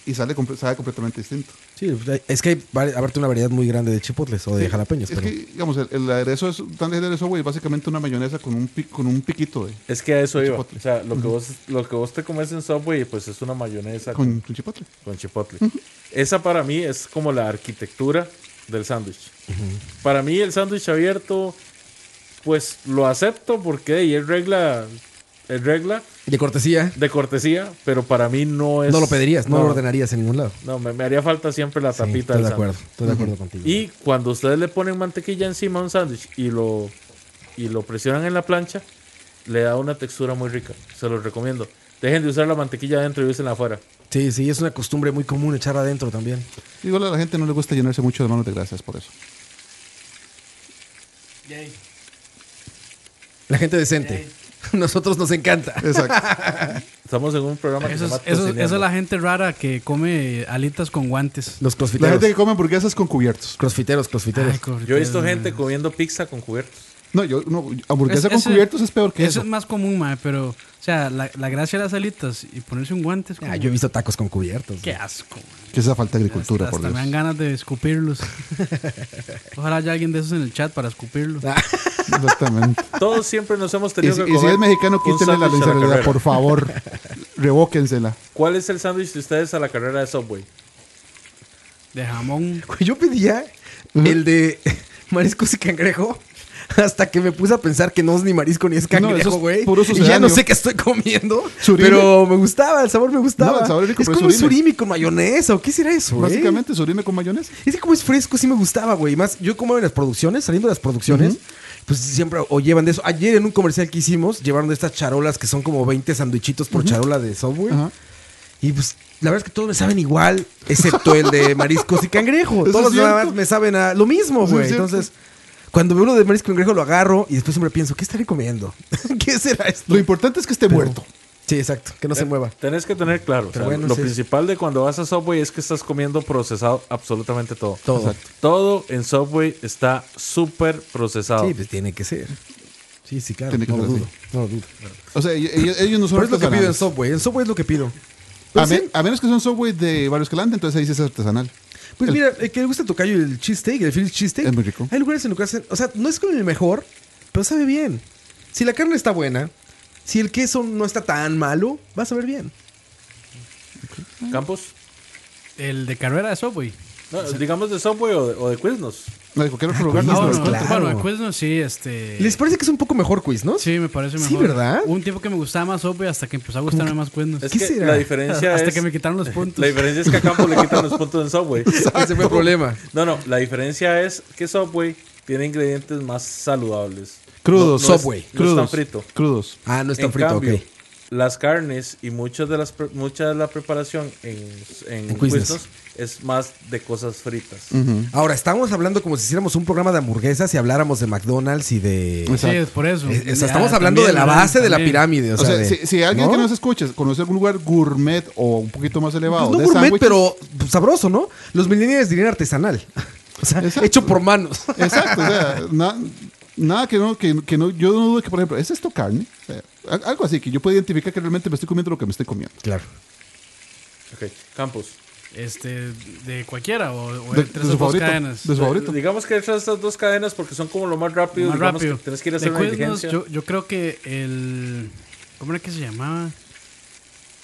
[SPEAKER 4] y sale, comple- sabe completamente distinto.
[SPEAKER 5] Sí, es que hay vari- aparte una variedad muy grande de chipotles o de jalapeños.
[SPEAKER 4] Es
[SPEAKER 5] pero-
[SPEAKER 4] que, digamos, el, el aderezo es tan aderezo, güey, básicamente una mayonesa con un, pi- con un piquito de,
[SPEAKER 3] Es que a eso iba.
[SPEAKER 4] Chipotle.
[SPEAKER 3] O sea, lo que, vos, lo que vos te comes en Subway, pues es una mayonesa con,
[SPEAKER 4] con, con chipotle.
[SPEAKER 3] con chipotle. Esa para mí es como la arquitectura del sándwich. Para mí el sándwich abierto, pues lo acepto porque y es regla, es regla
[SPEAKER 5] De cortesía,
[SPEAKER 3] de cortesía, pero para mí no es...
[SPEAKER 5] no lo pedirías, no, lo ordenarías en ningún lado.
[SPEAKER 3] No, me, me haría falta siempre la
[SPEAKER 5] Sí,
[SPEAKER 3] tapita
[SPEAKER 5] estoy
[SPEAKER 3] del
[SPEAKER 5] de acuerdo,
[SPEAKER 3] sándwich.
[SPEAKER 5] estoy de acuerdo contigo.
[SPEAKER 3] Y cuando ustedes le ponen mantequilla encima a un sándwich y lo, y lo presionan en la plancha, le da una textura muy rica. Se los recomiendo. Dejen de usar la mantequilla adentro y úsenla afuera.
[SPEAKER 5] Sí, sí, es una costumbre muy común echar adentro también.
[SPEAKER 4] Igual a la gente no le gusta llenarse mucho de manos de gracias por eso.
[SPEAKER 5] La gente decente. *laughs* Nosotros nos encanta. *laughs*
[SPEAKER 4] Exacto.
[SPEAKER 3] Estamos en un programa que
[SPEAKER 2] Eso
[SPEAKER 3] se
[SPEAKER 2] es,
[SPEAKER 3] llama
[SPEAKER 2] eso-
[SPEAKER 3] Tocineando.
[SPEAKER 2] esa es la gente rara que come alitas con guantes.
[SPEAKER 5] Los
[SPEAKER 4] la
[SPEAKER 5] crossfiteros.
[SPEAKER 4] gente que come hamburguesas con cubiertos.
[SPEAKER 5] Crossfiteros, crossfiteros.
[SPEAKER 2] Ay, correcto.
[SPEAKER 3] Yo he visto gente comiendo pizza con cubiertos.
[SPEAKER 4] No, yo, no, hamburguesa
[SPEAKER 2] Es-
[SPEAKER 4] con
[SPEAKER 2] ese-
[SPEAKER 4] cubiertos es peor que
[SPEAKER 2] Eso
[SPEAKER 4] eso.
[SPEAKER 2] es más común, mae, pero, o sea, la, la gracia de las alitas y ponerse un guante es como-
[SPEAKER 5] Ah, yo he visto tacos con cubiertos.
[SPEAKER 2] Qué asco, mae.
[SPEAKER 4] Que esa falta de agricultura,
[SPEAKER 2] Hasta,
[SPEAKER 4] por
[SPEAKER 2] hasta
[SPEAKER 4] Dios.
[SPEAKER 2] me dan ganas de escupirlos. Ojalá haya alguien de esos en el chat para escupirlos.
[SPEAKER 5] Ah,
[SPEAKER 4] *laughs* Exactamente.
[SPEAKER 3] Todos siempre nos
[SPEAKER 4] *laughs*
[SPEAKER 3] hemos
[SPEAKER 4] Y
[SPEAKER 3] tenido
[SPEAKER 4] si,
[SPEAKER 3] que
[SPEAKER 4] y si
[SPEAKER 3] comer
[SPEAKER 4] es mexicano,
[SPEAKER 3] un
[SPEAKER 4] quítenle la
[SPEAKER 3] sándwich a
[SPEAKER 4] insalada,
[SPEAKER 3] carrera.
[SPEAKER 4] por favor. Revóquensela.
[SPEAKER 3] ¿Cuál es el sándwich de ustedes a la carrera de Subway?
[SPEAKER 2] De jamón.
[SPEAKER 5] *laughs* Yo pedía el de mariscos y cangrejo hasta que me puse a pensar que no es ni marisco ni es
[SPEAKER 4] eso
[SPEAKER 5] cangrejo,
[SPEAKER 4] es
[SPEAKER 5] güey.
[SPEAKER 4] puro
[SPEAKER 5] y ya no
[SPEAKER 4] sucedáneo.
[SPEAKER 5] sé qué estoy comiendo,
[SPEAKER 4] Surimi.
[SPEAKER 5] pero me gustaba, el sabor me gustaba.
[SPEAKER 4] No, el sabor es rico,
[SPEAKER 5] es
[SPEAKER 4] pero es
[SPEAKER 5] como un
[SPEAKER 4] surimi.
[SPEAKER 5] surimi con mayonesa, ¿o qué será eso, güey?
[SPEAKER 4] Básicamente, surime con mayonesa.
[SPEAKER 5] Es que como es fresco, sí me gustaba, güey. Más, yo como en las producciones, saliendo de las producciones, pues siempre o llevan de eso. Ayer en un comercial que hicimos, llevaron de estas charolas que son como 20 sandwichitos por charola de software.
[SPEAKER 4] Ajá.
[SPEAKER 5] Y pues la verdad es que todos me saben igual, excepto el de mariscos y
[SPEAKER 4] *laughs* Eso
[SPEAKER 5] cangrejo.
[SPEAKER 4] es
[SPEAKER 5] Todos los
[SPEAKER 4] cierto.
[SPEAKER 5] demás me saben a lo mismo,
[SPEAKER 4] Eso es
[SPEAKER 5] güey.
[SPEAKER 4] cierto.
[SPEAKER 5] Entonces, cuando veo uno de marisco y cangrejo lo agarro y después siempre pienso, ¿qué estaré comiendo? *laughs* ¿Qué será esto?
[SPEAKER 4] Lo Eh. importante es que esté
[SPEAKER 5] Pero-
[SPEAKER 4] muerto.
[SPEAKER 5] Sí, exacto, que no se mueva.
[SPEAKER 3] Tenés que tener claro. o sea,
[SPEAKER 5] Pero bueno,
[SPEAKER 3] lo
[SPEAKER 5] sí.
[SPEAKER 3] principal de cuando vas a Subway es que estás comiendo procesado absolutamente todo.
[SPEAKER 5] Todo.
[SPEAKER 3] Todo en Subway está súper procesado.
[SPEAKER 5] Sí, pues tiene que ser. Sí, sí, claro.
[SPEAKER 4] Oh. Tiene que
[SPEAKER 5] no lo
[SPEAKER 4] ser así.
[SPEAKER 5] dudo, no lo dudo.
[SPEAKER 4] O sea, ellos, ellos no son
[SPEAKER 5] Pero es lo que pido en
[SPEAKER 4] artesanales.
[SPEAKER 5] Subway. En Subway es lo que pido.
[SPEAKER 4] A,
[SPEAKER 5] Pues,
[SPEAKER 4] men-
[SPEAKER 5] sí.
[SPEAKER 4] a menos que sea un Subway de Barrio Escalante, entonces ahí sí es artesanal.
[SPEAKER 5] Pues
[SPEAKER 4] El-
[SPEAKER 5] mira, el que le gusta tu callo el cheesesteak, el Philly cheesesteak.
[SPEAKER 4] Es muy rico.
[SPEAKER 5] Hay lugares en los que hacen. O sea, no es con el mejor, pero sabe bien. Si la carne está buena, si el queso no está tan malo, va a saber bien.
[SPEAKER 3] ¿Campos?
[SPEAKER 2] El de carrera de Subway.
[SPEAKER 3] No, digamos de Subway o de, o de Quiznos.
[SPEAKER 4] No, de cualquier otro lugar.
[SPEAKER 5] pues,
[SPEAKER 4] no,
[SPEAKER 2] Ah,
[SPEAKER 5] pues,
[SPEAKER 2] bueno,
[SPEAKER 4] no,
[SPEAKER 5] claro.
[SPEAKER 2] bueno, el Quiznos sí, este.
[SPEAKER 5] ¿Les parece que es un poco mejor quiz, no?
[SPEAKER 2] Sí, me parece mejor.
[SPEAKER 5] Sí, ¿verdad?
[SPEAKER 2] Hubo un tiempo que me gustaba más Subway hasta que empezó a gustarme más Quiznos.
[SPEAKER 3] Es
[SPEAKER 5] ¿Qué
[SPEAKER 3] que
[SPEAKER 5] será?
[SPEAKER 3] la diferencia
[SPEAKER 2] Hasta
[SPEAKER 3] es...
[SPEAKER 2] que me quitaron los puntos.
[SPEAKER 3] *laughs* La diferencia es que a Campos le quitan los puntos en Subway.
[SPEAKER 5] Ese fue el problema.
[SPEAKER 3] No, no, la diferencia es que Subway tiene ingredientes más saludables.
[SPEAKER 4] Crudos,
[SPEAKER 3] No- no es-
[SPEAKER 5] Subway,
[SPEAKER 3] No es tan
[SPEAKER 4] Crudos.
[SPEAKER 3] frito.
[SPEAKER 4] Crudos.
[SPEAKER 5] Ah, no está
[SPEAKER 3] en
[SPEAKER 5] frito,
[SPEAKER 3] cambio,
[SPEAKER 5] ok.
[SPEAKER 3] las carnes y muchas de las pre- mucha de la preparación en, en,
[SPEAKER 5] En Quiznos.
[SPEAKER 3] Quiznos es más de cosas fritas.
[SPEAKER 5] Mm. Ahora, estamos hablando como si hiciéramos un programa de hamburguesas y habláramos de McDonald's y de.
[SPEAKER 2] Pues Sí, es por eso.
[SPEAKER 5] Eh, o sea,
[SPEAKER 2] Ya,
[SPEAKER 5] estamos hablando de
[SPEAKER 2] también,
[SPEAKER 5] la
[SPEAKER 2] ¿verdad?
[SPEAKER 5] base de la
[SPEAKER 2] También.
[SPEAKER 5] pirámide. O
[SPEAKER 4] O
[SPEAKER 5] sea,
[SPEAKER 4] sea,
[SPEAKER 5] de-
[SPEAKER 4] si, si alguien
[SPEAKER 5] ¿no?
[SPEAKER 4] que nos escucha conoce algún lugar gourmet o un poquito más elevado.
[SPEAKER 5] Pues no
[SPEAKER 4] de
[SPEAKER 5] gourmet,
[SPEAKER 4] sándwiches,
[SPEAKER 5] pero pues, sabroso, ¿no? Los millennials dirían artesanal. *laughs* O sea,
[SPEAKER 4] Exacto.
[SPEAKER 5] hecho por manos.
[SPEAKER 4] Exacto, o sea, na- nada que no, que, que no, yo no dudo que, por ejemplo, ¿es esto carne? O sea, al- algo así, que yo pueda identificar que realmente me estoy comiendo lo que me estoy comiendo.
[SPEAKER 5] Claro.
[SPEAKER 3] Ok, Campos.
[SPEAKER 2] Este, de cualquiera o, o
[SPEAKER 4] De,
[SPEAKER 2] entre
[SPEAKER 4] de
[SPEAKER 2] esas
[SPEAKER 4] su
[SPEAKER 2] dos
[SPEAKER 4] favorito.
[SPEAKER 2] cadenas.
[SPEAKER 4] De su favorito.
[SPEAKER 3] Digamos que entre estas dos cadenas porque son como lo más rápido.
[SPEAKER 2] Más
[SPEAKER 3] digamos
[SPEAKER 2] rápido.
[SPEAKER 3] que tenés que ir a
[SPEAKER 2] De
[SPEAKER 3] hacer una
[SPEAKER 2] Quiznos,
[SPEAKER 3] diligencia.
[SPEAKER 2] yo, yo creo que el. ¿Cómo era que se llamaba?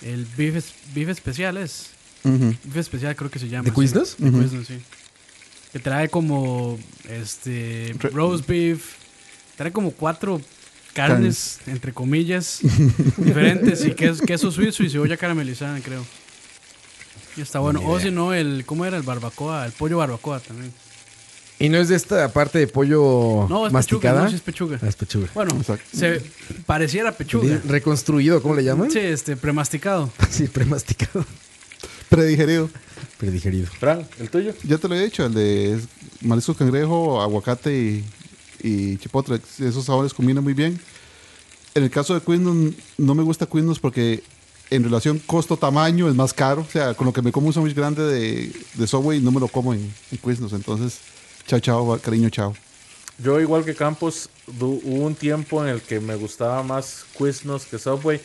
[SPEAKER 2] El beef, es- beef especial es.
[SPEAKER 4] Ujú.
[SPEAKER 2] Beef especial creo que se llama.
[SPEAKER 5] ¿De
[SPEAKER 2] sí.
[SPEAKER 5] Quiznos?
[SPEAKER 2] De Quiznos, sí. Que trae como. Este.
[SPEAKER 4] Re-
[SPEAKER 2] Roast beef. Trae como cuatro carnes, entre comillas, *laughs* diferentes. Y queso, queso suizo y cebolla caramelizada, creo. Y está bueno. O si no, el. ¿Cómo era? El barbacoa. El pollo barbacoa también.
[SPEAKER 5] Y no es de esta parte de pollo
[SPEAKER 2] No, es
[SPEAKER 5] masticada.
[SPEAKER 2] pechuga. No, sí es pechuga.
[SPEAKER 5] Ah, es pechuga.
[SPEAKER 2] Bueno,
[SPEAKER 4] Exacto.
[SPEAKER 2] se pareciera pechuga.
[SPEAKER 5] Reconstruido, ¿cómo le llaman?
[SPEAKER 2] Sí, este, premasticado.
[SPEAKER 5] *laughs* Sí, premasticado.
[SPEAKER 4] Predigerido.
[SPEAKER 5] Predigerido.
[SPEAKER 3] Fran, ¿el tuyo?
[SPEAKER 4] Ya te lo he dicho, el de mariscos cangrejo, aguacate y, y chipotle. Esos sabores combinan muy bien. En el caso de Quiznos, no me gusta Quiznos porque en relación costo-tamaño es más caro. O sea, con lo que me como un sándwich grande de, de Subway, no me lo como en, en Quiznos. Entonces, chao, chao, cariño, chao.
[SPEAKER 3] Yo, igual que Campos, du- hubo un tiempo en el que me gustaba más Quiznos que Subway.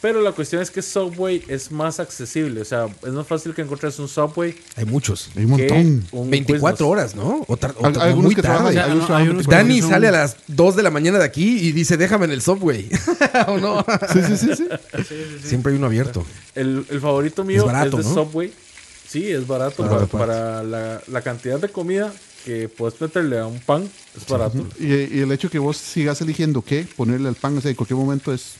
[SPEAKER 3] Pero la cuestión es que Subway es más accesible. O sea, es más fácil que encuentres un Subway
[SPEAKER 5] Hay muchos.
[SPEAKER 4] Hay un montón.
[SPEAKER 3] que un
[SPEAKER 5] 24
[SPEAKER 3] Quiznos.
[SPEAKER 5] horas, ¿no? O tar- o
[SPEAKER 4] Al-
[SPEAKER 5] tar-
[SPEAKER 4] algunos
[SPEAKER 5] muy
[SPEAKER 4] que trabajan-
[SPEAKER 5] tarde.
[SPEAKER 4] hay unos
[SPEAKER 2] no,
[SPEAKER 4] que trabajan
[SPEAKER 2] hay unos-
[SPEAKER 4] temprano.
[SPEAKER 5] Dani
[SPEAKER 2] son-
[SPEAKER 5] sale a las 2 de la mañana de aquí y dice, déjame en el subway. *laughs* ¿O no?
[SPEAKER 4] Sí, sí, sí, sí.
[SPEAKER 5] Siempre hay uno abierto.
[SPEAKER 3] El, el favorito mío es,
[SPEAKER 5] barato,
[SPEAKER 3] de
[SPEAKER 5] ¿no?
[SPEAKER 3] Subway. Sí, es barato.
[SPEAKER 5] Barato,
[SPEAKER 3] para para la, la cantidad de comida que puedes meterle a un pan, es barato.
[SPEAKER 4] Y, y el hecho que vos sigas eligiendo qué ponerle al pan, o sea, en cualquier momento es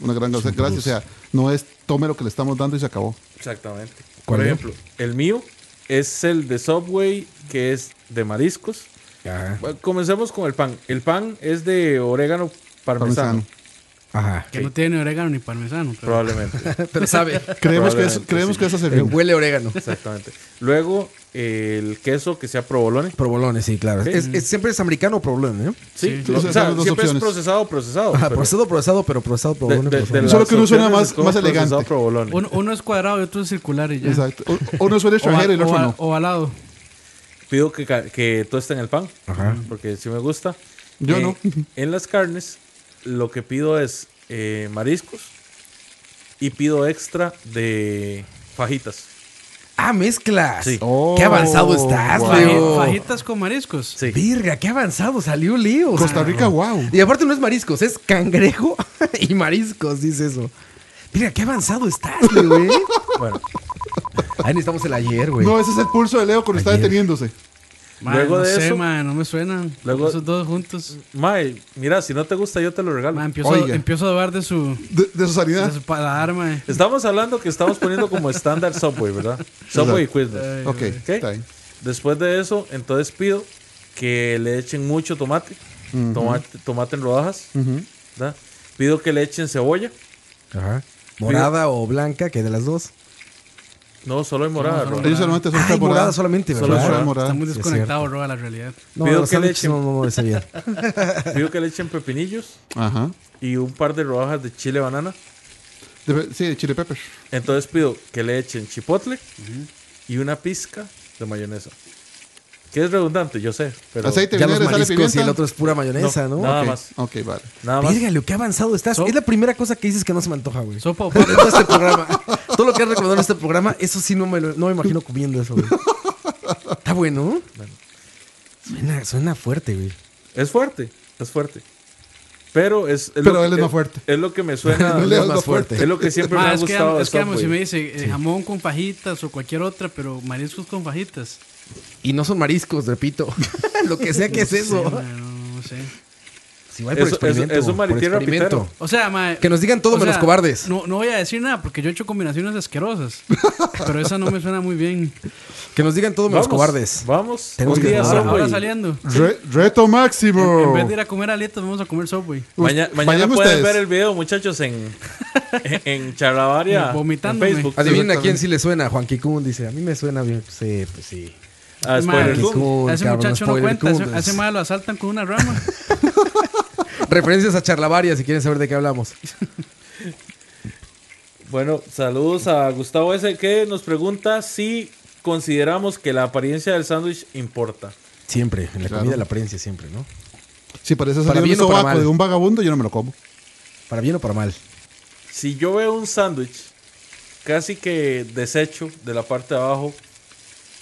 [SPEAKER 4] una gran gracia. gracia. O sea, no es tome lo que le estamos dando y se acabó.
[SPEAKER 3] Exactamente.
[SPEAKER 5] ¿Cuál
[SPEAKER 3] Por
[SPEAKER 5] es?
[SPEAKER 3] ejemplo, el mío es el de Subway, que es de mariscos.
[SPEAKER 5] Ajá.
[SPEAKER 3] Bueno, comencemos con el pan. El pan es de orégano parmesano,
[SPEAKER 4] Parmesano.
[SPEAKER 5] Ajá.
[SPEAKER 2] Que no tiene ni orégano ni parmesano. pero-
[SPEAKER 4] *laughs*
[SPEAKER 3] probablemente.
[SPEAKER 5] Pero sabe.
[SPEAKER 4] Creemos que eso,
[SPEAKER 3] Probablemente,
[SPEAKER 4] creemos
[SPEAKER 3] sí.
[SPEAKER 4] que eso se
[SPEAKER 5] Pero
[SPEAKER 4] rinde.
[SPEAKER 5] huele a orégano.
[SPEAKER 3] Exactamente. Luego, el queso que sea provolone.
[SPEAKER 5] Provolone, sí, claro.
[SPEAKER 3] Sí.
[SPEAKER 5] Es, es- siempre es americano o provolone, ¿no?
[SPEAKER 3] Sí,
[SPEAKER 4] Sí,
[SPEAKER 3] lo-
[SPEAKER 4] esas
[SPEAKER 3] o sea,
[SPEAKER 4] son las dos
[SPEAKER 3] siempre es
[SPEAKER 4] opciones. Ah,
[SPEAKER 3] procesado, procesado.
[SPEAKER 5] Ajá,
[SPEAKER 3] pero
[SPEAKER 5] procesado, procesado, pero procesado,
[SPEAKER 3] Ah, de- de-
[SPEAKER 5] provolone.
[SPEAKER 3] de
[SPEAKER 5] provolone.
[SPEAKER 3] las
[SPEAKER 4] Solo que uno suena
[SPEAKER 3] opciones
[SPEAKER 4] más-
[SPEAKER 3] escojo
[SPEAKER 4] más
[SPEAKER 3] procesado
[SPEAKER 4] elegante.
[SPEAKER 3] provolone.
[SPEAKER 2] Uno, uno es cuadrado y otro es circular y ya.
[SPEAKER 4] Exacto. O- Uno suele
[SPEAKER 2] O,
[SPEAKER 4] extranjero y el otro no.
[SPEAKER 2] ovalado.
[SPEAKER 3] Pido que, ca- que tosten el pan,
[SPEAKER 5] Ajá.
[SPEAKER 3] porque sí me gusta.
[SPEAKER 4] Yo
[SPEAKER 3] Eh,
[SPEAKER 4] no.
[SPEAKER 3] *laughs* En las carnes, lo que pido es eh, mariscos y pido extra de fajitas.
[SPEAKER 5] Ah, mezclas.
[SPEAKER 3] Sí.
[SPEAKER 5] qué avanzado estás,
[SPEAKER 2] Faji-
[SPEAKER 5] Leo.
[SPEAKER 2] Fajitas con mariscos.
[SPEAKER 3] Sí.
[SPEAKER 5] Virga, qué avanzado salió Leo.
[SPEAKER 4] Costa Rica, wow.
[SPEAKER 5] Y aparte no es mariscos, es cangrejo *laughs* y mariscos, dice eso. Mira, qué avanzado estás, Leo, ¿eh? güey.
[SPEAKER 3] *laughs* Bueno,
[SPEAKER 5] Ahí necesitamos el ayer, güey.
[SPEAKER 4] No, ese es el pulso de Leo cuando está
[SPEAKER 5] Ayer.
[SPEAKER 4] deteniéndose.
[SPEAKER 2] Mae,
[SPEAKER 3] Luego
[SPEAKER 2] no
[SPEAKER 3] de
[SPEAKER 2] sé,
[SPEAKER 3] eso-
[SPEAKER 2] mae, no me suenan.
[SPEAKER 3] Luego-
[SPEAKER 2] Esos dos juntos.
[SPEAKER 3] Mae, mira, si no te gusta, yo te lo regalo.
[SPEAKER 2] Mae, empiezo,
[SPEAKER 4] Oiga.
[SPEAKER 2] empiezo a dudar de su,
[SPEAKER 4] De, de su sanidad.
[SPEAKER 2] de su paladar, mae.
[SPEAKER 3] Estamos hablando que estamos poniendo como estándar *laughs* Subway, ¿verdad? Subway y Quiznos.
[SPEAKER 4] ok,
[SPEAKER 3] Ok.
[SPEAKER 4] Eh, está bien.
[SPEAKER 3] Después de eso, entonces pido que le echen mucho tomate, tomate, tomate en rodajas, ¿verdad? Pido que le echen cebolla,
[SPEAKER 5] Ajá. Morada o blanca, que de las dos.
[SPEAKER 3] no, solo hay morada.
[SPEAKER 2] solo
[SPEAKER 3] ¿no?
[SPEAKER 2] hay
[SPEAKER 4] Ellos solamente son
[SPEAKER 5] Ay,
[SPEAKER 4] tres
[SPEAKER 5] morada
[SPEAKER 4] moradas.
[SPEAKER 5] solamente,
[SPEAKER 4] Solo
[SPEAKER 5] ¿verdad?
[SPEAKER 4] es una
[SPEAKER 3] Está
[SPEAKER 4] morada.
[SPEAKER 2] Está muy
[SPEAKER 5] es
[SPEAKER 2] desconectado, Roa, la realidad.
[SPEAKER 5] No,
[SPEAKER 3] Pido
[SPEAKER 5] Pido
[SPEAKER 3] que le echen-
[SPEAKER 5] no, no me
[SPEAKER 4] *laughs*
[SPEAKER 5] sé bien.
[SPEAKER 3] Pido que le echen pepinillos
[SPEAKER 4] Ajá.
[SPEAKER 3] y un par de rodajas de chile banana.
[SPEAKER 4] De- sí, de chile pepper.
[SPEAKER 3] Entonces pido que le echen chipotle y una pizca de mayonesa. Que es redundante, yo sé, pero
[SPEAKER 4] Aceite,
[SPEAKER 5] Ya los
[SPEAKER 4] vinagre, sal y
[SPEAKER 5] mariscos y
[SPEAKER 4] pimienta.
[SPEAKER 5] el otro es pura
[SPEAKER 3] No,
[SPEAKER 5] mayonesa, ¿no?
[SPEAKER 3] Nada
[SPEAKER 4] Ok,
[SPEAKER 3] más,
[SPEAKER 4] Ok, vale.
[SPEAKER 3] nada más.
[SPEAKER 5] Verga, lo que avanzado estás.
[SPEAKER 2] So-
[SPEAKER 5] es la primera cosa que dices que no se me antoja, güey. *laughs*
[SPEAKER 2] Sopa
[SPEAKER 3] *laughs*
[SPEAKER 2] o
[SPEAKER 5] De
[SPEAKER 2] papa.
[SPEAKER 5] todo este programa. Todo lo que has recomendado en este programa, eso sí no me, lo- no me imagino comiendo eso, güey. Está bueno. Suena, suena fuerte, güey.
[SPEAKER 3] Es fuerte, es fuerte. Pero es, es
[SPEAKER 4] Pero
[SPEAKER 3] lo que-
[SPEAKER 4] él es más fuerte.
[SPEAKER 3] Es lo que
[SPEAKER 4] *laughs*
[SPEAKER 3] me suena.
[SPEAKER 4] Leo
[SPEAKER 5] Leo
[SPEAKER 4] es
[SPEAKER 5] es
[SPEAKER 4] más
[SPEAKER 5] más fuerte.
[SPEAKER 3] es lo que siempre me
[SPEAKER 2] Mae,
[SPEAKER 3] ha
[SPEAKER 2] Ah, es que,
[SPEAKER 3] gustado. de
[SPEAKER 2] es que amo si
[SPEAKER 3] Subway.
[SPEAKER 2] me dice eh, jamón con fajitas o cualquier otra, pero mariscos con fajitas.
[SPEAKER 5] Y no son mariscos, repito. *laughs* lo que sea que es
[SPEAKER 2] Sí,
[SPEAKER 5] eso.
[SPEAKER 2] mae, no, no sé.
[SPEAKER 5] Si va por
[SPEAKER 3] Eso- eso-
[SPEAKER 5] experimento.
[SPEAKER 3] eso es
[SPEAKER 5] por
[SPEAKER 3] maritierra
[SPEAKER 5] experimento.
[SPEAKER 3] pitera.
[SPEAKER 2] O sea, mae,
[SPEAKER 5] Que nos digan todo
[SPEAKER 2] o
[SPEAKER 5] menos
[SPEAKER 2] sea,
[SPEAKER 5] cobardes.
[SPEAKER 2] No, no voy a decir nada porque yo he hecho combinaciones
[SPEAKER 5] *laughs*
[SPEAKER 2] asquerosas. pero esa no me suena muy bien.
[SPEAKER 5] Que nos digan todo menos cobardes.
[SPEAKER 3] Vamos.
[SPEAKER 5] Tenemos
[SPEAKER 3] un
[SPEAKER 5] que
[SPEAKER 3] día
[SPEAKER 5] jugar.
[SPEAKER 3] Subway.
[SPEAKER 2] Ahora saliendo.
[SPEAKER 4] Re- reto máximo.
[SPEAKER 5] Oh.
[SPEAKER 2] En vez de ir a comer aletas, vamos a comer Subway.
[SPEAKER 3] Maña-
[SPEAKER 4] Us-
[SPEAKER 3] mañana
[SPEAKER 4] vayan
[SPEAKER 3] pueden
[SPEAKER 4] ustedes.
[SPEAKER 3] ver el video, muchachos, en, en, en
[SPEAKER 2] *laughs*
[SPEAKER 3] Charlavaria.
[SPEAKER 2] Vomitándome.
[SPEAKER 3] En Facebook.
[SPEAKER 5] Adivinen a quién sí le suena. Juan Kikun dice, a mí me suena bien. Pues sí, pues sí.
[SPEAKER 3] Ah,
[SPEAKER 2] Madre,
[SPEAKER 3] spoiler.
[SPEAKER 5] Kikun.
[SPEAKER 3] Boom.
[SPEAKER 5] Cool,
[SPEAKER 2] a ese
[SPEAKER 5] cabrón,
[SPEAKER 2] muchacho no
[SPEAKER 5] spoiler
[SPEAKER 2] cuenta,
[SPEAKER 5] cool,
[SPEAKER 2] hace,
[SPEAKER 5] pues.
[SPEAKER 2] hace más lo asaltan con una rama.
[SPEAKER 5] *laughs* Referencias a charlavaria si quieren saber de qué hablamos.
[SPEAKER 3] Bueno, saludos a Gustavo S. que nos pregunta si consideramos que la apariencia del sándwich importa.
[SPEAKER 5] Siempre, en la
[SPEAKER 4] Claro.
[SPEAKER 5] comida la apariencia siempre, ¿no?
[SPEAKER 4] Si parece
[SPEAKER 5] Para
[SPEAKER 4] salir un
[SPEAKER 5] bien o para
[SPEAKER 4] sobaco
[SPEAKER 5] mal.
[SPEAKER 4] de un vagabundo, yo no me lo como.
[SPEAKER 5] Para bien o para mal.
[SPEAKER 3] Si yo veo un sándwich casi que deshecho de la parte de abajo,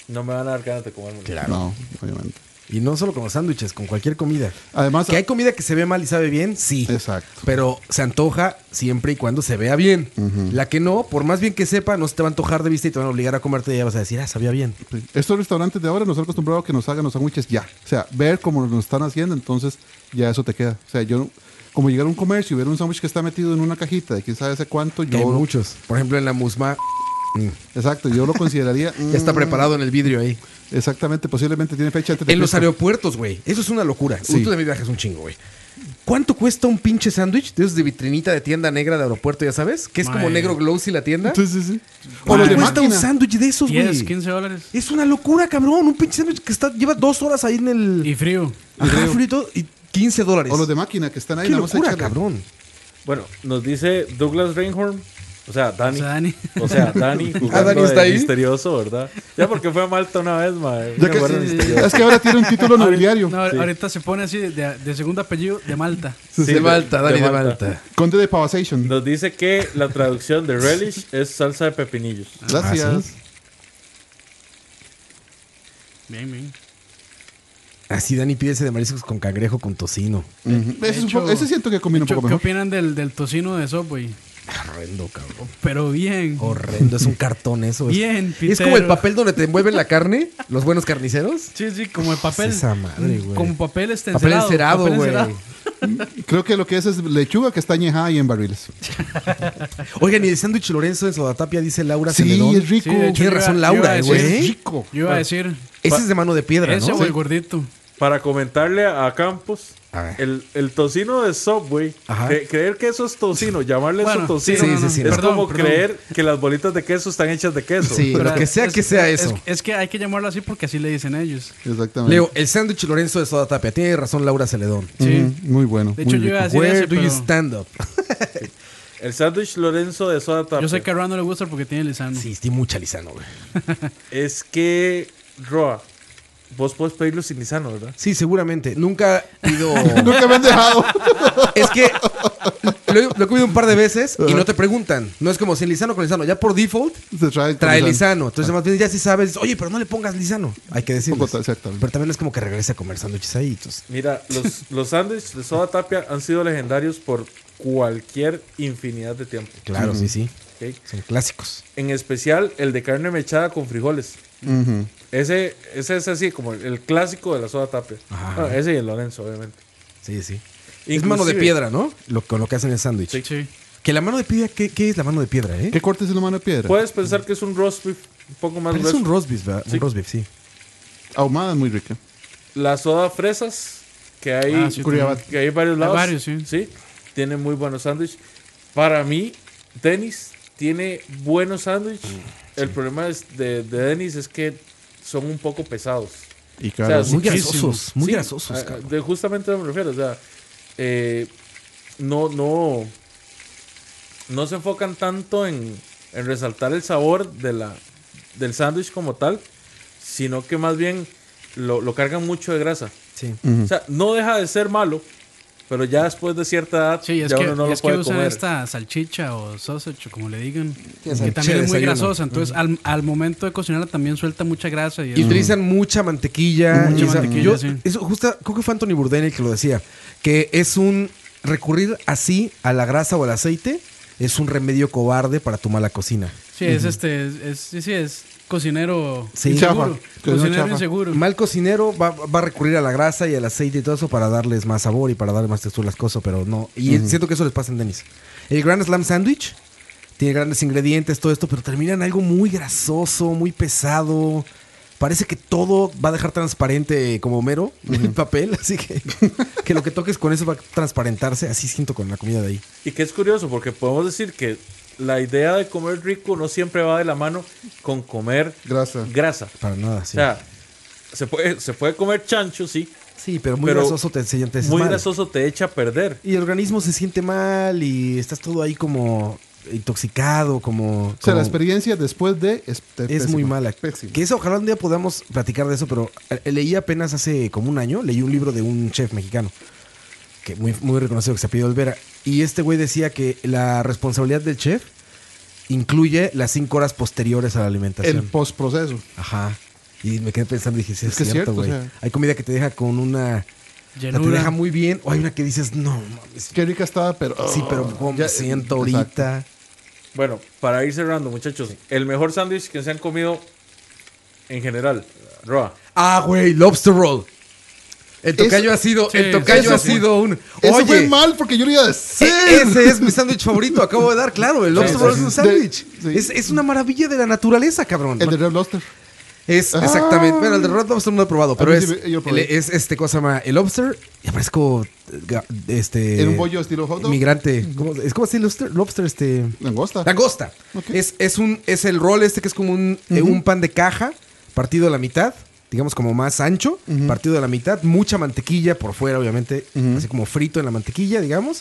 [SPEAKER 3] no me van a dar ganas de comérmelo.
[SPEAKER 4] No, obviamente.
[SPEAKER 5] Y no solo con los sándwiches, con cualquier comida.
[SPEAKER 4] Además,
[SPEAKER 5] Que hay comida que se ve mal y sabe bien, sí.
[SPEAKER 4] Exacto.
[SPEAKER 5] Pero se antoja siempre y cuando se vea bien. La que no, por más bien que sepa, no se te va a antojar de vista y te van a obligar a comerte y ya vas a decir, ah, sabía bien.
[SPEAKER 4] estos restaurantes de ahora nos han acostumbrado a que nos hagan los sándwiches ya. O sea, ver cómo nos lo están haciendo, entonces ya eso te queda. O sea, yo, no- como llegar a un comercio y ver un sándwich que está metido en una cajita de quién sabe hace cuánto,
[SPEAKER 5] Que hay
[SPEAKER 4] yo.
[SPEAKER 5] muchos. Por ejemplo, en la musma
[SPEAKER 4] Exacto,
[SPEAKER 5] *laughs*
[SPEAKER 4] yo lo consideraría.
[SPEAKER 5] ya está
[SPEAKER 4] mm,
[SPEAKER 5] preparado en el vidrio ahí.
[SPEAKER 4] Exactamente, posiblemente tiene fecha antes de
[SPEAKER 5] En los
[SPEAKER 4] Cristo.
[SPEAKER 5] aeropuertos, güey. Eso es una locura.
[SPEAKER 4] Sí.
[SPEAKER 5] Tú de mi viaje es un chingo, güey. ¿Cuánto cuesta un pinche sándwich de esos de vitrinita de tienda negra de aeropuerto, ya sabes? Que es como
[SPEAKER 2] Mae.
[SPEAKER 5] negro glossy la tienda.
[SPEAKER 4] Sí, sí, sí. O
[SPEAKER 5] ¿Cuánto
[SPEAKER 4] los de
[SPEAKER 5] cuesta un
[SPEAKER 4] máquina.
[SPEAKER 5] sándwich de esos,
[SPEAKER 2] 10,
[SPEAKER 5] güey?
[SPEAKER 2] 15 dólares.
[SPEAKER 5] Es una locura, cabrón. Un pinche sándwich que está, lleva dos horas ahí en el...
[SPEAKER 2] Y frío.
[SPEAKER 5] Ajá, frito y 15 dólares.
[SPEAKER 4] O los de máquina que están ahí.
[SPEAKER 5] ¡Qué
[SPEAKER 4] nada más
[SPEAKER 5] locura,
[SPEAKER 4] échale.
[SPEAKER 5] cabrón!
[SPEAKER 3] Bueno, nos dice Douglas Reinhorn, o sea,
[SPEAKER 2] O
[SPEAKER 3] Dani.
[SPEAKER 2] sea, Dani.
[SPEAKER 3] O sea, Dani jugando
[SPEAKER 5] *laughs* Ah, Dani está
[SPEAKER 3] de
[SPEAKER 5] ahí.
[SPEAKER 3] misterioso, ¿verdad? Ya porque fue a Malta una vez, mae.
[SPEAKER 4] Ya
[SPEAKER 3] Una
[SPEAKER 4] que-
[SPEAKER 3] guarda misteriosa.
[SPEAKER 4] es que ahora tiene un
[SPEAKER 5] *laughs*
[SPEAKER 4] título nobiliario.
[SPEAKER 2] No, Ahorita se pone así de, de segundo apellido de Malta.
[SPEAKER 3] Sí,
[SPEAKER 5] de Malta, Dani de
[SPEAKER 3] Malta.
[SPEAKER 5] Malta.
[SPEAKER 4] Conde de Pavasation.
[SPEAKER 3] Nos dice que la traducción de relish es salsa de pepinillos.
[SPEAKER 4] Gracias.
[SPEAKER 5] Ah, ¿sí?
[SPEAKER 2] Bien, bien.
[SPEAKER 5] Así Dani pide ese de mariscos con cangrejo con tocino.
[SPEAKER 4] Ujú. Ese, es un
[SPEAKER 2] hecho-
[SPEAKER 4] poco- ese siento que combina un
[SPEAKER 2] Cho,
[SPEAKER 4] poco
[SPEAKER 2] ¿Qué
[SPEAKER 5] *laughs*
[SPEAKER 4] mejor.
[SPEAKER 2] opinan del, del tocino de Subway?
[SPEAKER 5] Horrendo, cabrón.
[SPEAKER 2] Pero bien.
[SPEAKER 5] Horrendo, es un cartón eso. es-
[SPEAKER 2] Bien,
[SPEAKER 5] Es como el
[SPEAKER 2] pitero.
[SPEAKER 5] papel donde te envuelven la carne, los buenos carniceros.
[SPEAKER 2] Sí, sí, como el papel.
[SPEAKER 5] Esa madre, güey.
[SPEAKER 2] Como papel este
[SPEAKER 5] Papel
[SPEAKER 2] encerado,
[SPEAKER 5] encerado,
[SPEAKER 2] papel
[SPEAKER 5] güey.
[SPEAKER 2] encerado.
[SPEAKER 4] Creo que lo que es es lechuga que está añejada y en barriles.
[SPEAKER 5] Oigan, y el sándwich Lorenzo en Sodatapia dice Laura
[SPEAKER 4] Sí,
[SPEAKER 5] Celedón.
[SPEAKER 4] es
[SPEAKER 2] Sí,
[SPEAKER 4] rico.
[SPEAKER 2] de hecho,
[SPEAKER 5] Tiene
[SPEAKER 2] yo iba-
[SPEAKER 5] razón
[SPEAKER 2] yo iba a
[SPEAKER 5] Laura, eh,
[SPEAKER 2] decir-
[SPEAKER 5] güey.
[SPEAKER 4] rico.
[SPEAKER 2] Yo iba a decir,
[SPEAKER 5] Ese es de mano de piedra,
[SPEAKER 2] ese
[SPEAKER 5] ¿no?
[SPEAKER 2] o el gordito.
[SPEAKER 3] Para comentarle a Campos,
[SPEAKER 5] A ver.
[SPEAKER 3] el, el tocino de Subway,
[SPEAKER 5] Ajá.
[SPEAKER 3] cre- creer que eso es tocino, llamarle eso
[SPEAKER 2] Bueno,
[SPEAKER 3] tocino,
[SPEAKER 5] sí, sí, sí,
[SPEAKER 3] es
[SPEAKER 2] perdón,
[SPEAKER 3] como
[SPEAKER 2] perdón.
[SPEAKER 3] creer que las bolitas de queso están hechas de queso.
[SPEAKER 5] Sí, pero que sea
[SPEAKER 2] es-
[SPEAKER 5] que sea
[SPEAKER 2] es-
[SPEAKER 5] eso.
[SPEAKER 2] Es, que hay que llamarlo así porque así le dicen ellos.
[SPEAKER 4] Exactamente.
[SPEAKER 5] Leo, el sándwich Lorenzo de Sodatapia. Tiene razón Laura Celedón.
[SPEAKER 4] Ujú,
[SPEAKER 2] Sí.
[SPEAKER 4] Muy bueno.
[SPEAKER 2] De
[SPEAKER 4] muy
[SPEAKER 2] hecho, yo
[SPEAKER 4] rico.
[SPEAKER 2] iba a decir
[SPEAKER 5] Where
[SPEAKER 2] ese,
[SPEAKER 5] do you
[SPEAKER 2] pero
[SPEAKER 5] stand up?
[SPEAKER 3] El sándwich Lorenzo de Soda Tapia.
[SPEAKER 2] yo sé que a Ron no le gusta porque tiene lisano.
[SPEAKER 5] Sí, estoy mucha lisano, güey.
[SPEAKER 3] Es que, Roa, vos podés pedirlo sin lisano, ¿verdad?
[SPEAKER 5] Sí, seguramente. Nunca pido.
[SPEAKER 4] *laughs* Nunca me han dejado.
[SPEAKER 5] *laughs* es que lo, he- lo he comido un par de veces y no te preguntan. No es como sin lisano con lisano. Ya por default
[SPEAKER 4] Se trae, el
[SPEAKER 5] trae
[SPEAKER 4] parmesano.
[SPEAKER 5] lisano. Entonces, además, bien, ya sí sabes. Oye, pero no le pongas lisano. Hay que decirlo.
[SPEAKER 4] Poco, exactamente.
[SPEAKER 5] Pero también es como que regrese a comer sándwiches ahí. entonces,
[SPEAKER 3] Mira,
[SPEAKER 5] *laughs*
[SPEAKER 3] los, los sándwiches de Soda Tapia han sido legendarios por cualquier infinidad de tiempo.
[SPEAKER 5] claro, sí, sí.
[SPEAKER 3] ¿ok?
[SPEAKER 5] Son clásicos.
[SPEAKER 3] En especial el de carne mechada con frijoles.
[SPEAKER 4] Ujú.
[SPEAKER 3] Ese, ese es así, como el, el clásico de la soda tapia.
[SPEAKER 5] Ajá.
[SPEAKER 3] Bueno, ese y el Lorenzo, obviamente.
[SPEAKER 5] Sí, sí. Es mano de
[SPEAKER 3] Inclusive-
[SPEAKER 5] piedra, ¿no? Lo, con lo que hacen el sándwich.
[SPEAKER 3] Sí.
[SPEAKER 2] Sí.
[SPEAKER 5] Que la mano de piedra, ¿qué, qué es la mano de piedra, eh?
[SPEAKER 4] ¿Qué cortes en la mano de piedra?
[SPEAKER 3] Puedes pensar que es un roast beef un poco más
[SPEAKER 5] Parece un
[SPEAKER 3] grueso.
[SPEAKER 5] roast beef, ¿verdad?
[SPEAKER 3] Sí.
[SPEAKER 5] Un roast beef, sí.
[SPEAKER 4] Ahumada es muy rica.
[SPEAKER 3] La soda fresas, que hay,
[SPEAKER 2] Ah, sí,
[SPEAKER 4] Curiabat.
[SPEAKER 3] que hay en varios lados.
[SPEAKER 2] varios, sí.
[SPEAKER 3] Tiene muy buenos sándwiches. Para mí, Dennis tiene buenos sándwiches.
[SPEAKER 2] Mm,
[SPEAKER 3] El problema es de, de Dennis es que son un poco pesados.
[SPEAKER 4] Y claro.
[SPEAKER 3] sí.
[SPEAKER 5] Muy
[SPEAKER 3] Muchísimo.
[SPEAKER 5] grasosos, muy
[SPEAKER 3] Sí, Ah,
[SPEAKER 5] grasosos,
[SPEAKER 3] a- a-
[SPEAKER 5] cabrón.
[SPEAKER 3] de justamente a lo que me refiero, o sea, eh, no, no, no se enfocan tanto en, en resaltar el sabor de la, del sándwich como tal, sino que más bien lo, lo cargan mucho de grasa.
[SPEAKER 5] Sí.
[SPEAKER 3] O sea, no deja de ser malo, pero ya después de cierta edad
[SPEAKER 2] Sí, y es
[SPEAKER 3] ya
[SPEAKER 2] que,
[SPEAKER 3] uno no
[SPEAKER 2] y
[SPEAKER 3] lo
[SPEAKER 2] es que
[SPEAKER 3] puede
[SPEAKER 2] usan
[SPEAKER 3] comer.
[SPEAKER 2] esta salchicha o sausage, o como le digan, que
[SPEAKER 5] salchicha
[SPEAKER 2] también es muy
[SPEAKER 5] desayuno.
[SPEAKER 2] grasosa. Entonces, al, al momento de cocinarla también suelta mucha grasa. Y,
[SPEAKER 5] Y utilizan mucha mantequilla.
[SPEAKER 2] Mucha
[SPEAKER 5] y esa-
[SPEAKER 2] mantequilla,
[SPEAKER 5] yo-
[SPEAKER 2] sí.
[SPEAKER 5] Eso justa, creo que fue Anthony Bourdain el que lo decía. Que es un recurrir así a la grasa o al aceite es un remedio cobarde para tu mala cocina.
[SPEAKER 2] Sí, es este, es, es- sí, sí, es cocinero
[SPEAKER 5] Sí.
[SPEAKER 2] inseguro.
[SPEAKER 4] Chafa. Cocinero
[SPEAKER 2] Cocinero
[SPEAKER 4] chafa.
[SPEAKER 2] inseguro.
[SPEAKER 5] Mal cocinero va, va a recurrir a la grasa y al aceite y todo eso para darles más sabor y para darle más textura a las cosas, pero no. Y siento que eso les pasa en Denis. El Grand Slam Sandwich tiene grandes ingredientes, todo esto, pero termina en algo muy grasoso, muy pesado. Parece que todo va a dejar transparente como mero el papel, *laughs* así que, que lo que toques con eso va a transparentarse. Así siento con la comida de ahí.
[SPEAKER 3] Y que es curioso, porque podemos decir que la idea de comer rico no siempre va de la mano con comer
[SPEAKER 4] Grasa.
[SPEAKER 3] grasa.
[SPEAKER 5] Para nada, sí.
[SPEAKER 3] O sea, se puede, se puede comer chancho, sí.
[SPEAKER 5] sí, pero muy
[SPEAKER 3] pero
[SPEAKER 5] grasoso te, te sientes
[SPEAKER 3] Muy
[SPEAKER 5] mal.
[SPEAKER 3] grasoso te echa a perder.
[SPEAKER 5] Y el organismo se siente mal y estás todo ahí como intoxicado, como...
[SPEAKER 4] O sea, la
[SPEAKER 5] como-
[SPEAKER 4] experiencia después de es,
[SPEAKER 5] es muy mala.
[SPEAKER 4] Pésima.
[SPEAKER 5] Que eso, ojalá un día podamos platicar de eso, pero eh, leí apenas hace como un año, leí un libro de un chef mexicano, que muy, muy reconocido, que se apellida Olvera, y este güey decía que la responsabilidad del chef incluye las cinco horas posteriores a la alimentación.
[SPEAKER 4] El postproceso.
[SPEAKER 5] Ajá. Y me quedé pensando, dije, sí, es,
[SPEAKER 4] Es que es
[SPEAKER 5] cierto,
[SPEAKER 4] cierto,
[SPEAKER 5] güey.
[SPEAKER 4] o sea.
[SPEAKER 5] Hay comida que te deja con una... La te
[SPEAKER 2] Llenura.
[SPEAKER 5] deja muy bien, o hay una que dices, no, mames,
[SPEAKER 4] Qué rica estaba, pero.
[SPEAKER 5] Sí, pero ¿cómo me
[SPEAKER 4] Oh. Ya-
[SPEAKER 5] siento
[SPEAKER 4] Exacto.
[SPEAKER 5] ahorita?
[SPEAKER 3] Bueno, para ir cerrando, muchachos, el mejor sándwich que se han comido en general, Roa.
[SPEAKER 5] Ah, güey, lobster roll. El tocayo
[SPEAKER 4] Eso-
[SPEAKER 5] ha sido,
[SPEAKER 2] sí,
[SPEAKER 5] el tocayo
[SPEAKER 4] eso
[SPEAKER 5] ha
[SPEAKER 4] fue-
[SPEAKER 5] sido un.
[SPEAKER 4] Eso
[SPEAKER 5] Oye,
[SPEAKER 4] fue mal porque yo le iba a decir.
[SPEAKER 5] e- ese es mi sándwich favorito. Acabo de dar, claro. El lobster
[SPEAKER 4] sí,
[SPEAKER 5] roll es
[SPEAKER 4] sí.
[SPEAKER 5] un sándwich.
[SPEAKER 4] De- sí.
[SPEAKER 5] Es, es una maravilla de la naturaleza, cabrón.
[SPEAKER 4] El de Red Lobster.
[SPEAKER 5] Es
[SPEAKER 4] Ah.
[SPEAKER 5] exactamente. Bueno, el de Red Lobster no lo he probado, pero
[SPEAKER 4] mí
[SPEAKER 5] es,
[SPEAKER 4] sí me- yo lo probé.
[SPEAKER 5] el- es este cosa llama el lobster. Y aparezco eh, este.
[SPEAKER 4] Era un bollo estilo hot dog.
[SPEAKER 5] Migrante. ¿Cómo, es como así lobster, lobster este.
[SPEAKER 4] Langosta.
[SPEAKER 5] Langosta.
[SPEAKER 4] Ok.
[SPEAKER 5] Es, es, un, es el rol este que es como un, eh, un pan de caja partido a la mitad, digamos como más ancho, partido a la mitad, mucha mantequilla por fuera, obviamente, así como frito en la mantequilla, digamos.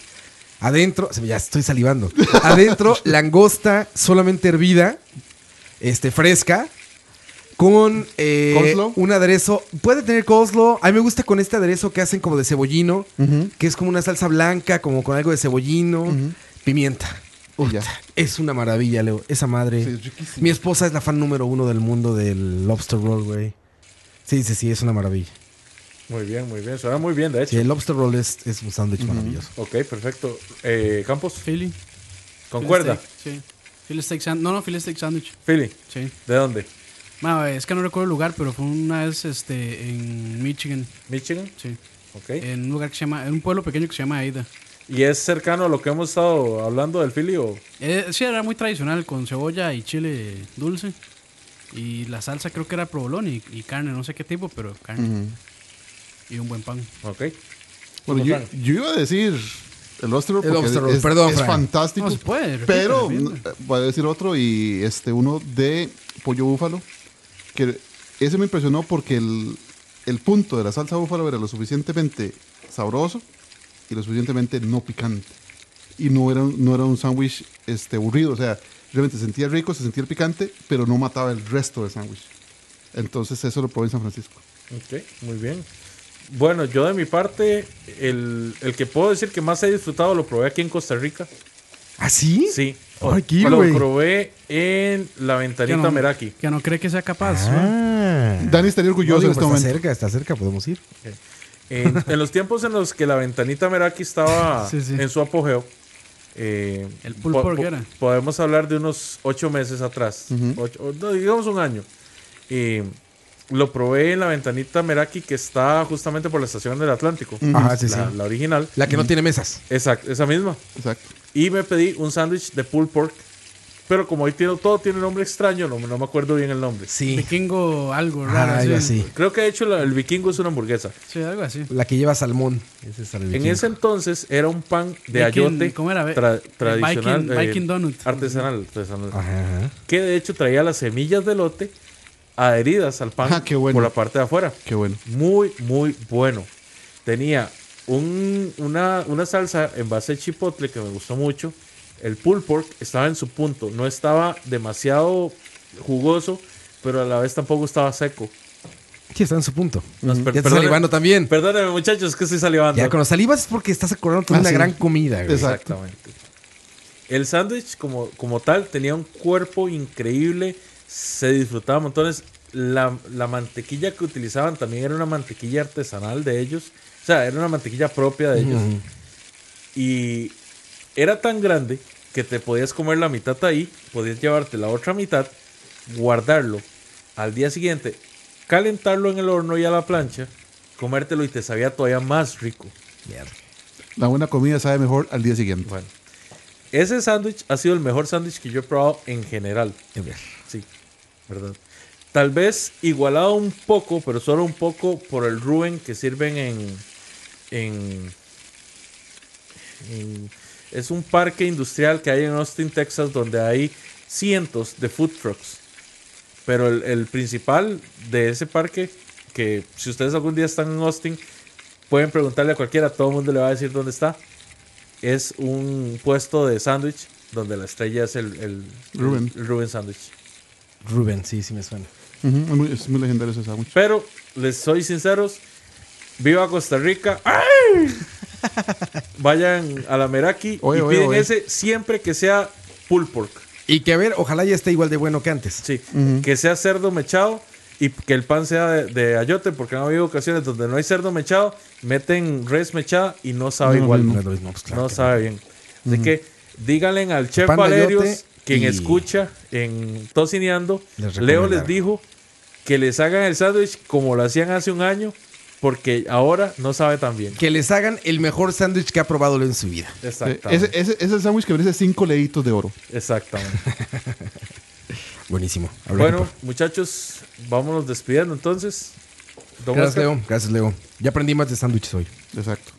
[SPEAKER 5] Adentro, se me- ya estoy salivando. *laughs* Adentro, langosta solamente hervida, este, fresca, con eh,
[SPEAKER 4] Coleslaw.
[SPEAKER 5] un aderezo. Puede tener coleslaw. A mí me gusta con este aderezo que hacen como de cebollino, que es como una salsa blanca, como con algo de cebollino, pimienta.
[SPEAKER 4] Y ya.
[SPEAKER 5] Es una maravilla, Leo. Esa madre.
[SPEAKER 4] Sí, es riquísimo.
[SPEAKER 5] Mi esposa es la fan número uno del mundo del lobster roll, güey. Sí, sí, sí, es una maravilla.
[SPEAKER 3] Muy bien, muy bien. Suena muy bien, de
[SPEAKER 5] Sí,
[SPEAKER 3] hecho.
[SPEAKER 5] el lobster roll es, es un sándwich maravilloso.
[SPEAKER 3] Ok, perfecto. Eh, Campos,
[SPEAKER 2] Philly.
[SPEAKER 3] concuerda.
[SPEAKER 2] Philly steak, sí. Philly steak sand- No, no, Philly steak sandwich.
[SPEAKER 3] Philly,
[SPEAKER 2] Sí.
[SPEAKER 3] ¿de dónde?
[SPEAKER 2] Ma, es que no recuerdo el lugar, pero fue una vez este, en Michigan.
[SPEAKER 3] Michigan.
[SPEAKER 2] Sí.
[SPEAKER 3] Ok.
[SPEAKER 2] En un lugar que se llama, en un pueblo pequeño que se llama Aida.
[SPEAKER 3] ¿Y es cercano a lo que hemos estado hablando del Philly o
[SPEAKER 2] Eh, sí, era muy tradicional, con cebolla y chile dulce. Y la salsa creo que era provolón y, y carne, no sé qué tipo, pero carne.
[SPEAKER 4] Mm.
[SPEAKER 2] Y un buen pan.
[SPEAKER 3] Ok.
[SPEAKER 4] Bueno, yo,
[SPEAKER 3] Frank.
[SPEAKER 4] yo iba a decir el Lobster Roll
[SPEAKER 5] El
[SPEAKER 4] porque
[SPEAKER 5] Lobster Roll,
[SPEAKER 4] es,
[SPEAKER 5] perdón,
[SPEAKER 4] es
[SPEAKER 5] Frank.
[SPEAKER 4] fantástico.
[SPEAKER 2] No se puede, repite,
[SPEAKER 4] pero
[SPEAKER 2] repite.
[SPEAKER 4] eh, voy a decir otro y este uno de pollo búfalo que ese me impresionó porque el, el punto de la salsa búfalo era lo suficientemente sabroso y lo suficientemente no picante. Y no era, un- no era un sándwich este, aburrido, o sea, realmente se sentía rico, se sentía el picante, pero no mataba el resto del sándwich. Entonces eso lo probé en San Francisco.
[SPEAKER 3] Ok, muy bien. Bueno, yo de mi parte, el, el que puedo decir que más he disfrutado lo probé aquí en Costa Rica.
[SPEAKER 5] ¿Ah, sí?
[SPEAKER 3] Sí.
[SPEAKER 5] Aquí,
[SPEAKER 3] lo
[SPEAKER 5] güey.
[SPEAKER 3] probé en la ventanita
[SPEAKER 2] no-
[SPEAKER 3] Meraki.
[SPEAKER 2] Que no cree que sea capaz. ¿no?
[SPEAKER 5] Ah.
[SPEAKER 4] Dani estaría
[SPEAKER 5] No,
[SPEAKER 4] orgulloso
[SPEAKER 5] digo,
[SPEAKER 4] en
[SPEAKER 5] pues,
[SPEAKER 4] este
[SPEAKER 5] está
[SPEAKER 4] momento.
[SPEAKER 5] cerca, está cerca, podemos ir.
[SPEAKER 2] *laughs*
[SPEAKER 3] En, en los tiempos en los que la ventanita Meraki estaba
[SPEAKER 2] Sí, sí.
[SPEAKER 3] en su apogeo, eh,
[SPEAKER 2] El pulled pork era.
[SPEAKER 3] podemos hablar de unos ocho meses atrás, Ocho- o no, digamos un año. Y lo probé en la ventanita Meraki que está justamente por la estación del Atlántico.
[SPEAKER 5] Ajá, sí,
[SPEAKER 3] la,
[SPEAKER 5] sí.
[SPEAKER 3] la original.
[SPEAKER 5] La que no tiene mesas.
[SPEAKER 3] Exacto, esa misma.
[SPEAKER 4] Exacto.
[SPEAKER 3] Y me pedí un sándwich de pulled pork. Pero como hoy tiene, todo tiene nombre extraño, no, no me acuerdo bien el nombre.
[SPEAKER 5] Sí.
[SPEAKER 2] Vikingo algo raro.
[SPEAKER 5] Ah, algo así.
[SPEAKER 3] Creo que de hecho la- el vikingo es una hamburguesa.
[SPEAKER 2] Sí, algo así.
[SPEAKER 5] La que lleva salmón. Ese es el
[SPEAKER 3] En
[SPEAKER 5] vikingo.
[SPEAKER 3] ese entonces era un pan de
[SPEAKER 2] Viking-
[SPEAKER 3] ayote
[SPEAKER 2] ¿cómo era? Eh,
[SPEAKER 3] tra- tradicional. eh,
[SPEAKER 2] Viking- Viking donut.
[SPEAKER 3] Artesanal, artesanal.
[SPEAKER 5] Ajá, ajá.
[SPEAKER 3] Que de hecho traía las semillas de lote adheridas al pan
[SPEAKER 4] Ah, qué bueno.
[SPEAKER 3] por la parte de afuera.
[SPEAKER 4] Qué bueno.
[SPEAKER 3] Muy, muy bueno. Tenía un- una, una salsa en base de chipotle que me gustó mucho. El pulled pork estaba en su punto. No estaba demasiado jugoso, pero a la vez tampoco estaba seco.
[SPEAKER 5] Sí, está en su punto.
[SPEAKER 3] Nos- per-
[SPEAKER 5] Ya está
[SPEAKER 3] perdone-
[SPEAKER 5] salivando también.
[SPEAKER 3] Perdónenme, muchachos, es que estoy salivando.
[SPEAKER 5] Ya con los salivas es porque estás acordando de
[SPEAKER 4] Ah,
[SPEAKER 5] una
[SPEAKER 4] sí.
[SPEAKER 5] gran comida, güey.
[SPEAKER 4] Exacto.
[SPEAKER 3] Exactamente. El sándwich como, como tal tenía un cuerpo increíble, se disfrutaba montones. La, la mantequilla que utilizaban también era una mantequilla artesanal de ellos. O sea, era una mantequilla propia de ellos. Y era tan grande que te podías comer la mitad ahí, podías llevarte la otra mitad, guardarlo al día siguiente, calentarlo en el horno y a la plancha, comértelo y te sabía todavía más rico.
[SPEAKER 5] Mierda.
[SPEAKER 4] La buena comida sabe mejor al día siguiente.
[SPEAKER 3] Bueno, ese sándwich ha sido el mejor sándwich que yo he probado en general.
[SPEAKER 5] A ver.
[SPEAKER 3] Sí, ¿verdad? Tal vez igualado un poco, pero solo un poco por el Rubén que sirven en. en, en- es un parque industrial que hay en Austin, Texas, donde hay cientos de food trucks. Pero el, el principal de ese parque, que si ustedes algún día están en Austin, pueden preguntarle a cualquiera, todo el mundo le va a decir dónde está. Es un puesto de sándwich donde la estrella es el, el,
[SPEAKER 4] Rubén.
[SPEAKER 3] el Rubén sándwich.
[SPEAKER 5] Rubén, sí, sí me suena.
[SPEAKER 4] Ujú, es, muy, es muy legendario ese sándwich.
[SPEAKER 3] Pero les soy sinceros, viva Costa Rica. ¡Ay! Vayan a la Meraki
[SPEAKER 4] Oye,
[SPEAKER 3] y
[SPEAKER 4] oye,
[SPEAKER 3] piden
[SPEAKER 4] oye.
[SPEAKER 3] ese siempre que sea pulled pork.
[SPEAKER 5] Y que a ver, ojalá ya esté igual de bueno que antes.
[SPEAKER 3] Sí, que sea cerdo mechado y que el pan sea de, de ayote, porque han habido ocasiones donde no hay cerdo mechado, meten res mechada y no sabe igual.
[SPEAKER 5] No es lo mismo, pues, claro
[SPEAKER 3] no
[SPEAKER 5] que no. Mm.
[SPEAKER 3] sabe bien. Así que díganle al chef
[SPEAKER 5] Pan de
[SPEAKER 3] Valerios,
[SPEAKER 5] ayote
[SPEAKER 3] quien
[SPEAKER 5] y-
[SPEAKER 3] escucha en Tocineando,
[SPEAKER 5] Les
[SPEAKER 3] Leo les
[SPEAKER 5] recomendaron.
[SPEAKER 3] dijo que les hagan el sándwich como lo hacían hace un año, porque ahora no sabe tan bien.
[SPEAKER 5] Que les hagan el mejor sándwich que ha probado Leo en su vida.
[SPEAKER 4] Eh,
[SPEAKER 3] Exactamente.
[SPEAKER 4] Ese, ese, ese es el sándwich que merece cinco leitos de oro.
[SPEAKER 5] *laughs*
[SPEAKER 3] Exactamente.
[SPEAKER 5] Buenísimo. Habrá que
[SPEAKER 3] bueno, muchachos, vámonos despidiendo entonces. Don
[SPEAKER 5] Gracias,
[SPEAKER 3] Oscar.
[SPEAKER 5] Leo. Gracias, Leo. Ya aprendí más de sándwiches hoy.
[SPEAKER 4] Exacto.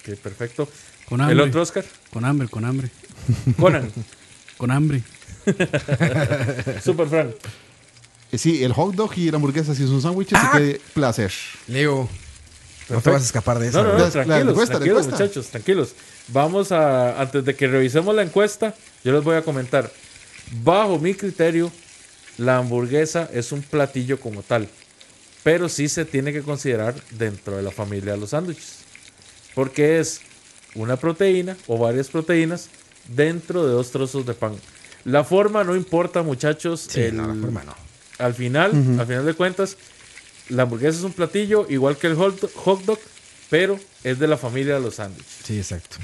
[SPEAKER 3] Ok, perfecto.
[SPEAKER 2] Con
[SPEAKER 3] El
[SPEAKER 2] hambre.
[SPEAKER 3] otro Oscar,
[SPEAKER 2] Con hambre, con hambre. *laughs*
[SPEAKER 3] Conan,
[SPEAKER 2] Con hambre.
[SPEAKER 3] Super Frank.
[SPEAKER 4] Eh, sí, el hot dog y la hamburguesa, si son sándwiches,
[SPEAKER 5] Ah.
[SPEAKER 4] así que placer.
[SPEAKER 5] Leo, no te vas a escapar de eso.
[SPEAKER 3] No, no, no,
[SPEAKER 4] La- la
[SPEAKER 3] tranquilos,
[SPEAKER 4] encuesta, la
[SPEAKER 3] tranquilos,
[SPEAKER 4] encuesta.
[SPEAKER 3] muchachos, tranquilos. Vamos a, antes de que revisemos la encuesta, yo les voy a comentar. Bajo mi criterio, la hamburguesa es un platillo como tal, pero sí se tiene que considerar dentro de la familia de los sándwiches, porque es una proteína o varias proteínas dentro de dos trozos de pan. La forma no importa, muchachos.
[SPEAKER 5] Sí,
[SPEAKER 3] el-
[SPEAKER 5] no, la forma no.
[SPEAKER 3] al final, al final de cuentas, la hamburguesa es un platillo igual que el hot do- hot dog, pero es de la familia de los sándwiches.
[SPEAKER 5] Sí, exacto.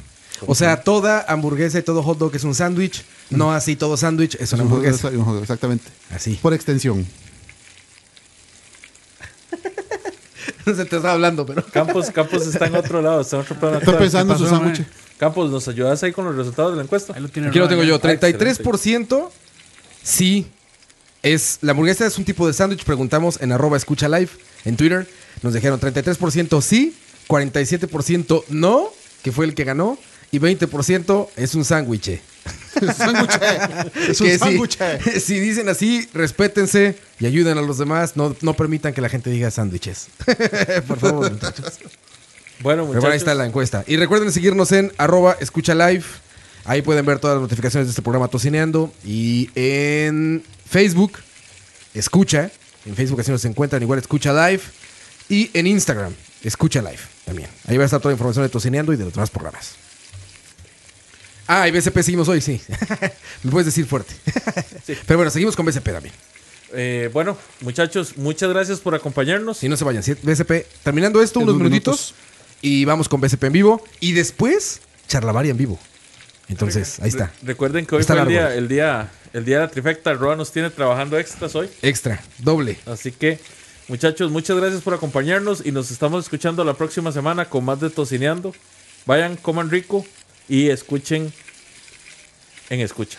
[SPEAKER 5] O sea, toda hamburguesa y todo hot dog es un sándwich. No así todo sándwich es una
[SPEAKER 4] Es un hot dog,
[SPEAKER 5] hamburguesa.
[SPEAKER 4] es un hot dog, Exactamente.
[SPEAKER 5] Así.
[SPEAKER 4] Por extensión.
[SPEAKER 5] No *laughs* se te está hablando, pero.
[SPEAKER 3] Campos, Campos está en otro lado, está en otro plano.
[SPEAKER 4] Estoy pensando en
[SPEAKER 2] pasó,
[SPEAKER 4] su sándwich.
[SPEAKER 2] mae?
[SPEAKER 3] Campos, ¿nos ayudas ahí con los resultados de la encuesta?
[SPEAKER 2] Ahí lo tiene
[SPEAKER 5] Aquí lo
[SPEAKER 2] Roa
[SPEAKER 5] tengo
[SPEAKER 2] ya.
[SPEAKER 5] yo. 33% sí es. La hamburguesa es un tipo de sándwich. Preguntamos en arroba escucha live en Twitter. Nos dijeron 33% sí, 47% no, que fue el que ganó, y 20% es un sándwich. *laughs*
[SPEAKER 4] sándwich. Es
[SPEAKER 5] Que
[SPEAKER 4] un
[SPEAKER 5] si-
[SPEAKER 4] sándwich.
[SPEAKER 5] *laughs* Si, dicen así, respétense y ayuden a los demás. No, no permitan que la gente diga sándwiches. *laughs* Por favor, muchachos.
[SPEAKER 3] Bueno,
[SPEAKER 5] Pero
[SPEAKER 3] muchachos.
[SPEAKER 5] bueno, ahí está la encuesta. Y recuerden seguirnos en arroba escucha live. Ahí pueden ver todas las notificaciones de este programa Tocineando. Y en Facebook, escucha. En Facebook así nos encuentran, igual escucha live. Y en Instagram, escucha live también. Ahí va a estar toda la información de Tocineando y de los demás programas. Ah, y BCP seguimos hoy, sí. *laughs* Me puedes decir fuerte.
[SPEAKER 3] Sí.
[SPEAKER 5] Pero bueno, seguimos con BCP también.
[SPEAKER 3] Eh, bueno, muchachos, muchas gracias por acompañarnos.
[SPEAKER 5] Si no se vayan, sí, BCP. Terminando esto,
[SPEAKER 4] En
[SPEAKER 5] unos
[SPEAKER 4] unos
[SPEAKER 5] minutitos. Y vamos con BCP en vivo. Y después, Charlavaria en vivo. Entonces, ahí está.
[SPEAKER 3] Recuerden que hoy
[SPEAKER 5] Está
[SPEAKER 3] fue el
[SPEAKER 5] largo.
[SPEAKER 3] día, el, día, el día de la trifecta. Roa nos tiene trabajando extras hoy.
[SPEAKER 5] Extra, doble.
[SPEAKER 3] Así que, muchachos, muchas gracias por acompañarnos y nos estamos escuchando la próxima semana con más de Tocineando. Vayan, coman rico y escuchen en escucha.